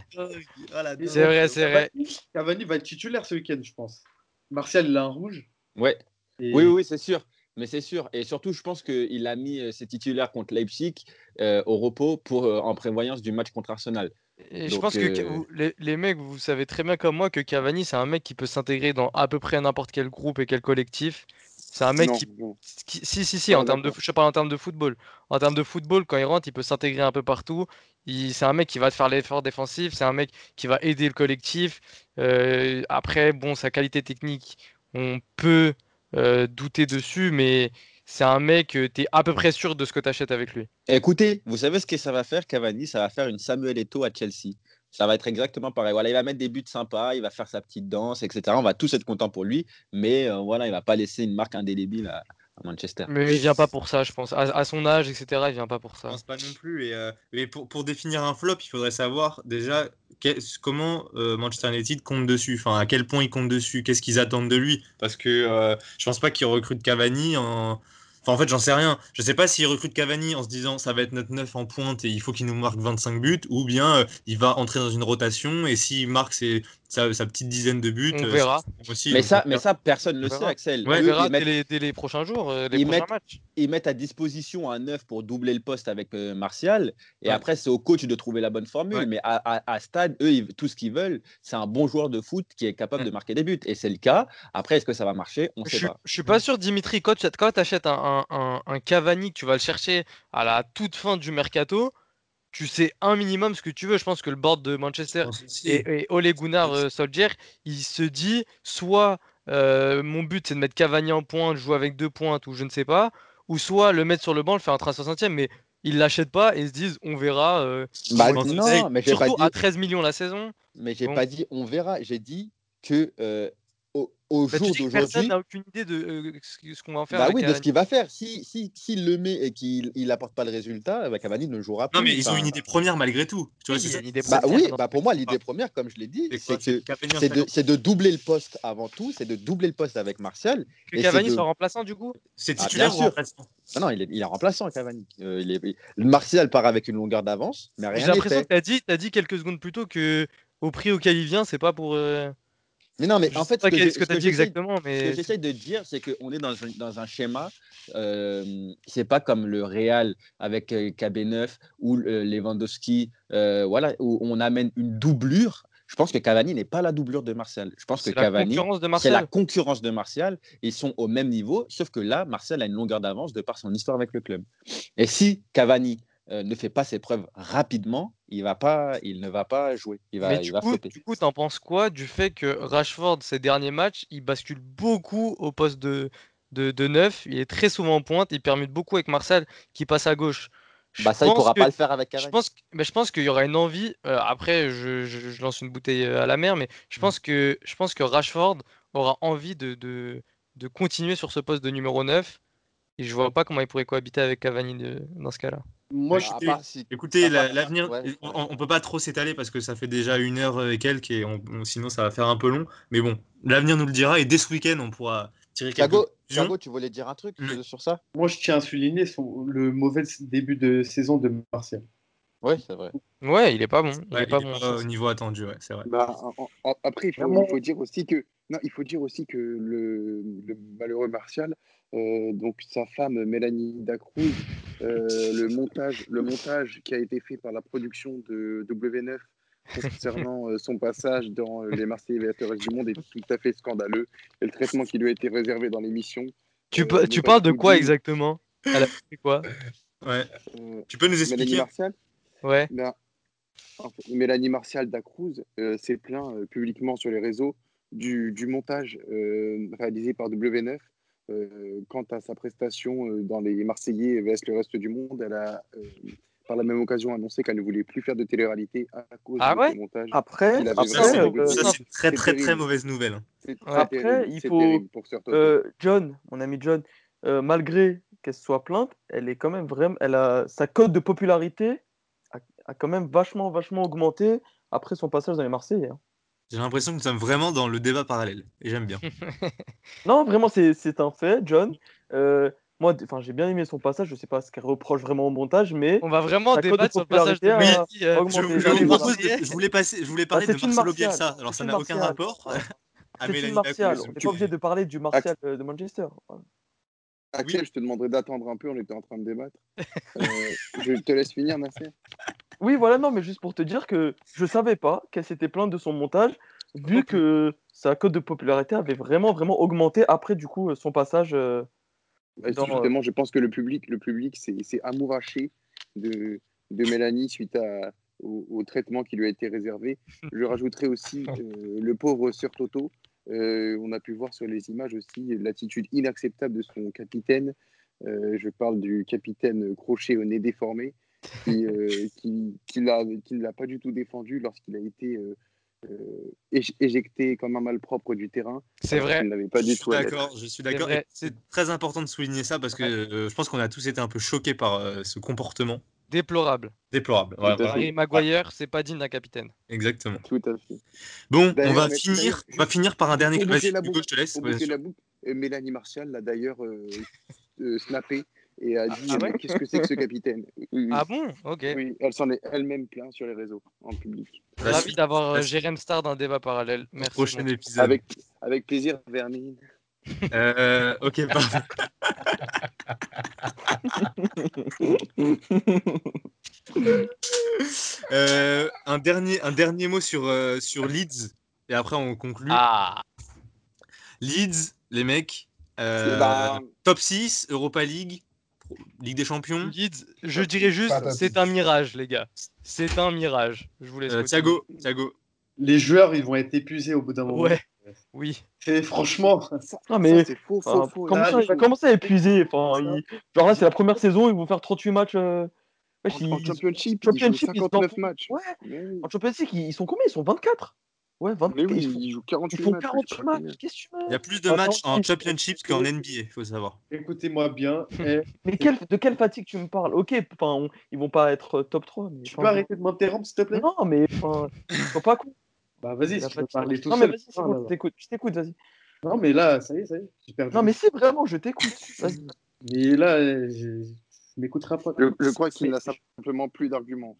S11: Et-
S8: C'est vrai, c'est vrai.
S11: Cavani- Cavani va être titulaire ce week-end, je pense. Martial, il a un rouge.
S12: Ouais.
S11: Et-
S12: Oui, oui, c'est sûr. Mais c'est sûr. Et surtout, je pense qu'il a mis euh, ses titulaires contre Leipzig euh, au repos pour, euh, en prévoyance du match contre Arsenal.
S8: Et je
S12: Donc,
S8: pense que Ca-
S12: euh,
S8: vous- les, les mecs, vous savez très bien comme moi que Cavani, c'est un mec qui peut s'intégrer dans à peu près n'importe quel groupe et quel collectif. C'est un mec
S10: Non,
S8: qui,
S10: non.
S8: qui- Si, si, si, en
S10: Pas
S8: termes de,
S10: d'accord.
S8: fo- je parle en termes de football. En termes de football, quand il rentre, il peut s'intégrer un peu partout. Il- C'est un mec qui va te faire l'effort défensif. C'est un mec qui va aider le collectif. Euh, après, bon, sa qualité technique, on peut euh, douter dessus, mais c'est un mec, euh, t'es à peu près sûr de ce que t'achètes avec lui.
S12: Écoutez, vous savez ce que ça va faire, Cavani Ça va faire une Samuel Eto'o à Chelsea. Ça va être exactement pareil. Voilà, il va mettre des buts sympas, il va faire sa petite danse, etc. On va tous être contents pour lui, mais euh, voilà, il va pas laisser une marque indélébile à, à Manchester.
S8: Mais il vient pas pour ça, je pense. À, à son âge, etc., il vient pas pour ça.
S1: pense pas non plus. Et, euh, mais pour, pour définir un flop, il faudrait savoir déjà qu'est-ce- comment euh, Manchester United compte dessus, enfin à quel point ils comptent dessus, qu'est-ce qu'ils attendent de lui. Parce que euh, je pense pas qu'ils recrutent Cavani en, Enfin, en fait, j'en sais rien. Je sais pas s'il recrute Cavani en se disant ça va être notre neuf en pointe et il faut qu'il nous marque 25 buts, ou bien euh, il va entrer dans une rotation et s'il marque ses- sa, sa petite dizaine de buts,
S8: On
S1: euh,
S8: verra.
S1: c'est possible.
S12: mais,
S1: Donc,
S12: ça,
S1: on
S12: mais
S1: verra.
S12: ça, personne ne le
S1: On
S12: sait,
S1: verra.
S12: Axel.
S1: Ouais.
S12: Eux,
S8: On verra
S12: ils mettent-
S8: dès les, dès les prochains jours, euh, les
S12: ils
S8: prochains
S12: mettent,
S8: matchs.
S12: ils mettent à disposition un neuf pour doubler le poste avec euh, Martial. Et après, c'est au coach de trouver la bonne formule. Mais à, à- à Stade, eux, ils- tout ce qu'ils veulent, c'est un bon joueur de foot qui est capable de marquer des buts. Et c'est le cas. Après, est-ce que ça va marcher On ne
S8: Je
S12: sait
S8: suis-
S12: pas.
S8: je suis pas sûr, Dimitri, quand tu quand achètes un, un, un- un Cavani, que tu vas le chercher à la toute fin du mercato, tu sais un minimum ce que tu veux. Je pense que le board de Manchester et, et Ole Gunnar euh, Solskjaer, il se dit soit euh, mon but c'est de mettre Cavani en pointe, jouer avec deux pointes ou je ne sais pas, ou soit le mettre sur le banc, le faire entrer à 60e, mais ils l'achètent pas et ils se disent on verra. euh,
S12: Bah,
S8: dans-
S12: non, mais j'ai pas
S8: surtout
S12: dit-
S8: à 13 millions la saison.
S12: Mais j'ai
S8: Bon.
S12: pas dit on verra. J'ai dit que euh, au, au
S8: Bah, tu
S12: jour
S8: dis que
S12: d'aujourd'hui.
S8: personne n'a aucune idée de euh, ce ce qu'on va en faire.
S12: Bah
S8: avec
S12: oui, de ce
S8: Cavani.
S12: qu'il va faire. S'il si, s'il le met et qu'il il apporte pas le résultat, bah, Cavani ne jouera plus.
S1: Non, mais ils ont
S12: Enfin,
S1: une idée première malgré tout. Tu vois,
S8: Oui,
S1: c'est
S8: il y a
S1: ça.
S8: une idée
S12: Bah
S8: première
S12: oui,
S8: dans
S12: bah
S8: ce
S12: pour moi,
S8: mec.
S12: l'idée première, comme je l'ai dit,
S1: C'est quoi,
S12: c'est que
S1: Cavani en
S12: c'est de,
S1: attaquant.
S12: c'est de doubler le poste avant tout, c'est de doubler le poste avec Martial. et
S8: Que
S12: c'est
S8: Cavani
S12: de-
S8: soit remplaçant du coup
S1: C'est
S12: Ah,
S1: titulaire
S12: bien
S1: ou
S12: sûr.
S1: remplaçant
S12: Ah non, il est, il est remplaçant, Cavani. Euh, il est... il- Martial part avec une longueur d'avance, mais
S8: J'ai
S12: rien n'est
S8: l'impression
S12: fait.
S8: que t'as dit, t'as dit quelques secondes plus tôt que au prix auquel il vient, c'est pas pour. euh,
S12: Mais non, mais
S8: je
S12: en
S8: sais
S12: fait,
S8: pas
S12: ce que
S8: quel-
S12: j'ai-
S8: ce que
S12: ce
S8: t'as
S12: que
S8: dit
S12: j'essaie-
S8: exactement, euh,
S12: ce
S8: mais
S12: que j'essaie de dire, c'est qu'on est dans un, dans un schéma, euh, c'est pas comme le Real avec euh, KB9 ou euh, Lewandowski, euh, voilà, où on amène une doublure. Je pense que Cavani n'est pas la doublure de Martial. Je pense que
S8: c'est la
S12: Cavani,
S8: concurrence de
S12: c'est la
S8: Martial.
S12: concurrence de Martial. Ils sont au même niveau, sauf que là, Martial a une longueur d'avance de par son histoire avec le club. Et si Cavani euh, ne fait pas ses preuves rapidement, il, va pas, il ne va pas jouer. Il va,
S8: Mais
S12: il
S8: du
S12: va
S8: coup,
S12: flopper.
S8: du coup, t'en penses quoi du fait que Rashford ces derniers matchs, il bascule beaucoup au poste de de, de neuf, il est très souvent en pointe, il permute beaucoup avec Martial qui passe à gauche. Je
S12: Bah ça, il
S8: pense
S12: pourra
S8: que-
S12: pas le faire avec
S8: Je
S12: Cavani.
S8: pense, que- mais je pense qu'il y aura une envie. euh, après, je, je- je lance une bouteille euh, à la mer, mais je pense que, je pense que Rashford aura envie de, de, de continuer sur ce poste de numéro 9. Et je vois pas comment il pourrait cohabiter avec Cavani de- dans ce cas-là.
S11: Moi,
S12: Bah,
S11: je
S12: à
S11: suis-
S12: part si-
S1: Écoutez,
S12: à part-
S1: la- l'avenir,
S12: ouais, ouais.
S1: on, on peut pas trop s'étaler parce que ça fait déjà une heure et quelques et on- on- sinon ça va faire un peu long. Mais bon, l'avenir nous le dira et dès ce week-end on pourra tirer quelques
S12: Thiago,
S1: conclusions.
S12: Thiago, tu voulais dire un truc
S1: Mm.
S12: sur- sur ça
S11: moi, je tiens à souligner son- le mauvais début de saison de Martial.
S12: Oui, c'est vrai.
S8: Ouais, il est pas bon. Il
S1: Ouais,
S8: est
S1: il
S8: pas
S1: est
S8: bon.
S1: pas au niveau attendu, ouais, c'est vrai.
S10: Bah, en- en- après, il faut,
S11: Vraiment.
S10: il faut dire aussi que non, il faut dire aussi que le, le malheureux Martial, euh, donc sa femme Mélanie Dacruz, euh, le montage, le montage qui a été fait par la production de W9 concernant euh, son passage dans euh, les Marseillais vers le reste du monde est tout à fait scandaleux. Et le traitement qui lui a été réservé dans l'émission.
S8: Tu,
S10: euh,
S8: pa-
S10: n'est
S8: tu
S10: pas
S8: parles
S10: du
S8: de
S10: tout
S8: quoi
S10: digne.
S8: exactement Elle a fait quoi
S1: Ouais.
S10: Euh,
S1: Tu peux nous
S10: Mélanie
S1: expliquer
S10: Martial.
S8: Ouais.
S10: Ben, en fait, Mélanie Martial d'Acruz euh, s'est plaint euh, publiquement sur les réseaux du, du montage euh, réalisé par W9 euh, quant à sa prestation euh, dans les Marseillais vs le reste du monde. Elle a, euh, par la même occasion, annoncé qu'elle ne voulait plus faire de télé-réalité à cause
S8: Ah
S10: de
S1: ouais
S10: ce montage.
S16: Après,
S10: Il avait
S1: Ça, c'est
S16: après,
S10: vraiment
S16: euh,
S1: ça,
S10: dégoûté.
S1: c'est une très
S10: C'est
S1: très très
S10: terrible.
S1: mauvaise nouvelle. hein.
S10: C'est c'est
S16: Après,
S10: terrible,
S16: il
S10: c'est
S16: faut-
S10: terrible pour certains.
S16: euh, John, mon ami John, euh, malgré qu'elle se soit plainte, elle est quand même vraiment, elle a sa cote de popularité a, a quand même vachement, vachement augmenté après son passage dans les Marseillais. hein.
S1: J'ai l'impression que nous sommes vraiment dans le débat parallèle et j'aime bien.
S16: Non, vraiment, c'est c'est un fait, John. Euh, moi, d- enfin, j'ai bien aimé son passage. Je sais pas ce qu'elle reproche vraiment au montage, mais
S8: On va vraiment
S16: Sa cote de
S8: débattre sur le passage de
S16: popularité a
S8: Messi, euh,
S1: Je,
S16: augmenté.
S1: je
S16: Allez,
S1: vous
S16: voilà.
S1: propose de- je voulais passer, je voulais
S16: Bah,
S1: parler
S16: c'est
S1: de
S16: une
S1: Marcelo
S16: Martial,
S1: Bielsa. Alors
S16: c'est
S1: ça
S16: une
S1: n'a aucun
S16: Martial.
S1: rapport
S16: Voilà.
S1: à
S16: C'est une
S1: Mélanie
S16: Martial.
S1: Dacruz.
S16: On n'est pas obligé de parler du Martial euh, de Manchester. Voilà.
S10: Axel,
S1: oui.
S10: je te demanderais d'attendre un peu, on était en train de débattre. Euh, je te laisse finir, Nasser.
S16: Oui, voilà, non, mais juste pour te dire que je savais pas qu'elle s'était plainte de son montage, vu que sa cote de popularité avait vraiment, vraiment augmenté après, du coup, euh, son passage. euh,
S10: Bah,
S16: dans,
S10: justement, je pense que le public, le public s'est s'est amouraché de, de Mélanie suite à, au, au traitement qui lui a été réservé. Je rajouterai aussi euh, le pauvre Sir Toto. Euh, on a pu voir sur les images aussi l'attitude inacceptable de son capitaine. Euh, je parle du capitaine crochet au nez déformé, qui, euh, qui, qui l'a- qui ne l'a pas du tout défendu lorsqu'il a été euh, euh, éje- éjecté comme un malpropre du terrain.
S8: C'est
S10: alors qu'il
S8: vrai.
S10: n'avait pas
S1: Je
S10: du
S1: suis
S10: tout à l'être.
S1: d'accord, je suis
S8: C'est
S1: d'accord.
S8: vrai.
S1: Et C'est très important de souligner ça parce que euh, je pense qu'on a tous été un peu choqués par euh, ce comportement
S8: Déplorable.
S1: déplorable. Voilà,
S10: Tout à
S1: voilà.
S8: Harry Maguire, c'est pas digne d'un capitaine.
S1: Exactement.
S10: Tout à fait.
S1: Bon, on
S10: D'ailleurs,
S1: va
S10: mais-
S1: finir,
S10: d'ailleurs,
S1: on va finir par un dernier.
S10: pour
S1: Vas-y,
S10: boucler la
S1: Hugo,
S10: boucle-
S1: je te laisse.
S10: Pour
S1: Ouais,
S10: boucler
S1: sûr.
S10: la boucle, euh, Mélanie Martial, là d'ailleurs, euh, euh, snappé et a dit
S8: Ah ouais
S10: mais qu'est-ce que c'est que ce capitaine Oui, oui.
S8: Ah bon Ok.
S10: Oui, elle s'en est elle-même plainte sur les réseaux en public.
S1: La
S8: Ravi
S1: suite.
S8: d'avoir
S1: La
S8: euh,
S1: suite.
S8: Jérém Star dans débat parallèle. Merci.
S1: prochain
S8: mon-
S1: épisode. Avec-
S10: Avec plaisir, Vermine.
S1: Euh, ok, pardon. Euh, un, dernier, un dernier mot sur, euh, sur Leeds, et après on conclut.
S8: Ah.
S1: Leeds, les mecs, euh,
S8: Bah.
S1: top 6, Europa League, Pro- Ligue des
S10: Hmm.
S1: Champions.
S8: Leeds, je dirais juste, c'est un mirage, les gars. C'est un mirage. Je vous laisse.
S1: Euh,
S8: continuer.
S1: Thiago, Thiago.
S11: Les joueurs, ils vont être épuisés au bout d'un moment.
S8: Ouais. Oui.
S11: C'est franchement.
S16: Non, Ah, mais enfin, comment,
S11: Ah,
S16: ça,
S11: il faut-
S16: comment ça épuisé enfin, hein, il- Genre là, c'est la première saison, ils vont faire 38 matchs. euh, wesh,
S10: En- en
S16: ils-
S10: Championship, ils jouent
S16: Championship, ils en
S10: 59
S16: font-
S10: matchs.
S16: Ouais.
S10: Mais oui.
S16: En Championship, ils, ils sont combien Ils sont 24 Ouais, 24.
S10: Mais oui,
S16: ils, font,
S10: ils jouent
S16: ils
S10: 48
S16: font
S10: matchs, je sais
S16: 48
S10: pas
S16: matchs.
S10: combien.
S16: Qu'est-ce que tu
S1: Il
S16: veux
S1: y a plus de
S16: Attends,
S1: matchs en
S16: si-
S1: Championship qu'en NBA, faut savoir.
S11: Écoutez-moi bien. Eh,
S16: Mais quelle- de quelle fatigue tu me parles Ok, enfin, on- ils vont pas être euh, top 3. Mais,
S11: Tu peux arrêter de m'interrompre, s'il te plaît
S16: Non, mais enfin, sois pas con.
S11: Bah vas-y, si
S16: La
S11: tu veux
S16: fatigue.
S11: parler tout
S16: Non, mais
S11: seul. Oh
S16: vas-y, c'est
S11: parle,
S16: bon, je
S11: alors.
S16: t'écoute, je t'écoute, vas-y.
S11: Non, mais là, ça y est, ça y est. j'ai perdu.
S16: Non, mais si, vraiment, je t'écoute. Vas-y.
S11: Mais là, euh, je, je m'écouterai pas.
S10: Je, je crois qu'il n'a simplement plus d'arguments.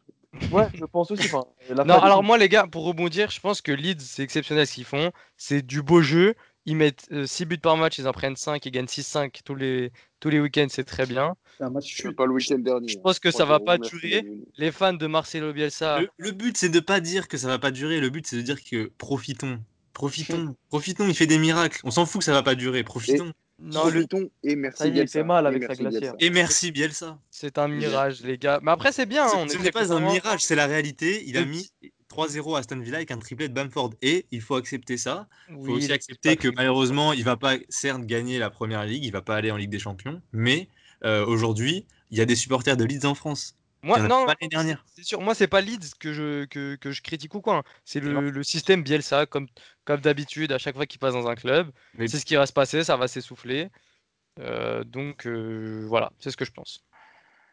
S16: Ouais, je pense aussi. Enfin, la
S8: Non,
S16: fatigue-
S8: alors moi, les gars, pour rebondir, je pense que Leeds, c'est exceptionnel ce qu'ils font. C'est du beau jeu. Ils mettent 6 buts par match, ils en prennent 5, ils gagnent 6-5 tous les, tous les week-ends, c'est très bien.
S11: C'est un match
S10: nul. Pas le week-end dernier.
S8: Je pense que ça va pas durer. Les fans de Marcelo Bielsa,
S1: Le, le but, c'est de pas dire que ça va pas durer. Le but, c'est de dire que profitons. Profitons. Profitons, il fait des miracles. On s'en fout que ça va pas durer. Profitons.
S8: non, le...
S10: et merci
S8: Ça y est, il
S10: Bielsa.
S8: fait mal
S10: Et
S8: avec sa
S10: merci
S8: glacière.
S1: Et merci Bielsa.
S8: c'est un mirage, les gars. Mais après, c'est bien. hein, on
S1: ce ce
S8: était
S1: n'est pas un
S8: vraiment-
S1: mirage, c'est la réalité. Il a
S8: Le
S1: mis 3-0 à Aston Villa avec un triplé de Bamford. Et il faut accepter ça. Il faut
S8: Euh, Oui,
S1: aussi
S8: c'est
S1: accepter
S8: pas
S1: que
S8: très-
S1: malheureusement, il va pas, certes, gagner la première ligue. Il va pas aller en Ligue des Champions. Mais euh, aujourd'hui, il y a des supporters de Leeds en France.
S8: Moi,
S1: Il y en a
S8: non,
S1: pas l'année dernière.
S8: c'est sûr. Moi, c'est pas Leeds que je, que, que je critique ou quoi. hein. C'est le, le système Bielsa, comme, comme d'habitude, à chaque fois qu'il passe dans un club.
S1: Mais-
S8: C'est ce qui va se passer, ça va s'essouffler. Euh, donc, euh, voilà, c'est ce que je pense.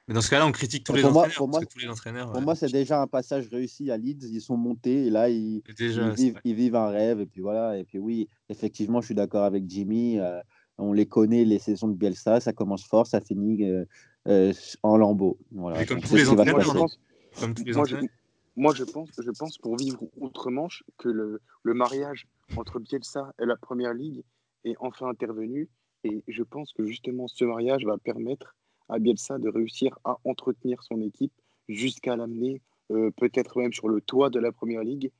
S1: Mais dans ce cas-là, on critique tous les
S17: Pour moi-
S1: entraîneurs.
S17: pour
S1: parce
S17: moi-
S1: que tous les entraîneurs.
S17: Pour
S1: euh,
S17: moi, c'est déjà un passage réussi à Leeds. Ils sont montés et là, ils,
S1: Déjà,
S17: ils,
S1: c'est
S17: vivent,
S1: vrai.
S17: ils vivent un rêve. Et puis voilà. Et puis oui, effectivement, je suis d'accord avec Jimmy. euh, on les connaît, les saisons de Bielsa. Ça commence fort, ça finit euh, euh, en lambeaux. Voilà.
S1: Mais comme
S17: On
S1: tous
S17: sait
S1: les
S17: ce qui va se
S10: Moi, je
S1: entraîneurs, hein.
S17: passer.
S1: non
S10: pense,
S1: Comme tous les
S10: moi, je,
S1: entraîneurs.
S10: moi, je pense, je pense pour vivre outre-Manche que le, le mariage entre Bielsa et la Première Ligue est enfin intervenu. Et je pense que justement, ce mariage va permettre à Bielsa de réussir à entretenir son équipe jusqu'à l'amener euh, peut-être même sur le toit de la Première Ligue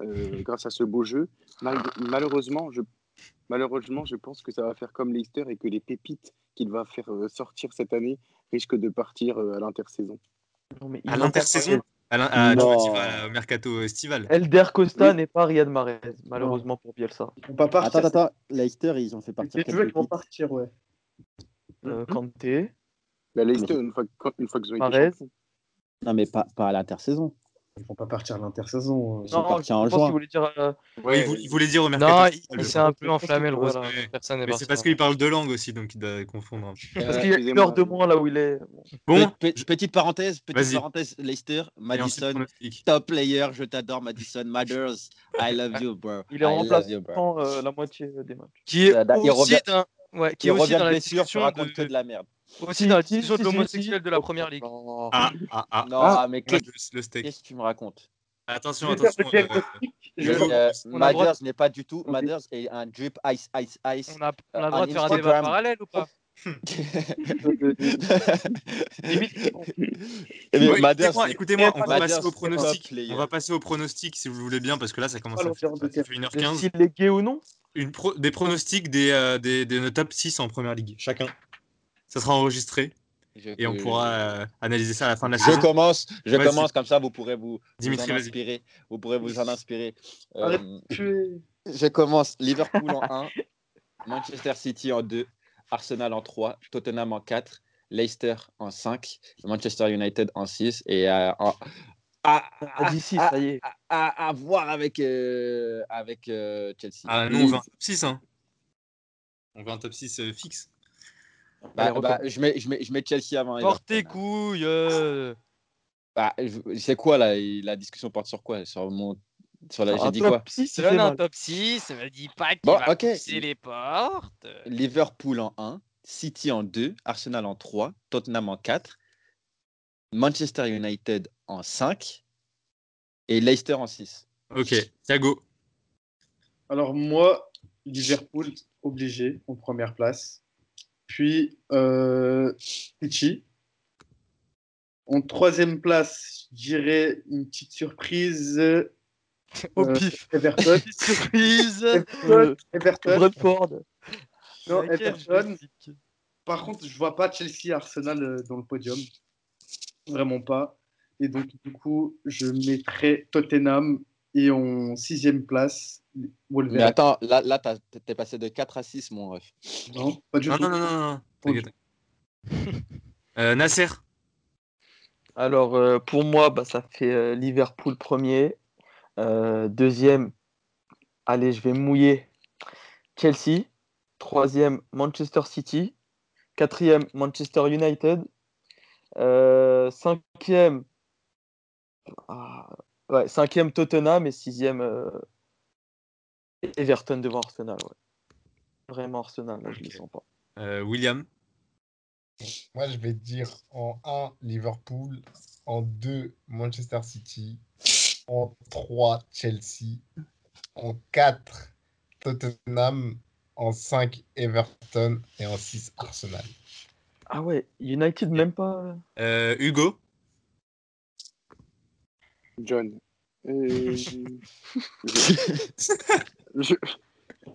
S10: euh, grâce à ce beau jeu. Mal- malheureusement, je, malheureusement, je pense que ça va faire comme Leicester et que les pépites qu'il va faire euh, sortir cette année risquent de partir euh, à l'intersaison.
S16: Non, mais
S1: À
S16: ils vont
S1: l'intersaison
S16: perdre
S1: à l'in- à- Tu vois, tu
S17: Non.
S1: vas euh, au mercato estival.
S16: Marez. Elder Costa n'est pas Riyad Mahrez, malheureusement pour Bielsa.
S11: On va
S17: Attends,
S11: partir.
S17: attends. attends. Leicester, ils ont
S11: c'est
S17: fait partir
S11: des joueurs
S17: quelques
S11: qui vont
S17: titres.
S11: partir, ouais.
S16: Euh, Kanté,
S10: La Leicester, une fois, que- une fois qu'ils ont été
S16: Mahrez.
S10: champions.
S17: Non, mais pas, pas à l'intersaison.
S11: Ils vont pas partir à l'intersaison.
S17: Ils sont
S16: Non, je,
S17: partis en
S16: je pense
S17: juin.
S16: qu'il voulait dire. euh,
S17: Eh,
S1: Ouais, il, voulait, il voulait dire au mercato
S8: Non, il,
S1: estival.
S8: il
S1: je
S8: s'est
S1: crois.
S8: un peu enflammé le
S16: Voilà.
S8: voilà. Personne
S1: Mais
S8: n'est
S1: c'est
S8: parti.
S1: parce qu'il parle deux langues aussi, donc il doit confondre. un peu.
S16: parce qu'il
S12: Euh,
S16: y a une
S10: excusez-moi,
S16: heure de
S10: je-
S16: moins là où il est.
S1: Bon,
S12: Pe- pe- petite parenthèse, petite
S1: Vas-y.
S12: parenthèse, Leicester,
S1: et ensuite,
S12: Madison,
S1: pronostic.
S12: top player, je t'adore, Madison Matters, I love you, bro.
S16: Il est
S12: I love you, bro.
S16: remplaçant euh, la moitié des matchs.
S8: Qui est
S12: Il
S8: aussi
S12: revient-
S8: dans, ouais,
S12: Il
S8: qui est aussi
S12: revient
S8: dans
S12: de
S8: la
S12: blessure, tu
S8: discussion
S12: racontes que
S8: de,
S12: de la merde.
S8: aussi dans la
S16: Si,
S8: discussion
S16: si,
S8: de
S16: si, si,
S8: l'homosexuel
S16: si.
S8: de la première ligue.
S16: Non.
S1: Ah, ah, ah.
S12: Non,
S11: Ah.
S12: mais
S1: Là,
S12: qu'est-
S1: le, le steak.
S12: qu'est-ce que tu me racontes
S1: Attention,
S11: Je vais faire
S1: attention.
S11: de quel
S1: euh,
S11: topic
S12: Mais,
S11: Je
S1: Hugo.
S12: euh,
S8: On a le droit de-
S12: Mathers n'est pas du tout.
S11: Ok.
S12: Mathers est un drip ice, ice, ice.
S8: On a, on a
S12: Euh,
S8: le droit
S12: un
S8: de faire un débat
S12: Instagram.
S8: parallèle ou pas
S12: Eh bien,
S1: Bon,
S12: Mathers
S1: écoutez-moi,
S12: n'est-
S1: écoutez-moi, on va
S12: Mathers
S1: passer au
S12: n'est pas
S1: pronostic.
S12: player.
S1: On va passer au pronostic si vous le voulez bien, parce que là, ça commence
S11: Pas
S1: à faire,
S11: longueur de
S1: ça fait
S16: De
S1: 1h15.
S16: S'il est gay ou non
S1: Une pro- des pronostics des, euh, des, des, nos top 6 en première ligue, chacun. Ça sera enregistré
S12: Je
S1: et on
S12: peux-
S1: pourra euh, analyser ça à la fin de la
S12: Je
S1: saison.
S12: commence, je
S1: Vas-y.
S12: commence comme ça, vous pourrez vous, vous
S1: Dimitri,
S12: en
S1: vas-y.
S12: inspirer. Vous pourrez vous en inspirer. Euh,
S11: Arrête de tuer.
S12: je commence Liverpool en 1, Manchester City en 2, Arsenal en 3, Tottenham en 4, Leicester en 5, Manchester United en 6 et euh, en- à, à-
S16: D'ici,
S12: à-
S16: ça y est.
S12: à- à- à voir avec, euh, avec euh, Chelsea.
S1: Ah non, on veut un
S12: Leeds.
S1: top 6. Hein. On veut un top 6 euh, fixe.
S12: Bah,
S16: Allez,
S12: bah, je, mets, je, mets, je mets Chelsea avant.
S8: Porte tes
S12: Everton.
S8: couilles euh.
S12: Bah, je- c'est quoi là il- La discussion porte sur quoi Sur mon. Sur la...
S16: Un
S12: J'ai dit
S16: top
S12: quoi
S16: six, il fait
S8: Donne un
S16: mal.
S8: top 6, ça me dit pas qu'il
S12: Bon,
S8: va
S12: ok.
S8: pousser les portes.
S12: Liverpool en 1, City en 2, Arsenal en 3, Tottenham en 4, Manchester United en 5 et Leicester en 6.
S1: Ok, Thiago.
S11: Alors moi, Liverpool obligé en première place. Puis euh, City. En troisième place, j'irai une petite surprise.
S8: Au
S11: euh,
S8: pif.
S11: Everton.
S8: Petite surprise.
S11: Everton.
S8: Euh,
S11: Everton.
S8: Brentford.
S11: Non,
S8: Laquelle,
S11: Everton. Par contre, je vois pas Chelsea, Arsenal euh, dans le podium. Vraiment pas. Et donc, du coup, je mettrai Tottenham et en sixième place,
S12: Mais
S11: Wolverhampton.
S12: attends, là, là t'as- t'es passé de 4 à 6, mon ref.
S11: Non, pas du
S1: Non,
S11: tout.
S1: non, non, non, non. t'inquiète. Euh, Nasser.
S18: Alors, euh, pour moi, bah, ça fait euh, Liverpool premier. Euh, deuxième, allez, je vais mouiller Chelsea. Troisième, Manchester City. Quatrième, Manchester United. Euh, cinquième, ah, ouais, cinquième, Tottenham. Et sixième, euh, Everton devant Arsenal. ouais. Vraiment Arsenal, là, je ne les sens pas.
S1: Euh, William.
S6: Moi, je vais te dire en 1, Liverpool. En 2, Manchester City. En 3, Chelsea. En 4, Tottenham. En 5, Everton. Et en 6, Arsenal.
S18: Ah ouais, United même pas.
S1: Euh, Hugo.
S10: John. Et...
S18: Je-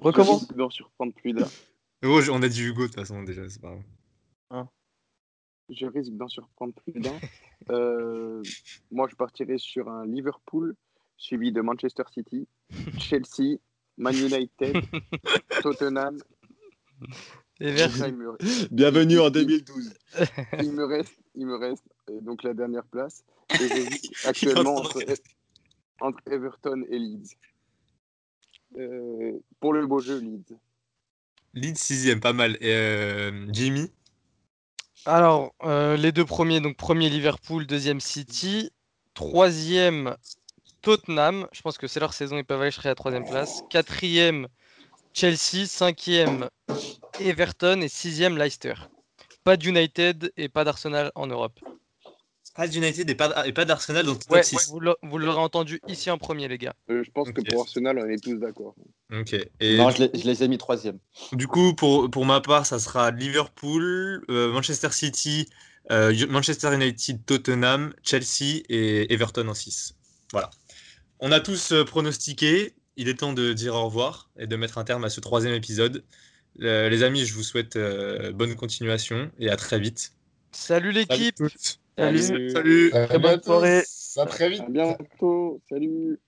S1: Recommence.
S10: Je vais en surprendre plus là.
S1: Oh, je- on a dit Hugo de toute façon déjà, c'est pas grave.
S10: je risque d'en surprendre plus d'un. Euh, moi, je partirais sur un Liverpool suivi de Manchester City, Chelsea, Man United, Tottenham.
S8: Et
S10: Donc
S8: merci.
S10: là, il me-
S12: Bienvenue en 2012.
S10: Il me reste, il me reste euh, donc la dernière place. Et j'hésite actuellement entre, E- entre Everton et Leeds. Euh, pour le beau jeu, Leeds.
S1: Leeds 6 pas mal. Et, euh, Jimmy.
S8: Alors, euh, les deux premiers, donc premier Liverpool, deuxième City, troisième Tottenham. Je pense que c'est leur saison, ils peuvent aller jusqu'à la troisième place. Quatrième Chelsea, cinquième Everton et sixième Leicester. Pas d'United et pas d'Arsenal en Europe.
S1: Pas d'United et pas, et pas d'Arsenal dans le top
S8: Ouais,
S1: 6.
S8: vous l'a- vous l'aurez entendu ici en premier, les gars.
S10: Euh, je pense que pour Arsenal, on est tous d'accord.
S1: Ok. Et
S12: non, je les, je les ai mis troisième.
S1: Du coup, pour, pour ma part, ça sera Liverpool, euh, Manchester City, euh, U- Manchester United, Tottenham, Chelsea et Everton en 6. Voilà. On a tous euh, pronostiqué. Il est temps de dire au revoir et de mettre un terme à ce troisième épisode. Euh, les amis, je vous souhaite euh, bonne continuation et à très vite.
S8: Salut l'équipe.
S1: tous.
S8: Salut.
S1: Salut.
S8: Très bonne soirée.
S6: À très vite.
S10: À bientôt. Salut.